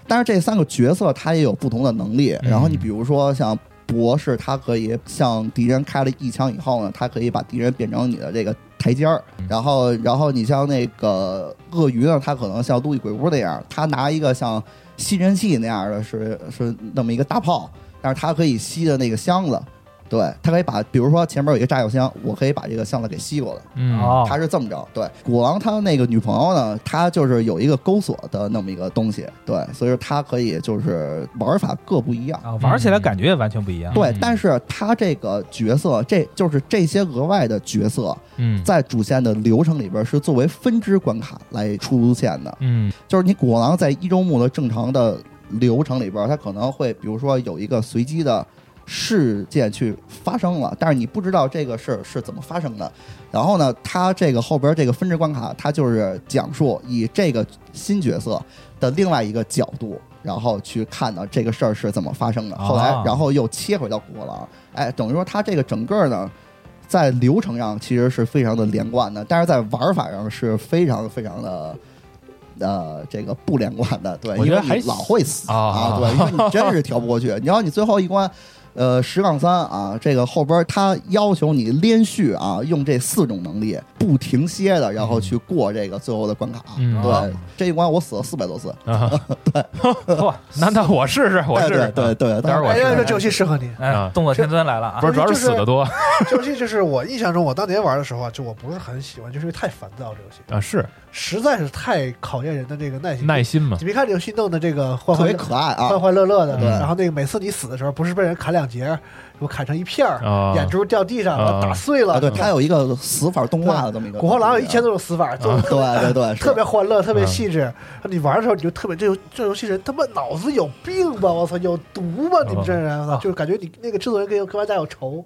但是这三个角色他也有不同的能力。嗯然后你比如说像博士，他可以向敌人开了一枪以后呢，他可以把敌人变成你的这个台阶儿。然后，然后你像那个鳄鱼呢，他可能像路易鬼屋那样，他拿一个像吸尘器那样的是是那么一个大炮，但是他可以吸的那个箱子。对，他可以把，比如说前面有一个炸药箱，我可以把这个箱子给吸过来。嗯，哦他是这么着。对，古王他那个女朋友呢，她就是有一个钩锁的那么一个东西，对，所以说他可以就是玩法各不一样。啊，玩起来感觉也完全不一样。对嗯，但是他这个角色，这就是这些额外的角色嗯在主线的流程里边是作为分支关卡来出现的。嗯就是你古狼在一周目的正常的流程里边，它可能会比如说有一个随机的事件去发生了，但是你不知道这个事儿是怎么发生的。然后呢，它这个后边这个分支关卡，它就是讲述以这个新角色的另外一个角度。然后去看到这个事儿是怎么发生的，啊后来然后又切回到古惑狼，哎，等于说它这个整个呢，在流程上其实是非常的连贯的，但是在玩法上是非常非常的。呃，这个不连贯的，对，我因觉得为还你老会死啊啊，对，因为你真是调不 过去。你要你最后一关，呃，十杠三啊，这个后边他要求你连续啊用这四种能力不停歇的，然后去过这个最后的关卡。嗯对，这一关我死了四百多次，啊，对，那那我试试，我对试呃对试，对对，待会儿我哎试呀，试这这游戏适合 你。哎，动作天尊来了啊不！是，主要是死的多啊这游戏就是我印象中，我当年玩的时候啊，就我不是很喜欢，就是因为太烦躁。这游戏啊，是实在是太考验人的这个耐心。耐心嘛，你别看这游戏弄的这个欢特欢别乐可爱 啊欢。欢乐乐的，对然后那个每次你死的时候，不是被人砍两截儿，我砍成一片儿，啊，眼珠掉地上了，啊打碎了。啊，对，它有一个死法动画的这么一个。古惑狼有一千多种死法，就对对对，是啊特别欢乐，特别细致。你玩的时候，你就特别这游这游戏人他妈脑子有病吧？我操，有毒吧？啊你们这人，我操，就是感觉你那个制作人跟跟玩家有 仇，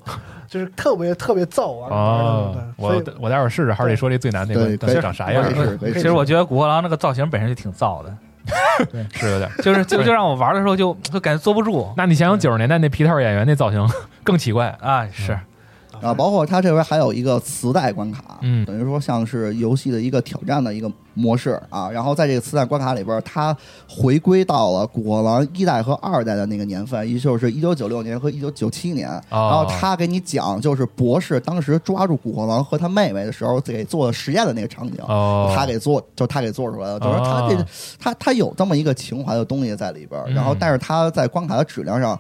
就是特别特别燥啊！玩的啊，对所我以我待会儿试试，还是得说这最难那对个可以长啥样可以儿，试可以试其实我觉得古惑狼那个造型本身就挺燥的，是有点。就是就就让我玩的时候就就感觉坐不住那你想想九十年代那皮套演员那造型更奇怪，啊！是啊，包括它这回还有一个磁带关卡，嗯等于说像是游戏的一个挑战的一个模式啊。然后在这个磁带关卡里边儿，它回归到了古惑狼一代和二代的那个年份，也就是一九九六年和一九九七年。哦然后他给你讲，就是博士当时抓住古惑狼和他妹妹的时候给做的实验的那个场景。哦，他给做，就他给做出来的，就是说他这个哦他他有这么一个情怀的东西在里边儿，嗯然后但是他在关卡的质量上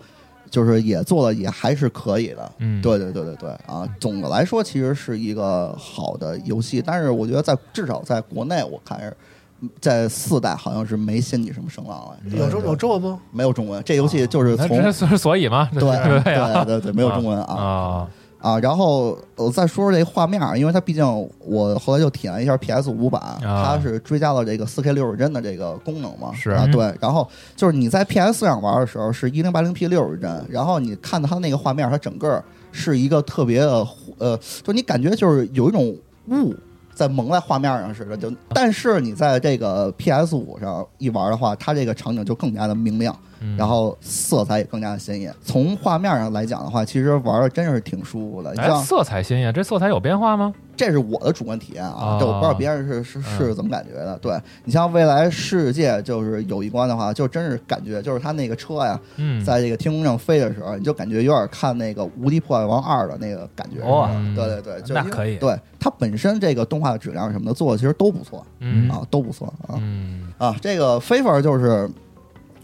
就是也做的也还是可以的。嗯，对对对对对啊！总的来说，其实是一个好的游戏，但是我觉得在至少在国内，我看是嗯在四代好像是没掀起什么声浪来。对有中有中文吗？没有中文，这游戏就是嗯啊那从这是所以嘛，这对是对对啊对对，没有中文啊啊，啊！然后我再说说这画面，因为它毕竟我后来就体验了一下 PS 五版，它是追加了这个 4K 六十帧的这个功能嘛。是啊，对。然后就是你在 PS 上玩的时候是一零八零 P 六十帧，然后你看到它那个画面，它整个是一个特别的呃，就你感觉就是有一种雾在蒙在画面上似的，就但是你在这个 PS 五上一玩的话，它这个场景就更加的明亮，嗯然后色彩也更加的鲜艳。从画面上来讲的话，其实玩的真是挺舒服的。你哎，像色彩鲜艳，这色彩有变化吗？这是我的主观体验啊啊，嗯这我不知道别人是是是怎么感觉的。对你像未来世界就是有一关的话，就真是感觉就是它那个车呀，嗯，在这个天空上飞的时候，你就感觉有点看那个《无敌破坏王二》的那个感觉。哦嗯对对对，就那因为可以对它本身这个动画的质量什么的做的其实都不错嗯啊，都不错啊嗯啊！这个 FIFA 就是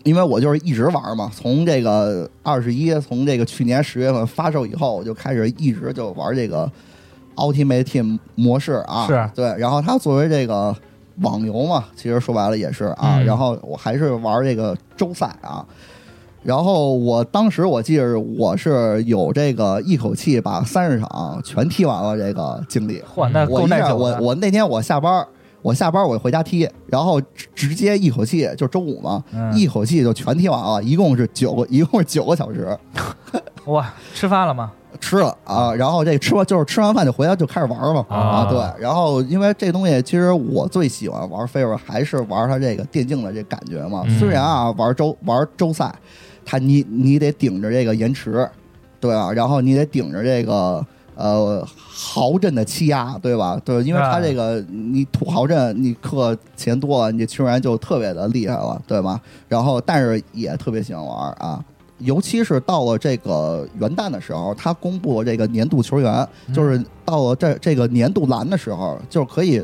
因为我就是一直玩嘛，从这个二十一，从这个去年十月份发售以后，我就开始一直就玩这个 Ultimate Team 模式啊，是对。然后它作为这个网游嘛，其实说白了也是啊。嗯然后我还是玩这个周赛啊。然后我当时我记着我是有这个一口气把三十场全踢完了这个经历，嚯，那嗯我呃够一耐下久我的。我那天我下班儿，我下班儿我回家踢，然后直直接一口气就周五嘛，嗯一口气就全踢完了，一共是九个，一共是九个小时哇，吃饭了吗？吃了啊，然后这吃完就是吃完饭就回家就开始玩嘛啊对，然后因为这东西其实我最喜欢玩飞 a 还是玩它这个电竞的这感觉嘛，嗯虽然啊玩周玩周赛，它你你得顶着这个延迟，对吧？然后你得顶着这个。呃，豪阵的欺压，对吧？对，因为啊它这个你土豪阵，你氪钱多了，你这球员就特别的厉害了，对吧？然后，但是也特别喜欢玩啊，尤其是到了这个元旦的时候，他公布了这个年度球员，就是到了这这个年度栏的时候，就可以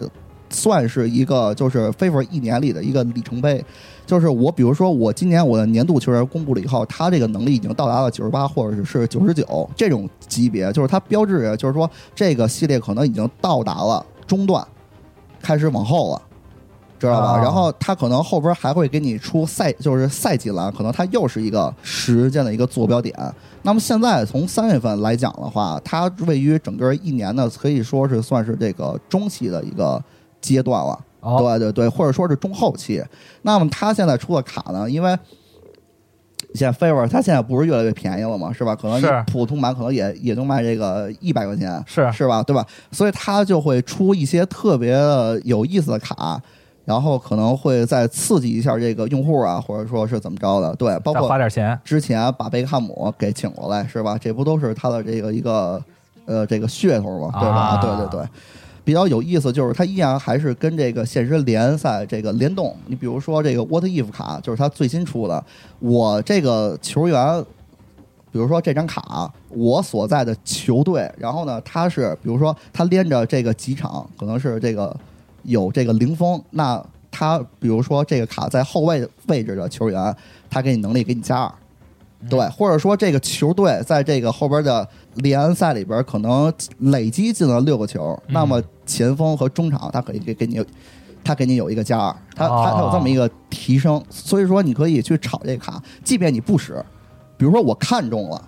算是一个就是 FIFA 一年里的一个里程碑。就是我，比如说我今年我的年度球员公布了以后，他这个能力已经到达了九十八或者是九十九这种级别，就是它标志着就是说这个系列可能已经到达了中段，开始往后了。知道吧？啊然后他可能后边还会给你出赛，就是赛季栏，可能它又是一个时间的一个坐标点。那么现在从三月份来讲的话，它位于整个一年呢，可以说是算是这个中期的一个阶段了。哦，对对对，或者说是中后期。那么它现在出的卡呢，因为现在 Favor 它现在不是越来越便宜了嘛，是吧？可能是普通版可能也也就卖这个一百块钱，是是吧？对吧？所以它就会出一些特别有意思的卡。然后可能会再刺激一下这个用户啊，或者说是怎么着的，对，包再括花点钱，之前把贝克汉姆给请过来，是吧？这不都是他的这个一个呃这个噱头嘛，对吧？啊对对对。比较有意思就是，它依然还是跟这个现实联赛这个联动。你比如说这个 What If 卡，就是它最新出的。我这个球员，比如说这张卡，我所在的球队，然后呢，他是比如说他连着这个几场，可能是这个有这个零封，那他比如说这个卡在后卫位置的球员，他给你能力给你加二。对，或者说这个球队在这个后边的联赛里边，可能累积进了六个球，嗯那么前锋和中场他可以给给你，他给你有一个加二，他他他有这么一个提升，所以说你可以去炒这卡，即便你不使，比如说我看中了，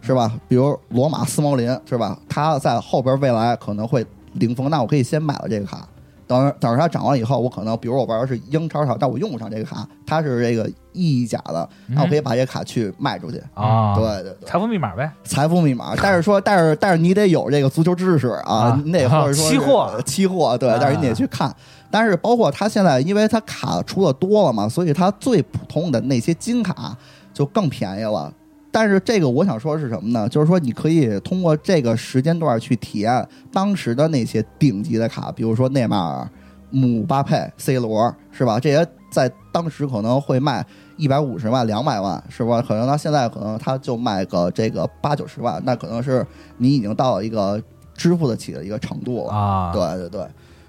是吧？比如罗马斯毛林是吧？他在后边未来可能会零封，那我可以先买了这个卡。等等它涨完以后，我可能比如我玩的是英超卡，但我用不上这个卡，它是这个意甲的，那我可以把这个卡去卖出去。嗯啊，嗯对对对，财富密码呗，财富密码，但是说，但是但是你得有这个足球知识啊，啊你得或者说是期货期货对啊，但是你得去看。但是包括它现在，因为它卡出的多了嘛，所以它最普通的那些金卡就更便宜了。但是这个我想说的是什么呢？就是说你可以通过这个时间段去体验当时的那些顶级的卡，比如说内马尔、姆巴佩、C 罗，是吧？这些在当时可能会卖一百五十万、两百万，是吧？可能他现在可能他就卖个这个八九十万，那可能是你已经到了一个支付得起的一个程度了。啊，对对对，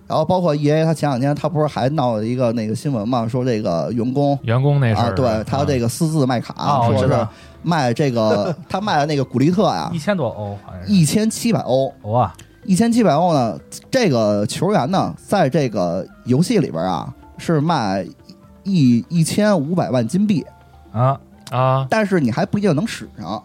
然后包括 E A，他前两天他不是还闹了一个那个新闻嘛，说这个员工员工那事啊，儿，对他这个个私自卖卡，啊我说知哦是道卖这个他卖的那个古力特呀一，千多欧好像是， 一千七百欧，哇，一千七百欧呢，这个球员呢，在这个游戏里边啊是卖一一千五百万金币，啊，啊，但是你还不一定能使上。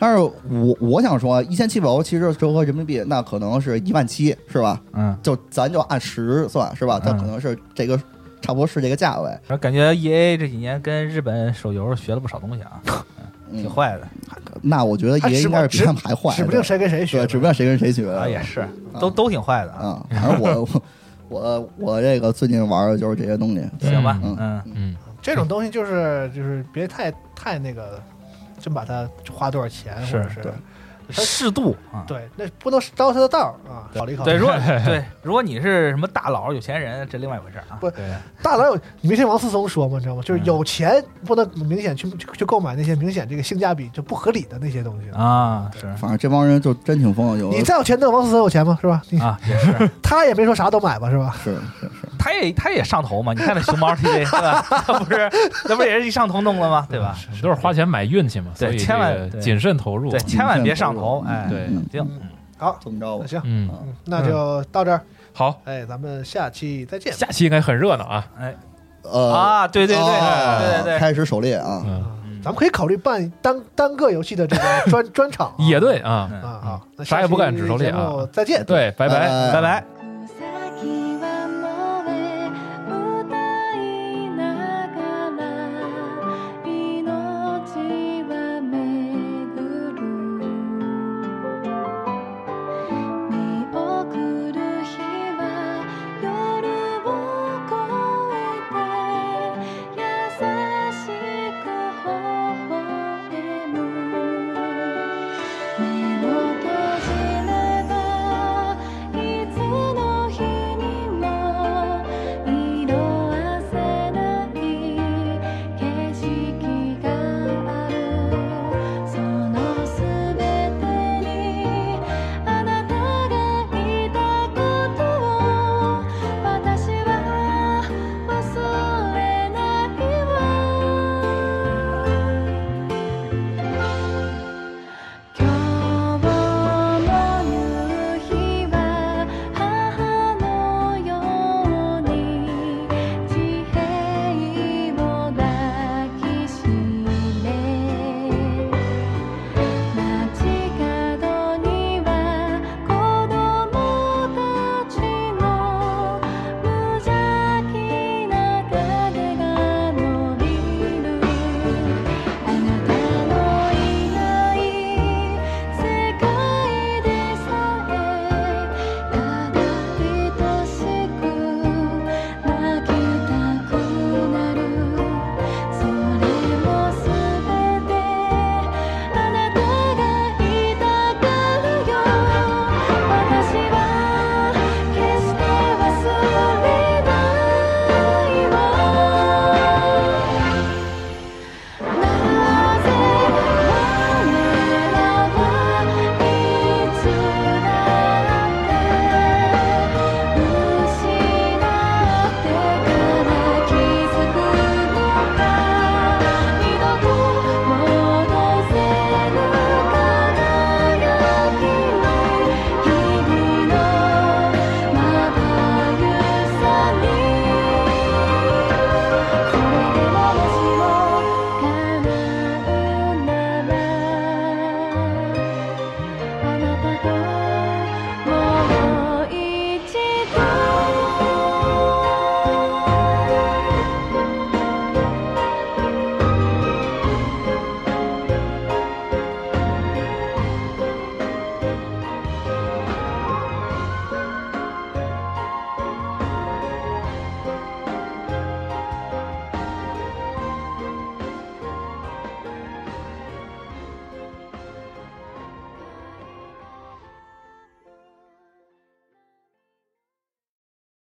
但是我我想说，一千七百欧其实折合人民币，那可能是一万七，是吧？嗯，就咱就按十算，是吧？它嗯可能是这个差不多是这个价位，然后感觉 E A 这几年跟日本手游学了不少东西啊，挺嗯，坏的那我觉得还也指应不该是比指他们还坏，指不定谁跟谁学哎呢，对，指不定谁跟谁学啊，的也是，嗯都都挺坏的啊。啊。反正我我我我这个最近玩的就是这些东西，嗯行吧，嗯嗯，嗯，这种东西就是就是别太太那个，真把它花多少钱是或者是对适度啊。对，那不能着他的道儿啊，考虑考虑。对，如果对，如果你是什么大佬、有钱人，这另外一回事儿啊。不对，大佬有，你没听王思聪说吗？你知道吗？就是嗯有钱不能明显去去去购买那些明显这个性价比就不合理的那些东西。啊，是反正这帮人就真挺疯的，有你的再有钱，那王思聪有钱吗？是吧？你啊，也是，他也没说啥都买吧，是吧？是是是，他也他也上头嘛。你看那熊猫 TV 是吧？ 他不是，那不是也是一上头弄了吗？对吧？都是花钱买运气嘛，所对以这千万个对谨慎投入啊对，，千万别上谨头，慎哎，对嗯，行，好，这么着吧那。行，啊嗯，啊嗯，那就到这儿。好，哎，咱们下期再见。下期应该很热闹啊，哎呃啊，对对对哦对对对，开始狩猎啊，嗯，啊嗯咱们可以考虑办单单个游戏的这个专专场啊。 野队啊，嗯啊，好，那啥也不干只狩猎啊下期节目再见。对，拜拜。拜拜拜。